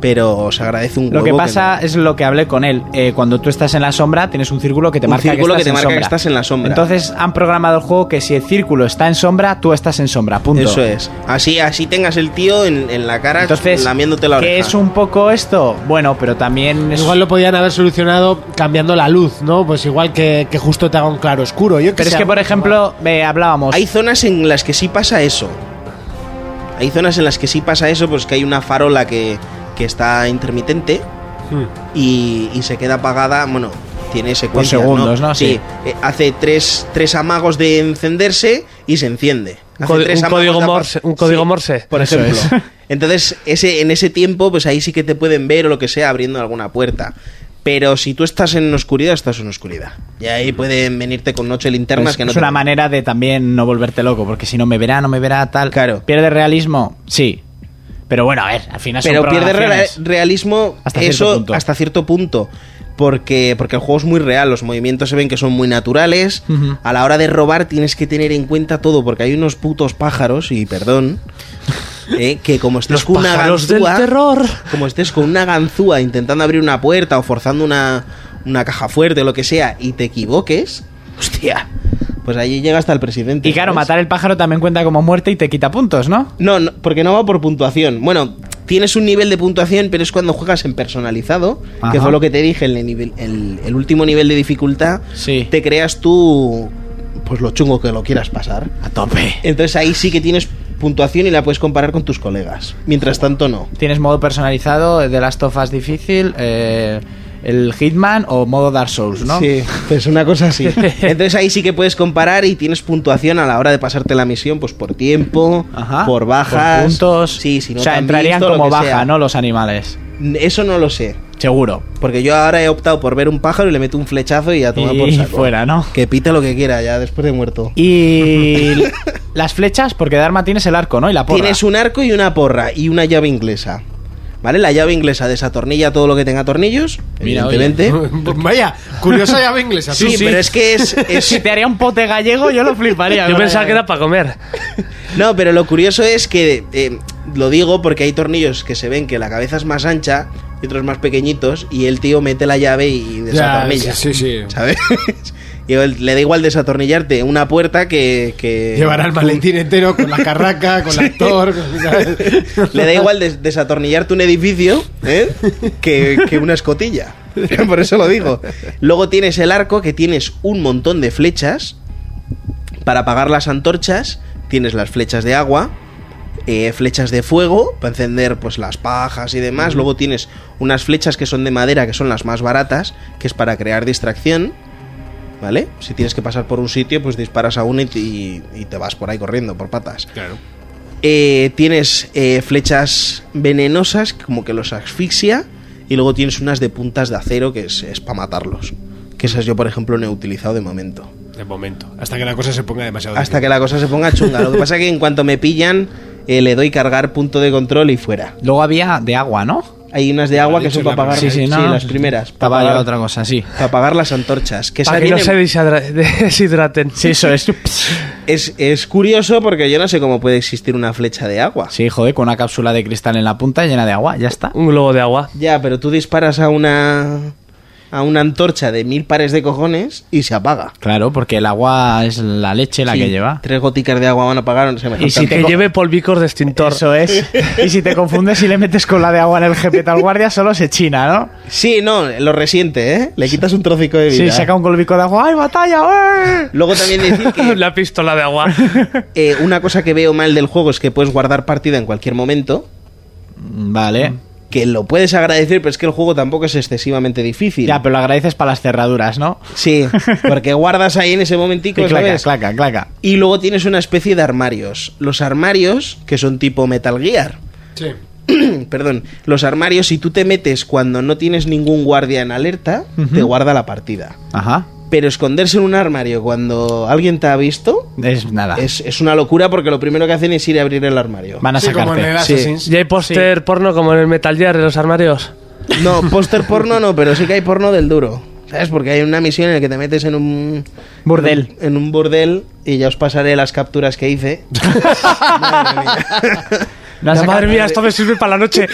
[SPEAKER 6] pero os agradece un huevo.
[SPEAKER 5] Lo que
[SPEAKER 6] que
[SPEAKER 5] pasa
[SPEAKER 6] no-
[SPEAKER 5] es lo que hablé con él. Eh, cuando tú estás en la sombra, tienes un círculo que te
[SPEAKER 6] Un
[SPEAKER 5] marca,
[SPEAKER 6] círculo
[SPEAKER 5] que,
[SPEAKER 6] que
[SPEAKER 5] estás
[SPEAKER 6] te
[SPEAKER 5] en
[SPEAKER 6] marca que
[SPEAKER 5] sombra.
[SPEAKER 6] estás en la sombra.
[SPEAKER 5] Entonces han programado el juego que si el círculo está en sombra, tú estás en sombra. Punto.
[SPEAKER 6] Eso es. Así, así tengas el tío en, en la cara
[SPEAKER 5] Entonces,
[SPEAKER 6] lamiéndote la oreja.
[SPEAKER 5] ¿qué es un poco esto? Bueno, pero también es,
[SPEAKER 2] Igual lo podían haber solucionado cambiando la luz, ¿no? Pues igual que, que justo te haga un claro oscuro. Yo
[SPEAKER 5] pero es que, por ejemplo, eh, hablábamos.
[SPEAKER 6] Hay zonas en las que sí pasa eso. Hay zonas en las que sí pasa eso, pues que hay una farola que, que está intermitente
[SPEAKER 5] Hmm.
[SPEAKER 6] y, y se queda apagada. Bueno, tiene secuencias.
[SPEAKER 5] segundos, ¿no?
[SPEAKER 6] Sí.
[SPEAKER 5] Sí.
[SPEAKER 6] Eh, hace tres, tres amagos de encenderse y se enciende.
[SPEAKER 7] Un,
[SPEAKER 6] Hace
[SPEAKER 7] código-
[SPEAKER 6] tres
[SPEAKER 7] un
[SPEAKER 6] amagos
[SPEAKER 7] código
[SPEAKER 6] de apa-
[SPEAKER 7] morse. Un código
[SPEAKER 6] Sí,
[SPEAKER 7] morse.
[SPEAKER 6] Por
[SPEAKER 5] Eso
[SPEAKER 6] ejemplo.
[SPEAKER 5] es. (laughs)
[SPEAKER 6] Entonces, ese, en ese tiempo, pues ahí sí que te pueden ver o lo que sea abriendo alguna puerta. Pero si tú estás en oscuridad, estás en oscuridad. Y ahí pueden venirte con noche linternas
[SPEAKER 5] es,
[SPEAKER 6] que no
[SPEAKER 5] es
[SPEAKER 6] te
[SPEAKER 5] una
[SPEAKER 6] ven.
[SPEAKER 5] manera de también no volverte loco, porque si no me verá, no me verá, tal.
[SPEAKER 6] Claro.
[SPEAKER 5] ¿Pierde realismo? Sí. Pero bueno, a ver, al final son
[SPEAKER 6] pero pierde re-
[SPEAKER 5] programaciones.
[SPEAKER 6] realismo
[SPEAKER 5] Hasta cierto
[SPEAKER 6] eso
[SPEAKER 5] punto.
[SPEAKER 6] hasta cierto punto porque porque el juego es muy real los movimientos se ven que son muy naturales
[SPEAKER 5] Ujú.
[SPEAKER 6] a la hora de robar tienes que tener en cuenta todo porque hay unos putos pájaros y
[SPEAKER 5] (laughs)
[SPEAKER 6] perdón eh, que como estés
[SPEAKER 7] Los
[SPEAKER 6] con una
[SPEAKER 7] pájaros del
[SPEAKER 6] ganzúa
[SPEAKER 7] terror.
[SPEAKER 6] como estés con una ganzúa intentando abrir una puerta o forzando una una caja fuerte o lo que sea y te equivoques hostia pues allí llega hasta el presidente
[SPEAKER 5] Y claro,
[SPEAKER 6] ¿sabes?
[SPEAKER 5] matar el pájaro también cuenta como muerte y te quita puntos, ¿no?
[SPEAKER 6] No, no, porque no va por puntuación. Bueno, tienes un nivel de puntuación, pero es cuando juegas en personalizado, que
[SPEAKER 5] Ajá.
[SPEAKER 6] fue lo que te dije, el, nivel- el- el último nivel de dificultad,
[SPEAKER 5] Sí.
[SPEAKER 6] te creas tú, pues lo chungo que lo quieras pasar.
[SPEAKER 5] A tope.
[SPEAKER 6] Entonces ahí sí que tienes puntuación y la puedes comparar con tus colegas. Mientras tanto, no.
[SPEAKER 5] Tienes modo personalizado, eh, de las tofas difícil, eh, el Hitman o modo Dark Souls, ¿no?
[SPEAKER 6] Sí, pues una cosa así.
[SPEAKER 5] (laughs)
[SPEAKER 6] Entonces ahí sí que puedes comparar y tienes puntuación a la hora de pasarte la misión, pues por tiempo,
[SPEAKER 5] Ajá.
[SPEAKER 6] por bajas.
[SPEAKER 5] Por puntos.
[SPEAKER 6] Sí, si no
[SPEAKER 5] o
[SPEAKER 6] te
[SPEAKER 5] sea,
[SPEAKER 6] han
[SPEAKER 5] entrarían
[SPEAKER 6] visto, lo
[SPEAKER 5] como
[SPEAKER 6] que
[SPEAKER 5] baja,
[SPEAKER 6] sea.
[SPEAKER 5] ¿no? Los animales.
[SPEAKER 6] Eso no lo sé.
[SPEAKER 5] Seguro.
[SPEAKER 6] Porque yo ahora he optado por ver un pájaro y le meto un flechazo y a tomar
[SPEAKER 5] Y
[SPEAKER 6] por saco.
[SPEAKER 5] fuera, ¿no?
[SPEAKER 6] Que pite lo que quiera ya después de muerto. (laughs)
[SPEAKER 5] Y las flechas, porque de arma tienes el arco, ¿no? Y la porra.
[SPEAKER 6] Tienes un arco y una porra y una llave inglesa. ¿Vale? La llave inglesa desatornilla todo lo que tenga tornillos,
[SPEAKER 5] Mira, oye.
[SPEAKER 6] evidentemente.
[SPEAKER 2] (laughs) Pues (laughs) vaya, curiosa llave inglesa.
[SPEAKER 6] Sí,
[SPEAKER 2] tú.
[SPEAKER 6] pero es que es, es-
[SPEAKER 5] Si te haría un pote gallego, yo lo fliparía. con
[SPEAKER 7] Yo
[SPEAKER 5] la
[SPEAKER 7] pensaba que
[SPEAKER 5] llave.
[SPEAKER 7] era para comer.
[SPEAKER 6] No, pero lo curioso es que eh, lo digo porque hay tornillos que se ven que la cabeza es más ancha y otros más pequeñitos y el tío mete la llave y
[SPEAKER 2] Ya,
[SPEAKER 6] desatornilla.
[SPEAKER 2] sí, sí, sí.
[SPEAKER 6] ¿Sabes? (laughs) Y él- le da igual desatornillarte una puerta que... que
[SPEAKER 2] Llevará el maletín entero con la carraca, con el actor. con-
[SPEAKER 6] (laughs)
[SPEAKER 2] ¿sabes?
[SPEAKER 6] Le da igual des- desatornillarte un edificio ¿eh? que, que una escotilla. (laughs) Por eso lo digo. Luego tienes el arco que tienes un montón de flechas para apagar las antorchas. Tienes las flechas de agua, eh, flechas de fuego para encender pues las pajas y demás. Luego tienes unas flechas que son de madera, que son las más baratas, que es para crear distracción. ¿Vale? Si tienes que pasar por un sitio, pues disparas a uno y, y- y te vas por ahí corriendo por patas. Eh, tienes eh, flechas venenosas, como que los asfixia, y luego tienes unas de puntas de acero, que es, para matarlos. Que esas yo, por ejemplo, no he utilizado de momento.
[SPEAKER 2] De momento, hasta que la cosa se ponga demasiado.
[SPEAKER 6] Hasta
[SPEAKER 2] difícil.
[SPEAKER 6] que la cosa se ponga chunga. Lo que pasa que en cuanto me pillan, eh, le doy cargar punto de control y fuera.
[SPEAKER 5] Luego había de agua, ¿no?
[SPEAKER 6] Hay unas de agua que
[SPEAKER 2] dicho
[SPEAKER 6] son para
[SPEAKER 2] la
[SPEAKER 6] apagar
[SPEAKER 2] primera.
[SPEAKER 6] las primeras. Para
[SPEAKER 5] Estaba yo
[SPEAKER 6] apagar,
[SPEAKER 5] otra cosa, sí.
[SPEAKER 6] pa' apagar las antorchas. Que esa
[SPEAKER 7] Para que no
[SPEAKER 6] viene-
[SPEAKER 7] se deshidra- (laughs) deshidraten.
[SPEAKER 5] Sí, eso es.
[SPEAKER 6] es, es curioso porque yo no sé cómo puede existir una flecha de agua.
[SPEAKER 5] Sí, joder, con una cápsula de cristal en la punta llena de agua, ya está.
[SPEAKER 7] Un globo de agua.
[SPEAKER 6] Ya, pero tú disparas a una a una antorcha de mil pares de cojones y se apaga.
[SPEAKER 5] Claro, porque el agua es la leche la
[SPEAKER 6] Sí,
[SPEAKER 5] que lleva.
[SPEAKER 6] Tres goticas de agua van a apagar, no se me
[SPEAKER 5] Y si
[SPEAKER 7] Que
[SPEAKER 5] Tengo-
[SPEAKER 7] lleve polvicos de extintor.
[SPEAKER 5] Eso es. Y si te confundes y le metes con la de agua en el GPT al guardia, solo se china, ¿no?
[SPEAKER 6] Sí, no, lo resiente, ¿eh? Le quitas un trocico de vida.
[SPEAKER 5] Sí, saca un golbico de agua. ¡Ay, batalla! ¡eh!
[SPEAKER 6] Luego también decir
[SPEAKER 5] (laughs)
[SPEAKER 6] que
[SPEAKER 7] (laughs) La pistola de agua.
[SPEAKER 6] eh, una cosa que veo mal del juego es que puedes guardar partida en cualquier momento,
[SPEAKER 5] Vale.
[SPEAKER 6] que lo puedes agradecer, pero es que el juego tampoco es excesivamente difícil.
[SPEAKER 5] Ya, pero lo agradeces para las cerraduras, ¿no? (laughs)
[SPEAKER 6] Sí, porque guardas ahí en ese momentico,
[SPEAKER 2] pues,
[SPEAKER 5] Y claca,
[SPEAKER 6] ¿sabes?
[SPEAKER 5] claca, claca.
[SPEAKER 6] Y luego tienes una especie de armarios. Los armarios, que son tipo Metal Gear,
[SPEAKER 2] Sí.
[SPEAKER 6] (clears throat) perdón, los armarios, si tú te metes cuando no tienes ningún guardia en alerta, te guarda la partida.
[SPEAKER 5] Ajá.
[SPEAKER 6] Pero esconderse en un armario cuando alguien te ha visto
[SPEAKER 5] Es nada.
[SPEAKER 6] es, es una locura porque lo primero que hacen es ir a abrir el armario.
[SPEAKER 5] Van a
[SPEAKER 2] Sí, como en el
[SPEAKER 5] sacarte.
[SPEAKER 2] Assassin's.
[SPEAKER 7] ¿Y hay póster porno como en el Metal Gear de los armarios?
[SPEAKER 6] (laughs) No, póster porno no, pero sí que hay porno del duro. ¿Sabes? Porque hay una misión en la que te metes en un...
[SPEAKER 5] Burdel.
[SPEAKER 6] En un burdel y ya os pasaré las capturas que hice. Madre mía.
[SPEAKER 5] Lo han
[SPEAKER 7] La
[SPEAKER 5] sacado-
[SPEAKER 7] madre mía, esto me sirve para la
[SPEAKER 5] (laughs)
[SPEAKER 7] noche.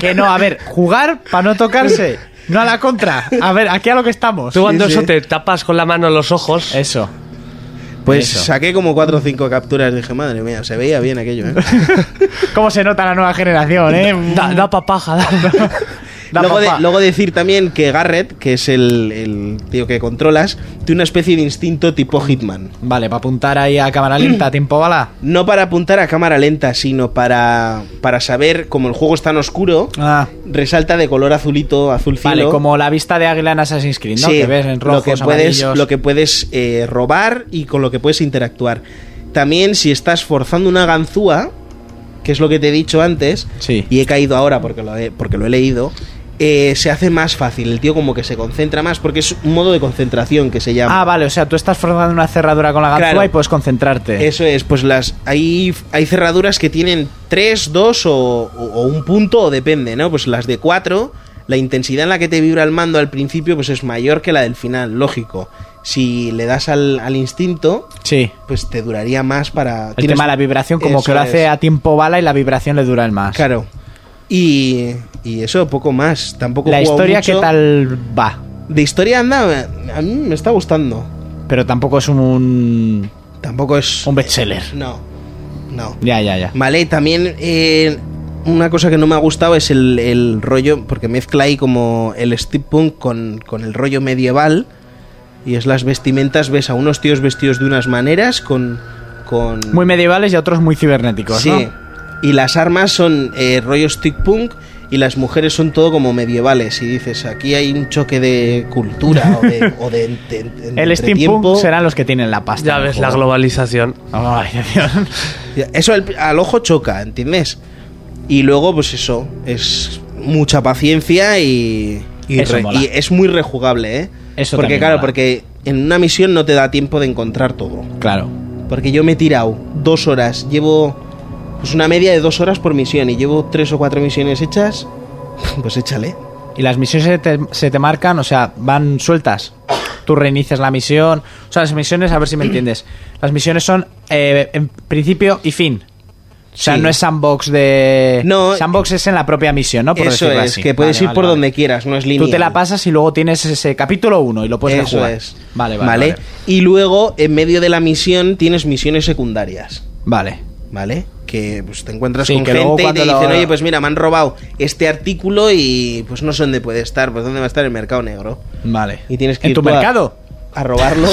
[SPEAKER 5] Que no, a ver, jugar para no tocarse. No a la contra. A ver, aquí a lo que estamos.
[SPEAKER 7] Tú cuando
[SPEAKER 6] Sí,
[SPEAKER 7] eso
[SPEAKER 6] sí.
[SPEAKER 7] te tapas con la mano los ojos.
[SPEAKER 5] Eso.
[SPEAKER 6] Pues
[SPEAKER 5] Eso.
[SPEAKER 6] saqué como 4 o 5 capturas. Dije, madre mía, se veía bien
[SPEAKER 5] (laughs)
[SPEAKER 6] aquello, ¿eh?
[SPEAKER 5] ¿Cómo se nota la nueva generación, eh?
[SPEAKER 7] Da, da papaja. da-
[SPEAKER 5] Da
[SPEAKER 6] luego, de-
[SPEAKER 5] papá.
[SPEAKER 6] luego decir también que Garrett, que es el, el tío que controlas, tiene una especie de instinto tipo Hitman.
[SPEAKER 5] Vale, para apuntar ahí a cámara lenta, tiempo bala.
[SPEAKER 6] No para apuntar a cámara lenta, sino para, para saber, como el juego es tan oscuro,
[SPEAKER 5] Ah.
[SPEAKER 6] resalta de color azulito, azul cielo.
[SPEAKER 5] Vale, como la vista de águila en Assassin's Creed, ¿no?
[SPEAKER 6] Sí,
[SPEAKER 5] que ves en rojos,
[SPEAKER 6] lo que puedes,
[SPEAKER 5] amarillos.
[SPEAKER 6] lo que puedes eh, robar y con lo que puedes interactuar. También si estás forzando una ganzúa, que es lo que te he dicho antes,
[SPEAKER 5] Sí.
[SPEAKER 6] y he caído ahora porque lo he, porque lo he leído, eh, se hace más fácil. El tío como que se concentra más porque es un modo de concentración que se llama.
[SPEAKER 5] Ah, vale, o sea, tú estás forzando una cerradura con la ganzúa
[SPEAKER 6] Claro.
[SPEAKER 5] y puedes concentrarte.
[SPEAKER 6] Eso es, pues las hay, hay cerraduras que tienen 3, 2 o, o- o un punto, o depende, ¿no? Pues las de 4, la intensidad en la que te vibra el mando al principio pues es mayor que la del final, lógico. Si le das al, al instinto,
[SPEAKER 5] Sí.
[SPEAKER 6] pues te duraría más para...
[SPEAKER 5] El tema de la vibración, como
[SPEAKER 6] Eso
[SPEAKER 5] que lo hace
[SPEAKER 6] es.
[SPEAKER 5] a tiempo bala y la vibración le dura el más.
[SPEAKER 6] Claro. Y, y eso, poco más. Tampoco
[SPEAKER 5] La
[SPEAKER 6] he jugado
[SPEAKER 5] historia,
[SPEAKER 6] mucho.
[SPEAKER 5] ¿qué tal va?
[SPEAKER 6] De historia, anda, a mí me está gustando.
[SPEAKER 5] Pero tampoco es un,
[SPEAKER 6] Tampoco es...
[SPEAKER 5] un bestseller.
[SPEAKER 6] No, no.
[SPEAKER 5] Ya, ya, ya.
[SPEAKER 6] Vale, también eh, una cosa que no me ha gustado es el, el rollo, porque mezcla ahí como el steampunk con, con el rollo medieval. Y es las vestimentas, ves a unos tíos vestidos de unas maneras con... con
[SPEAKER 5] Muy medievales y otros muy cibernéticos,
[SPEAKER 6] sí.
[SPEAKER 5] ¿no?
[SPEAKER 6] Y las armas son eh, rollo steampunk y las mujeres son todo como medievales. Y dices, aquí hay un choque de cultura o de... o de ent- ent-
[SPEAKER 5] (laughs) El
[SPEAKER 6] entretiempo.
[SPEAKER 5] steampunk serán los que tienen la pasta.
[SPEAKER 7] Ya
[SPEAKER 5] del
[SPEAKER 7] ves la
[SPEAKER 5] juego.
[SPEAKER 7] globalización.
[SPEAKER 5] Ay, Dios. (laughs)
[SPEAKER 6] Eso al, al ojo choca, ¿entiendes? Y luego, pues eso, es mucha paciencia y, y
[SPEAKER 5] Eso mola.
[SPEAKER 6] y es muy rejugable, ¿eh?
[SPEAKER 5] Eso
[SPEAKER 6] porque
[SPEAKER 5] también
[SPEAKER 6] claro,
[SPEAKER 5] mola.
[SPEAKER 6] porque en una misión no te da tiempo de encontrar todo.
[SPEAKER 5] Claro.
[SPEAKER 6] Porque yo me he tirado dos horas, llevo pues una media de dos horas por misión y llevo tres o cuatro misiones hechas, (laughs) pues échale.
[SPEAKER 5] Y las misiones se te, se te marcan, o sea, van sueltas. Tú reinicias la misión. O sea, las misiones, a ver si me entiendes. Las misiones son eh, en principio y fin. O sea,
[SPEAKER 6] Sí.
[SPEAKER 5] no es sandbox de.
[SPEAKER 6] No,
[SPEAKER 5] sandbox es en la propia misión, ¿no? Por
[SPEAKER 6] eso
[SPEAKER 5] decirlo
[SPEAKER 6] es,
[SPEAKER 5] así.
[SPEAKER 6] que puedes
[SPEAKER 5] Vale,
[SPEAKER 6] ir
[SPEAKER 5] vale,
[SPEAKER 6] por
[SPEAKER 5] vale.
[SPEAKER 6] donde quieras, no es lineal.
[SPEAKER 5] Tú te la pasas y luego tienes ese capítulo 1 y lo puedes
[SPEAKER 6] Eso
[SPEAKER 5] jugar.
[SPEAKER 6] es.
[SPEAKER 5] Vale, vale. Vale.
[SPEAKER 6] Y luego, en medio de la misión, tienes misiones secundarias.
[SPEAKER 5] Vale.
[SPEAKER 6] ¿Vale? Que pues, te encuentras
[SPEAKER 5] Sí,
[SPEAKER 6] con
[SPEAKER 5] que
[SPEAKER 6] gente
[SPEAKER 5] luego
[SPEAKER 6] y te
[SPEAKER 5] cuando
[SPEAKER 6] dicen,
[SPEAKER 5] lo-
[SPEAKER 6] oye, pues mira, me han robado este artículo y pues no sé dónde puede estar, pues dónde va a estar el mercado negro.
[SPEAKER 5] Vale.
[SPEAKER 6] Y tienes que
[SPEAKER 5] ¿En
[SPEAKER 6] ir
[SPEAKER 5] tu
[SPEAKER 6] tú a-
[SPEAKER 5] mercado?
[SPEAKER 6] A robarlo,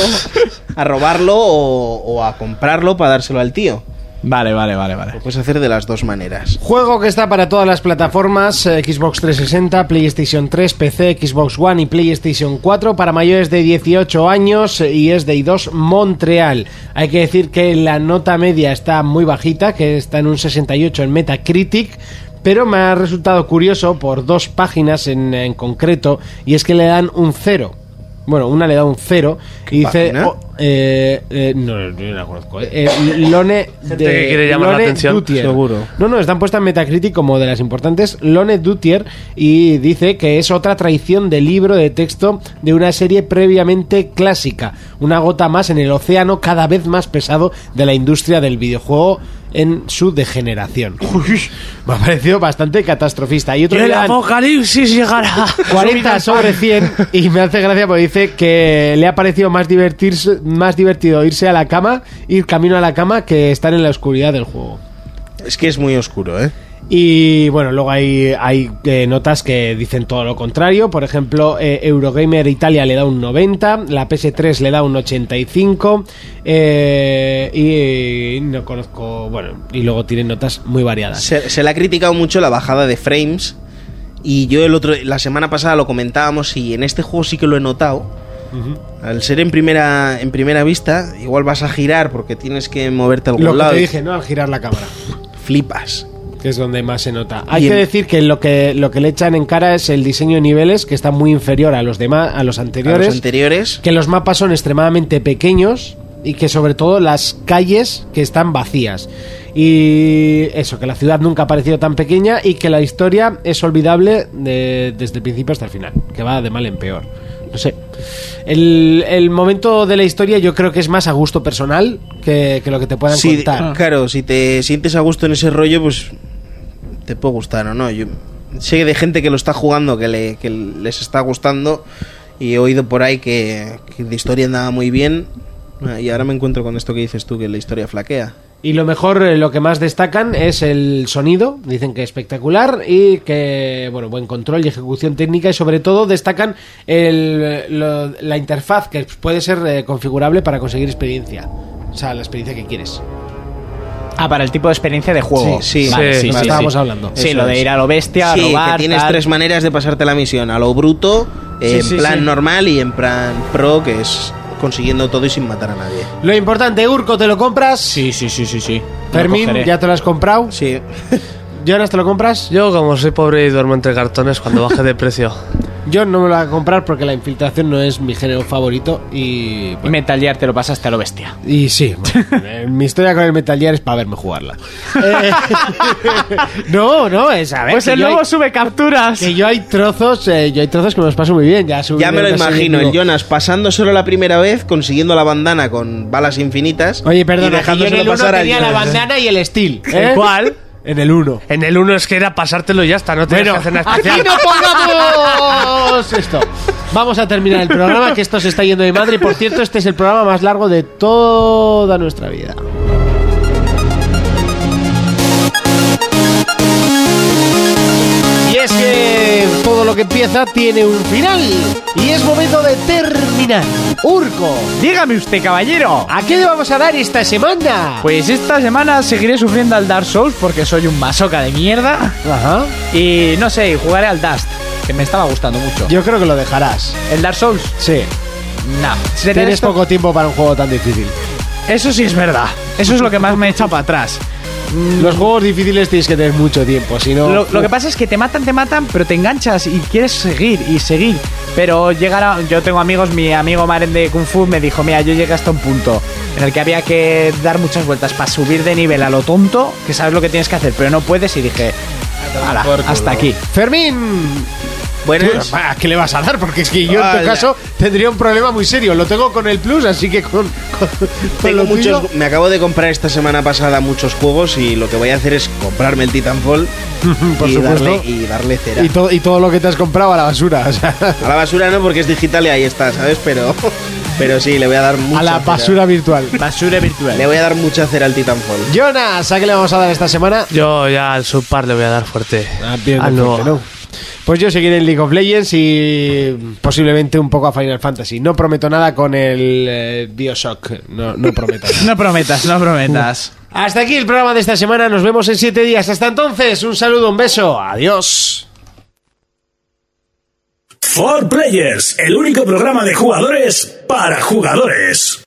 [SPEAKER 6] a robarlo o, o a comprarlo para dárselo al tío.
[SPEAKER 5] Vale, vale, vale, vale.
[SPEAKER 6] Lo puedes hacer de las dos maneras.
[SPEAKER 2] Juego que está para todas las plataformas, eh, Xbox 360, PlayStation 3, PC, Xbox One y PlayStation 4 para mayores de 18 años eh, y es de i2 Montreal. Hay que decir que la nota media está muy bajita, que está en un 68 en Metacritic. Pero me ha resultado curioso por dos páginas en, en concreto y es que le dan un cero. Bueno, una le da un cero y dice...
[SPEAKER 6] página?
[SPEAKER 2] oh, eh, eh, no, no la conozco. eh. Eh, Lone
[SPEAKER 7] Gente que quiere llamar la atención,
[SPEAKER 2] Dutier.
[SPEAKER 7] seguro.
[SPEAKER 2] No, no, están puestas en Metacritic como de las importantes. Lone Dutier y dice que es otra traición del libro de texto de una serie previamente clásica. Una gota más en el océano cada vez más pesado de la industria del videojuego en su degeneración. Me ha parecido bastante catastrofista. Y otro
[SPEAKER 7] Y
[SPEAKER 2] que
[SPEAKER 7] el
[SPEAKER 2] le dan
[SPEAKER 7] apocalipsis (laughs) llegará.
[SPEAKER 2] 40 sobre 100 y me hace gracia porque dice que le ha parecido más, divertirse, más divertido irse a la cama, ir camino a la cama que estar en la oscuridad del juego.
[SPEAKER 6] Es que es muy oscuro, ¿eh?
[SPEAKER 2] Y bueno, luego hay, hay eh, notas que dicen todo lo contrario. Por ejemplo, eh, Eurogamer Italia le da un 90, la PS3 le da un 85. eh, y no conozco. Bueno, y luego tienen notas muy variadas.
[SPEAKER 6] Se, se le ha criticado mucho la bajada de frames. Y yo el otro, la semana pasada lo comentábamos y en este juego sí que lo he notado. Al ser en primera, en primera vista, igual vas a girar porque tienes que moverte a algún
[SPEAKER 2] Lo que
[SPEAKER 6] lado.
[SPEAKER 2] te
[SPEAKER 6] y
[SPEAKER 2] dije, ¿no? Al girar la cámara.
[SPEAKER 6] Flipas.
[SPEAKER 2] que es donde más se nota. Hay
[SPEAKER 6] Bien.
[SPEAKER 2] que decir que lo que lo que le echan en cara es el diseño de niveles que está muy inferior a los demás a los
[SPEAKER 6] A
[SPEAKER 2] anteriores,
[SPEAKER 6] los anteriores.
[SPEAKER 2] que los mapas son extremadamente pequeños y que sobre todo las calles que están vacías. Y eso, que la ciudad nunca ha parecido tan pequeña y que la historia es olvidable de- desde el principio hasta el final, que va de mal en peor. no sé. El, el momento de la historia yo creo que es más a gusto personal que, que lo que te puedan
[SPEAKER 6] Sí,
[SPEAKER 2] contar.
[SPEAKER 6] claro, si te sientes a gusto en ese rollo, pues te puede gustar o no. Yo sé de gente que lo está jugando, que, le, que les está gustando, y he oído por ahí que, que la historia andaba muy bien. Ah, Y ahora me encuentro con esto que dices tú, que la historia flaquea.
[SPEAKER 2] Y lo mejor, eh, lo que más destacan es el sonido, dicen que espectacular y que, bueno, buen control y ejecución técnica y sobre todo destacan el, eh, lo- la interfaz que puede ser eh, configurable para conseguir experiencia, o sea, la experiencia que quieres.
[SPEAKER 5] Ah, para el tipo de experiencia de juego.
[SPEAKER 6] Sí, sí.
[SPEAKER 5] Vale,
[SPEAKER 7] Sí,
[SPEAKER 5] sí,
[SPEAKER 7] lo
[SPEAKER 5] sí,
[SPEAKER 7] que
[SPEAKER 5] sí.
[SPEAKER 2] estábamos hablando.
[SPEAKER 5] Sí,
[SPEAKER 6] Eso
[SPEAKER 5] lo de
[SPEAKER 6] es.
[SPEAKER 5] ir a lo bestia,
[SPEAKER 6] sí,
[SPEAKER 5] robar,
[SPEAKER 6] que tienes
[SPEAKER 5] tal.
[SPEAKER 6] tres maneras de pasarte la misión: a lo bruto, eh,
[SPEAKER 5] Sí,
[SPEAKER 6] en
[SPEAKER 5] sí,
[SPEAKER 6] plan
[SPEAKER 5] sí.
[SPEAKER 6] normal y en plan pro, que es consiguiendo todo y sin matar a nadie.
[SPEAKER 2] Lo importante, Urco, ¿te lo compras?
[SPEAKER 5] Sí, sí, sí, sí, sí. Lo
[SPEAKER 2] Fermín,
[SPEAKER 5] cogeré.
[SPEAKER 2] ¿ya te lo has comprado?
[SPEAKER 6] Sí,
[SPEAKER 2] ¿Jonas, te lo compras?
[SPEAKER 7] Yo, como soy pobre y duermo entre cartones, cuando baje de precio.
[SPEAKER 2] Yo no me lo voy a comprar porque la infiltración no es mi género favorito y... pues,
[SPEAKER 5] Y Metal Gear te lo pasaste a lo bestia.
[SPEAKER 2] Y sí, bueno, eh, mi historia con el Metal Gear es para verme
[SPEAKER 5] (laughs)
[SPEAKER 2] jugarla. Eh, (laughs) no, no, es a ver.
[SPEAKER 5] Pues
[SPEAKER 2] que
[SPEAKER 5] el
[SPEAKER 2] yo
[SPEAKER 5] lobo
[SPEAKER 2] hay-
[SPEAKER 5] sube capturas.
[SPEAKER 2] que yo hay trozos, eh, yo hay trozos que me los paso muy bien. Ya, subiré
[SPEAKER 6] ya me lo
[SPEAKER 2] una serie
[SPEAKER 6] imagino, el
[SPEAKER 2] nueva.
[SPEAKER 6] Jonas pasando solo la primera vez, consiguiendo la bandana con balas infinitas.
[SPEAKER 2] Oye,
[SPEAKER 6] y
[SPEAKER 2] perdona, que yo en
[SPEAKER 6] dejándoselo
[SPEAKER 2] el 1
[SPEAKER 6] pasar al
[SPEAKER 2] tenía la
[SPEAKER 6] Jonas.
[SPEAKER 2] bandana y el steel.
[SPEAKER 7] ¿En
[SPEAKER 2] ¿eh?
[SPEAKER 7] cuál?
[SPEAKER 2] En el 1.
[SPEAKER 7] En el 1 es que era pasártelo y ya está, no tenías que hacer nada
[SPEAKER 2] Aquí
[SPEAKER 7] especial.
[SPEAKER 2] no pongamos esto. Vamos a terminar el programa, que esto se está yendo de madre. Y por cierto, este es el programa más largo de toda nuestra vida. Y es que todo lo que empieza tiene un final. Y es momento de terminar. Urco,
[SPEAKER 5] Dígame usted, caballero.
[SPEAKER 2] ¿a qué le vamos a dar esta semana?
[SPEAKER 5] Pues esta semana seguiré sufriendo al Dark Souls porque soy un masoca de mierda.
[SPEAKER 2] Ajá.
[SPEAKER 5] Y no sé, jugaré al Dust, que me estaba gustando mucho.
[SPEAKER 2] Yo creo que lo dejarás.
[SPEAKER 5] ¿El Dark Souls?
[SPEAKER 2] Sí.
[SPEAKER 5] Nah.
[SPEAKER 2] Tienes poco tiempo para un juego tan difícil.
[SPEAKER 5] Eso sí es verdad. Eso es lo que más me echa para atrás.
[SPEAKER 2] Mm. Los juegos difíciles tienes que tener mucho tiempo, si no.
[SPEAKER 5] Lo, lo que pasa es que te matan, te matan, pero te enganchas y quieres seguir y seguir. Pero llegar a. Yo tengo amigos, mi amigo Maren de Kung Fu me dijo: Mira, yo llegué hasta un punto en el que había que dar muchas vueltas para subir de nivel a lo tonto, que sabes lo que tienes que hacer, pero no puedes. Y dije: "Hala, Hasta aquí.
[SPEAKER 2] Fermín,
[SPEAKER 6] Buenas.
[SPEAKER 2] Tú, Pues, ¿a ¿qué le vas a dar? Porque es que yo en
[SPEAKER 6] Vale.
[SPEAKER 2] tu caso tendría un problema muy serio. Lo tengo con el Plus, así que con, con- con
[SPEAKER 6] Tengo
[SPEAKER 2] lo tuyo-
[SPEAKER 6] muchos, me acabo de comprar esta semana pasada muchos juegos y lo que voy a hacer es comprarme el Titanfall
[SPEAKER 2] (laughs) Por
[SPEAKER 6] y,
[SPEAKER 2] supuesto.
[SPEAKER 6] darle, y darle cera.
[SPEAKER 2] y, todo, y todo lo que te has comprado a la basura. o sea,
[SPEAKER 6] (laughs) A la basura no, porque es digital y ahí está, ¿sabes? Pero, (laughs) pero sí, le voy a dar mucha
[SPEAKER 2] a la
[SPEAKER 6] cera.
[SPEAKER 2] basura virtual.
[SPEAKER 5] Basura virtual.
[SPEAKER 6] Le voy a dar mucha cera al Titanfall.
[SPEAKER 2] Jonas, ¿a qué le vamos a dar esta semana?
[SPEAKER 7] Yo ya al subpar le voy a dar fuerte.
[SPEAKER 2] Ah,
[SPEAKER 7] Al nuevo.
[SPEAKER 2] Pues yo seguiré en League of Legends y posiblemente un poco a Final Fantasy. No prometo nada con el eh, Bioshock. No, no prometo nada.
[SPEAKER 6] (laughs)
[SPEAKER 5] No prometas, no prometas.
[SPEAKER 2] Hasta aquí el programa de esta semana. Nos vemos en siete días. Hasta entonces, un saludo, un beso. Adiós.
[SPEAKER 1] For Players, el único programa de jugadores para jugadores.